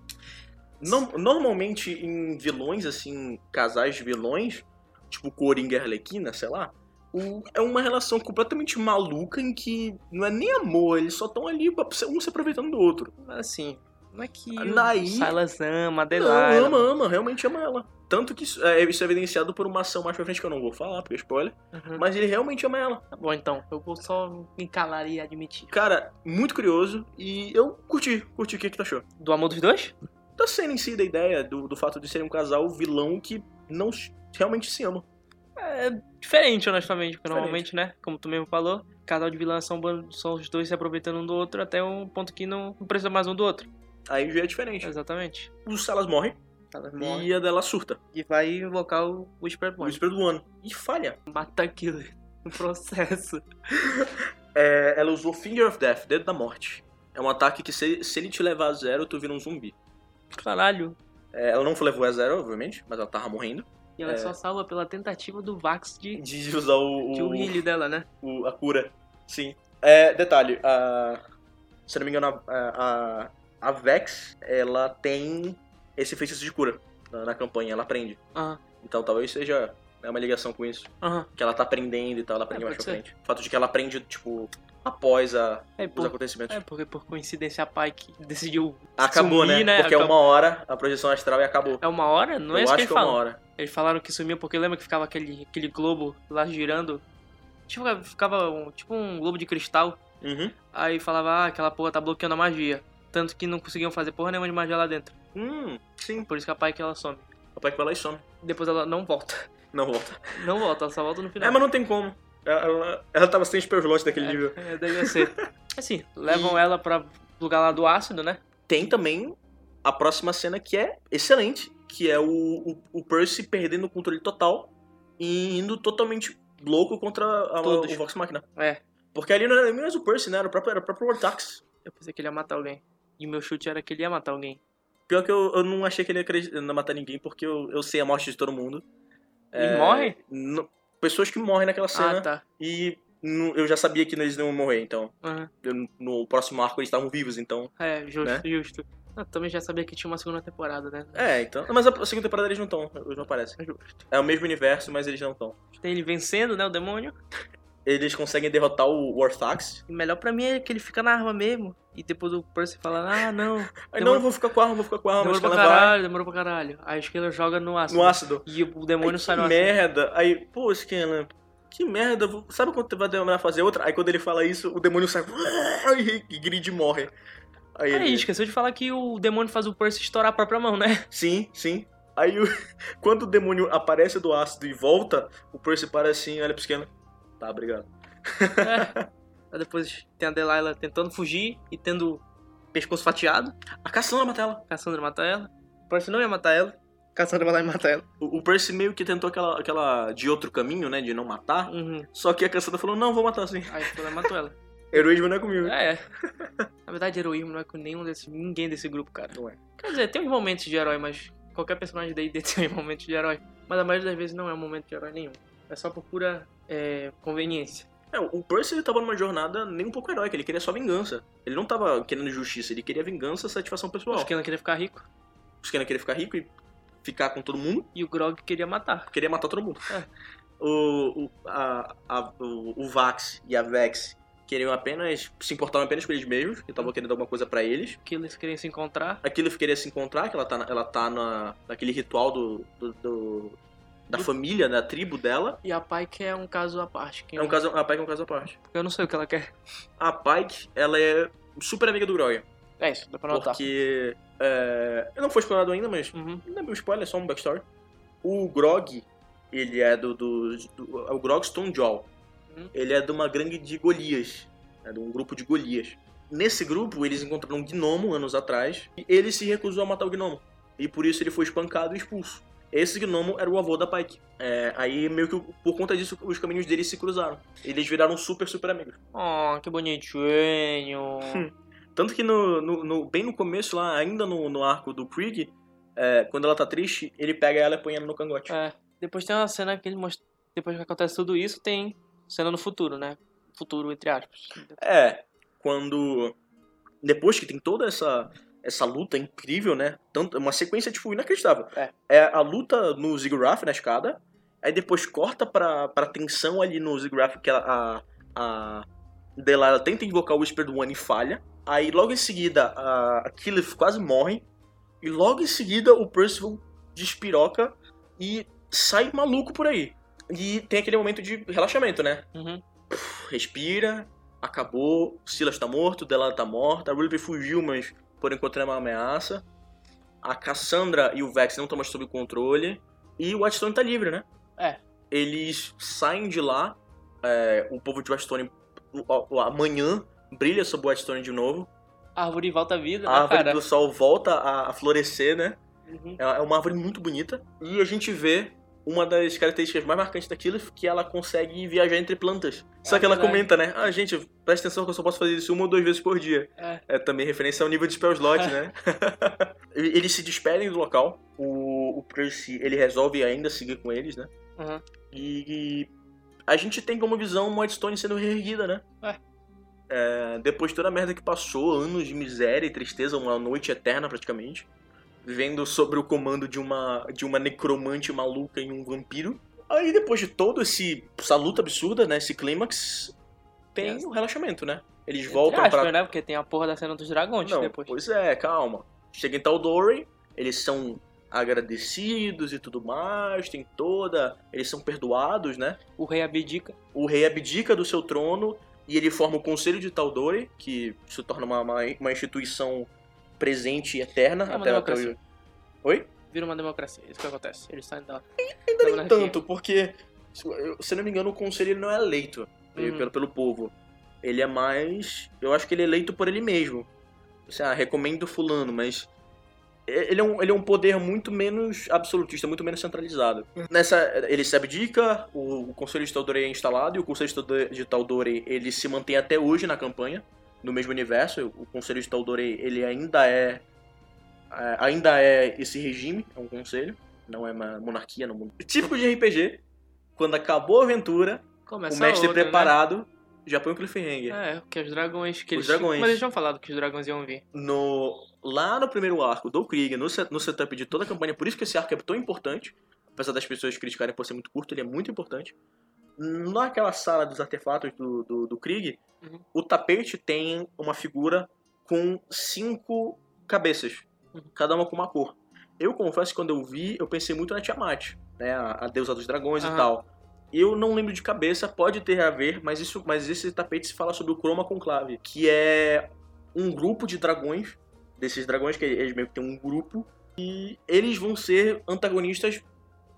A: Não- normalmente em vilões, assim, casais de vilões, tipo Coringa e Arlequina, sei lá, o- é uma relação completamente maluca em que não é nem amor, eles só estão ali pra- um se aproveitando do outro.
B: Assim, não é que
A: Daí-
B: o Silas ama,
A: Não,
B: Adelaide.
A: ama, ama, realmente ama ela. Tanto que isso é, isso é evidenciado por uma ação mais pra frente que eu não vou falar, porque é spoiler,
B: Uhum.
A: mas ele realmente ama ela.
B: Tá bom, então. Eu vou só me calar e admitir.
A: Cara, muito curioso e eu curti, curti o que, que tu achou.
B: Do amor dos dois?
A: Da cena em si, da ideia, do, do fato de serem um casal vilão que não s- realmente se ama.
B: É diferente, honestamente. Porque
A: Diferente.
B: normalmente, né? Como tu mesmo falou, casal de vilã são, ban- são os dois se aproveitando um do outro até um ponto que não não precisa mais um do outro.
A: Aí já é diferente.
B: Exatamente.
A: Os Salas morrem
B: Silas morre
A: e a dela surta.
B: e vai invocar o Whisper
A: O
B: Point.
A: espírito do ano. E falha.
B: Mata Killer
A: Um
B: no processo.
A: É, ela usou Finger of Death, dedo da morte. É um ataque que se, se ele te levar a zero, tu vira um zumbi.
B: Caralho.
A: É, ela não levou a zero, obviamente, mas ela tava morrendo.
B: E ela
A: É.
B: é só salva pela tentativa do Vax de,
A: De usar o,
B: de um
A: o,
B: heal dela, né?
A: o- a cura. Sim. É, detalhe, a, se não me engano, a, a, a Vex, ela tem esse feitiço de cura na, na campanha, ela aprende.
B: Aham.
A: Então talvez seja né, uma ligação com isso.
B: Aham.
A: Que ela tá aprendendo e tal, ela aprende
B: É,
A: mais pra
B: pode
A: frente. O fato de que ela aprende, tipo, após a-
B: É,
A: os
B: por,
A: acontecimentos.
B: é porque por coincidência a Pike decidiu.
A: Acabou, né?
B: sumir, né?
A: Porque é
B: Acabou.
A: uma hora a projeção astral e acabou.
B: É uma hora? Não é
A: Eu
B: isso
A: acho
B: que eles
A: que é uma
B: falam.
A: hora.
B: Eles falaram que sumiu porque lembra que ficava aquele, aquele globo lá girando? Tipo, ficava um- tipo um globo de cristal.
A: Uhum.
B: Aí falava, ah, aquela porra tá bloqueando a magia. Tanto que não conseguiam fazer porra nenhuma de magia lá dentro.
A: Hum, sim.
B: Por isso que a Pike ela some.
A: Papai que vai lá e some.
B: Depois ela não volta.
A: Não volta.
B: Não volta, ela só volta no final.
A: É, mas não tem como. Ela, ela, ela tá tava sem esperlote daquele nível.
B: É, deve ser. Assim, levam ela pra lugar lá do ácido, né?
A: tem também a próxima cena que é excelente, que é o, o, o Percy perdendo o controle total e indo totalmente louco contra a,
B: Todos.
A: o Vox Machina.
B: É.
A: Porque ali não era nem mais o Percy, né? Era o próprio, era o próprio Vortax.
B: Eu pensei que ele ia matar alguém. E meu chute era que ele ia matar alguém.
A: Pior que eu, eu não achei que ele ia acredi- não matar ninguém, porque eu, eu sei a morte de todo mundo.
B: Eles morrem?
A: n- pessoas que morrem naquela cena.
B: Ah, tá.
A: E n- eu já sabia que eles não iam morrer, então.
B: Aham.
A: Eu- no próximo arco eles estavam vivos, então.
B: É, justo,
A: Né?
B: justo. Eu também já sabia que tinha uma segunda temporada, né?
A: É, então. Mas a segunda temporada eles não estão, eles não aparecem.
B: Justo.
A: É o mesmo universo, mas eles não estão.
B: Tem ele vencendo, né, o demônio.
A: eles conseguem derrotar o Warthax.
B: E melhor pra mim é que ele fica na arma mesmo. E depois o Percy fala, ah, não,
A: Aí,
B: Demora-
A: não, vou ficar com a arma, vou ficar com a arma,
B: demorou
A: acho que
B: pra
A: ela vai
B: caralho, demorou pra caralho. Aí acho que ele joga no ácido.
A: no ácido.
B: E o
A: Aí,
B: demônio sai no
A: que
B: ácido.
A: merda. Aí, pô, Scanlan, que merda. vou- Sabe quanto vai demorar pra fazer outra? Aí quando ele fala isso, o demônio sai e- e grid morre. Aí ele...
B: Aí, esqueceu de falar que o demônio faz o Percy estourar a própria mão, né?
A: Sim, sim. Aí o- quando o demônio aparece do ácido e volta, o Percy para assim, olha pro Scanlan. Tá, obrigado.
B: É. Aí depois tem a Delilah tentando fugir e tendo o pescoço fatiado.
A: A Cassandra mata ela.
B: Cassandra mata ela. O Percy não ia matar ela. Cassandra vai lá e mata ela.
A: O, o Percy meio que tentou aquela, aquela de outro caminho, né, de não matar.
B: Uhum.
A: Só que a Cassandra falou, não, vou matar assim.
B: Aí foi lá e matou ela.
A: Heroísmo não é comigo.
B: É. Na verdade, heroísmo não é com nenhum desse, ninguém desse grupo, cara.
A: Não é.
B: Quer dizer, tem uns momentos de herói, mas qualquer personagem daí tem um momento de herói. Mas a maioria das vezes não é um momento de herói nenhum. É só por pura é, conveniência.
A: É, o Percy ele tava numa jornada nem um pouco heróica, ele queria só vingança. Ele não tava querendo justiça, ele queria vingança e satisfação pessoal.
B: Acho que é ele queria ficar rico
A: O Scanlan queria ficar rico e ficar com todo mundo,
B: e o Grog queria matar.
A: queria matar todo mundo.
B: É.
A: O, o, a- a- o, o Vax e a Vex queriam apenas, se importavam apenas com eles mesmos, que
B: Uhum.
A: estavam querendo alguma coisa pra eles.
B: Que eles queriam se encontrar.
A: Aquilo queria se encontrar, que ela tá, na- ela tá na, naquele ritual do, do- do- da
B: Uhum.
A: família, da tribo dela.
B: E a Pai que é um caso à parte. Que
A: É um caso, a Pike é um caso à parte.
B: Porque eu não sei o que ela quer.
A: A Pike, ela é super amiga do Groya.
B: É isso, dá pra notar.
A: Porque. É, não foi explorado ainda, mas.
B: Uhum.
A: Não é um spoiler, é só um backstory. O Grog, ele é do. do, do- é o Grog Stonejaw.
B: Uhum.
A: Ele é de uma gangue de Golias. É de um grupo de Golias. Nesse grupo, eles encontraram um gnomo anos atrás. E ele se recusou a matar o gnomo. E por isso ele foi espancado e expulso. Esse gnomo era o avô da Pike. É, aí, meio que por conta disso, os caminhos deles se cruzaram. Eles viraram super, super amigos.
B: Oh, que bonitinho.
A: Tanto que no, no- no- bem no começo, lá, ainda no, no arco do Krieg, é, quando ela tá triste, ele pega ela e põe ela no cangote.
B: É. Depois tem uma cena que ele mostra. Depois que acontece tudo isso, tem cena no futuro, né? Futuro, entre aspas.
A: É, quando. Depois que tem toda essa essa luta incrível, né? Tanto, uma sequência, tipo, inacreditável.
B: É.
A: a luta no Ziggurat, na escada. Aí depois corta pra, pra tensão ali no Ziggurat, que ela- a. a Delara tenta invocar o Whisper do One e falha. Aí logo em seguida a, a Killif quase morre. E logo em seguida o Percival despiroca e sai maluco por aí. E tem aquele momento de relaxamento, né?
B: Uhum.
A: respira, acabou, o Silas tá morto, o Delano tá morta, a Ruby fugiu, mas por enquanto não é uma ameaça. A Cassandra e o Vex não estão mais sob controle. E o Whitestone tá livre, né?
B: É.
A: Eles saem de lá, é, o povo de Whitestone o- o- amanhã brilha sob o Whitestone de novo.
B: A árvore volta à vida,
A: A
B: né,
A: árvore
B: cara?
A: do sol volta a, a florescer, né?
B: Uhum.
A: É é uma árvore muito bonita. E a gente vê uma das características mais marcantes da Killif, que ela consegue viajar entre plantas. Só
B: É
A: que ela
B: verdade.
A: comenta, né? Ah, gente, presta atenção que eu só posso fazer isso uma ou duas vezes por dia.
B: É.
A: também referência ao nível de spell slot, né? E- eles se despedem do local. O, o Percy, ele resolve ainda seguir com eles, né?
B: Uhum.
A: E, e a gente tem como visão uma Whitestone sendo reerguida, né?
B: É.
A: É, depois de toda a merda que passou, anos de miséria e tristeza, uma noite eterna praticamente vivendo sobre o comando de uma de uma necromante maluca e um vampiro. Aí depois de todo esse essa luta absurda, né, esse clímax, tem
B: Yes.
A: o relaxamento, né? Eles
B: Entre
A: voltam
B: aspas,
A: para
B: né? Porque tem a porra da cena dos dragões
A: não,
B: depois.
A: pois é, calma. Chega em Tal'Dorei, eles são agradecidos e tudo mais, tem toda, eles são perdoados, né?
B: O rei abdica.
A: o rei abdica do seu trono e ele forma o Conselho de Tal'Dorei, que se torna uma, uma, uma instituição presente e eterna
B: É uma
A: até, até o...
B: democracia.
A: Oi?
B: Vira uma democracia. Isso que acontece. Eles saem da.
A: Ainda nem
B: É Monarquia.
A: tanto, porque, se eu- se eu não me engano, o Conselho ele não é eleito ele-
B: Uhum.
A: pelo, pelo povo. Ele é mais... Eu acho que ele é eleito por ele mesmo. Assim, ah, recomendo fulano, mas... e- Ele é, um, ele é um poder muito menos absolutista, muito menos centralizado. Nessa, ele se abdica, o, o Conselho de Tal'Dorei é instalado, e o Conselho de Tal'Dorei- de Tal'Dorei, ele se mantém até hoje na campanha, no mesmo universo. O Conselho de Tal'Dorei, ele ainda é, é- ainda é esse regime, é um conselho, não é uma monarquia no mundo. Típico de RPG, quando acabou a aventura,
B: Começa
A: o mestre
B: outra,
A: preparado já põe o cliffhanger.
B: Né? É, que os dragões que
A: Os
B: eles.
A: dragões.
B: Mas eles tinham falado que os dragões iam vir.
A: no lá no primeiro arco do Krieg, no, set- no setup de toda a campanha, por isso que esse arco é tão importante, apesar das pessoas criticarem por ser muito curto, ele é muito importante. Naquela sala dos artefatos do, do, do Krieg,
B: Uhum.
A: o tapete tem uma figura com cinco cabeças,
B: Uhum.
A: cada uma com uma cor. Eu confesso que quando eu vi, eu pensei muito na Tiamat, né, a, a deusa dos dragões e
B: Aham.
A: tal. Eu não lembro de cabeça, pode ter a ver, mas isso, mas esse tapete se fala sobre o Chroma Conclave, que é um grupo de dragões, desses dragões, que eles meio que tem um grupo, e eles vão ser antagonistas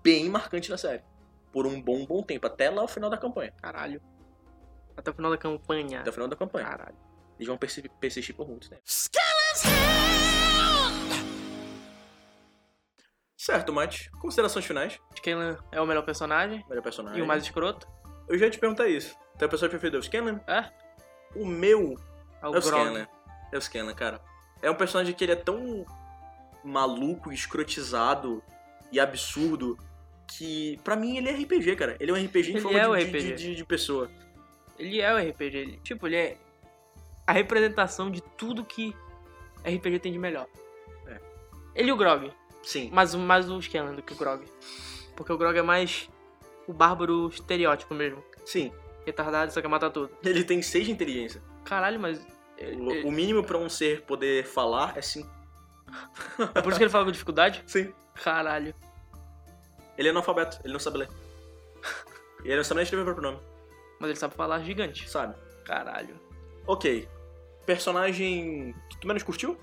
A: bem marcantes na série. Por um bom, bom tempo, até lá o final da campanha.
B: Caralho. Até o final da campanha.
A: Até o final da campanha.
B: Caralho.
A: Eles vão persi- persistir por muito tempo. Certo, Mate. Considerações finais.
B: Scanlan é o melhor personagem.
A: Melhor personagem.
B: E o mais escroto
A: Eu já ia te perguntar isso. Teu personagem preferido é o Scanlan?
B: É.
A: O meu
B: é o
A: é o
B: Grog.
A: Scanlan. É o Scanlan, cara. É um personagem que ele é tão maluco, escrotizado e absurdo que, pra mim, ele é RPG, cara. Ele é um RPG em
B: Ele
A: forma
B: é
A: de,
B: o
A: de- de-
B: RPG.
A: de- de pessoa.
B: Ele é o RPG. Ele, tipo, ele é a representação de tudo que RPG tem de melhor.
A: É.
B: Ele e o Grog.
A: Sim.
B: Mas mais o Scanlan do que o Grog. Porque o Grog é mais o bárbaro estereótipo mesmo.
A: Sim.
B: Retardado, só quer matar tudo.
A: Ele tem seis de inteligência.
B: Caralho, mas.
A: O, o mínimo pra um ser poder falar é cinco.
B: É por isso que ele fala com dificuldade?
A: Sim.
B: Caralho.
A: Ele é analfabeto, ele não sabe ler. E ele não sabe nem escrever o próprio nome,
B: Mas ele sabe falar gigante.
A: sabe?
B: Caralho.
A: Ok. Personagem que tu menos curtiu?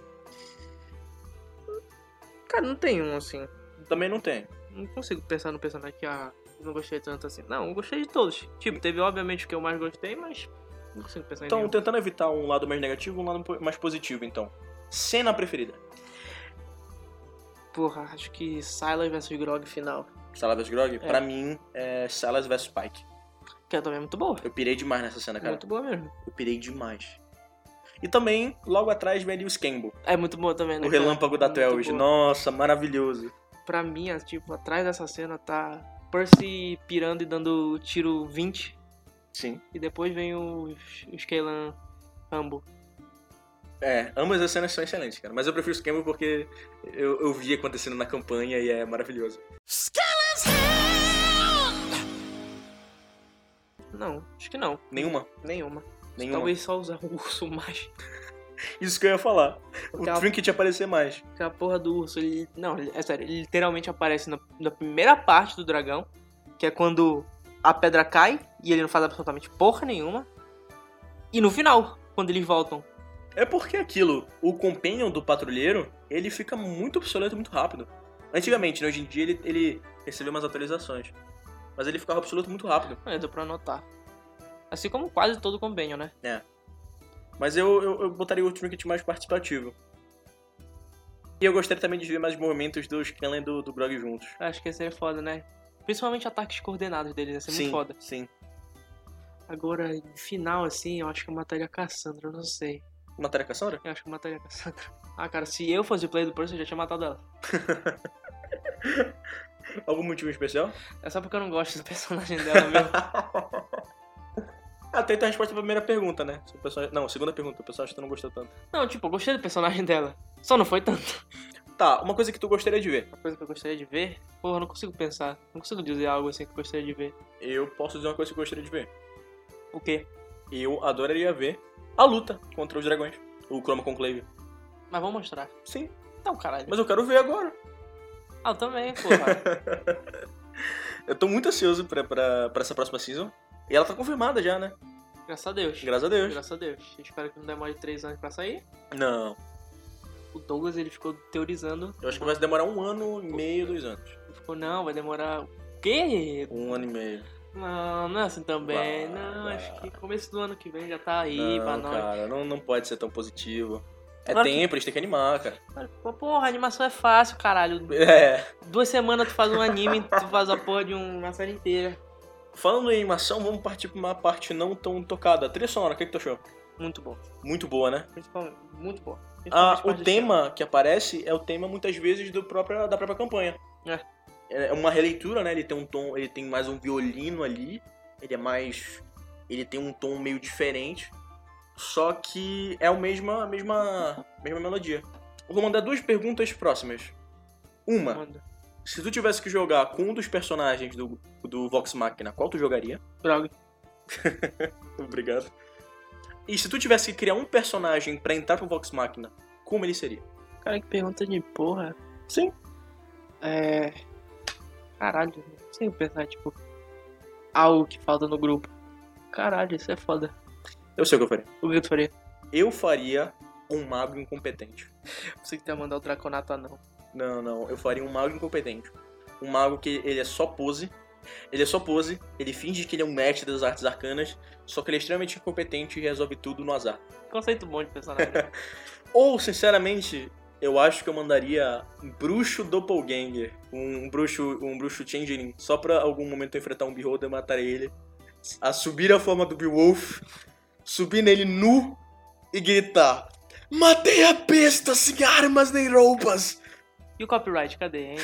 B: Cara, não tem um assim.
A: Também não tem.
B: Não consigo pensar no personagem que ah, eu não gostei tanto assim. Não, eu gostei de todos. Tipo, teve obviamente o que eu mais gostei, mas não consigo pensar em
A: Então,
B: nenhum.
A: tentando evitar um lado mais negativo, um lado mais positivo, então. Cena preferida.
B: Porra, acho que Silas vs Grog final.
A: Salas vs Grog, pra mim, é Salas vs Pike.
B: Que é também muito boa. É
A: Eu pirei demais nessa cena, cara.
B: Muito boa mesmo.
A: Eu pirei demais. E também, logo atrás, vem ali o Skembo.
B: É muito boa também, né?
A: O
B: cara?
A: relâmpago da né? Twelve.
B: Muito boa.
A: Nossa, maravilhoso.
B: Pra mim, é, tipo, atrás dessa cena tá Percy pirando e dando tiro 20.
A: Sim.
B: E depois vem o, o Skelan Rambo.
A: É, ambas as cenas são excelentes, cara. Mas eu prefiro o Scamble porque eu, eu vi acontecendo na campanha e é maravilhoso.
B: Não, acho que não.
A: Nenhuma,
B: Nenhuma.
A: nenhuma.
B: Talvez só usar o urso mais.
A: Isso que eu ia falar. O
B: Porque é a,
A: Trinket aparecer mais.
B: porque a porra do urso, ele. Não, ele- é sério, ele literalmente aparece na, na primeira parte do dragão, que é quando a pedra cai e ele não faz absolutamente porra nenhuma. E no final, quando eles voltam.
A: É porque aquilo, o companion do patrulheiro, ele fica muito obsoleto muito rápido. Antigamente, né? Hoje em dia ele, ele recebeu umas atualizações. Mas ele ficava obsoleto muito rápido.
B: É, deu pra anotar. Assim como quase todo convênio, né?
A: Mas eu, eu, eu botaria o Trinket mais participativo. E eu gostaria também de ver mais movimentos do Scanlan e do, do Grog juntos.
B: Eu Acho que ia ser foda, né? Principalmente ataques coordenados deles, né? ia ser
A: sim,
B: é muito foda.
A: sim.
B: Agora, em final, assim, eu acho que eu mataria a Cassandra, eu não sei.
A: Mataria a Cassandra?
B: Eu acho que eu mataria a Cassandra. Ah, cara, se eu fosse o player do Percy, eu já tinha matado ela.
A: Algum motivo especial?
B: É só porque eu não gosto do personagem dela mesmo.
A: Até então a resposta pra primeira pergunta, né? Se o pessoal- Não, segunda pergunta, o pessoal acha que tu não gostou tanto.
B: não, tipo, eu gostei do personagem dela. Só não foi tanto.
A: Tá, uma coisa que tu gostaria de ver.
B: Uma coisa que eu gostaria de ver. Porra, eu não consigo pensar. Não consigo dizer algo assim que eu gostaria de ver.
A: Eu posso dizer uma coisa que eu gostaria de ver.
B: O quê?
A: Eu adoraria ver a luta contra os dragões. O Chroma Conclave.
B: Mas vou mostrar.
A: Sim,
B: Então, caralho.
A: mas eu quero ver agora.
B: Ah, eu também, porra.
A: Eu tô muito ansioso pra, pra, pra essa próxima season. E ela tá confirmada já, né?
B: Graças a Deus.
A: Graças a Deus.
B: Graças a Deus. Eu espero que não demore três anos pra sair.
A: Não,
B: O Douglas, ele ficou teorizando.
A: eu acho que vai demorar um ano e meio, dois anos.
B: Ele ficou, não, vai demorar... O quê?
A: Um ano e meio.
B: Não, não é assim
A: Vai,
B: também. não,
A: vai.
B: acho que começo do ano que vem já tá aí pra
A: não,
B: nós.
A: cara, não, não pode ser tão positivo. É
B: Agora que-
A: tempo, eles têm que animar, cara.
B: Mas, Porra, animação é fácil, caralho.
A: É.
B: Duas semanas tu faz um anime, tu faz a porra de um, uma série inteira.
A: Falando em animação, vamos partir pra uma parte não tão tocada. A trilha sonora, o que, que tu achou?
B: Muito bom.
A: Muito boa, né?
B: Principalmente, muito bom.
A: Ah,
B: Principalmente
A: o
B: parte do
A: tema que aparece é o tema muitas vezes do própria, da própria campanha.
B: É.
A: É uma releitura, né? Ele tem um tom, ele tem mais um violino ali. Ele é mais, ele tem um tom meio diferente. Só que é a mesma, a mesma, a mesma melodia. Eu vou mandar duas perguntas próximas. Uma,
B: Manda.
A: se tu tivesse que jogar com um dos personagens do, do Vox Machina, qual tu jogaria?
B: Droga.
A: Obrigado. E se tu tivesse que criar um personagem pra entrar pro Vox Machina, como ele seria?
B: Cara, que pergunta de porra.
A: Sim.
B: É. Caralho, não consigo pensar, tipo. Algo que falta no grupo. Caralho, isso é foda.
A: Eu sei o que eu faria.
B: O que tu faria?
A: Eu faria um mago incompetente.
B: Você que tá mandando o Draconato não.
A: Não, não, eu faria um mago incompetente. Um mago que ele é só pose. Ele é só pose, ele finge que ele é um mestre das artes arcanas, só que ele é extremamente incompetente e resolve tudo no azar.
B: Conceito bom de personagem.
A: Ou, sinceramente, eu acho que eu mandaria um bruxo doppelganger, um bruxo, um bruxo changeling, só pra algum momento eu enfrentar um beholder e matar ele, assumir a forma do Beowulf, subir nele nu e gritar: Matei a besta sem armas nem roupas!
B: e o copyright, cadê, hein?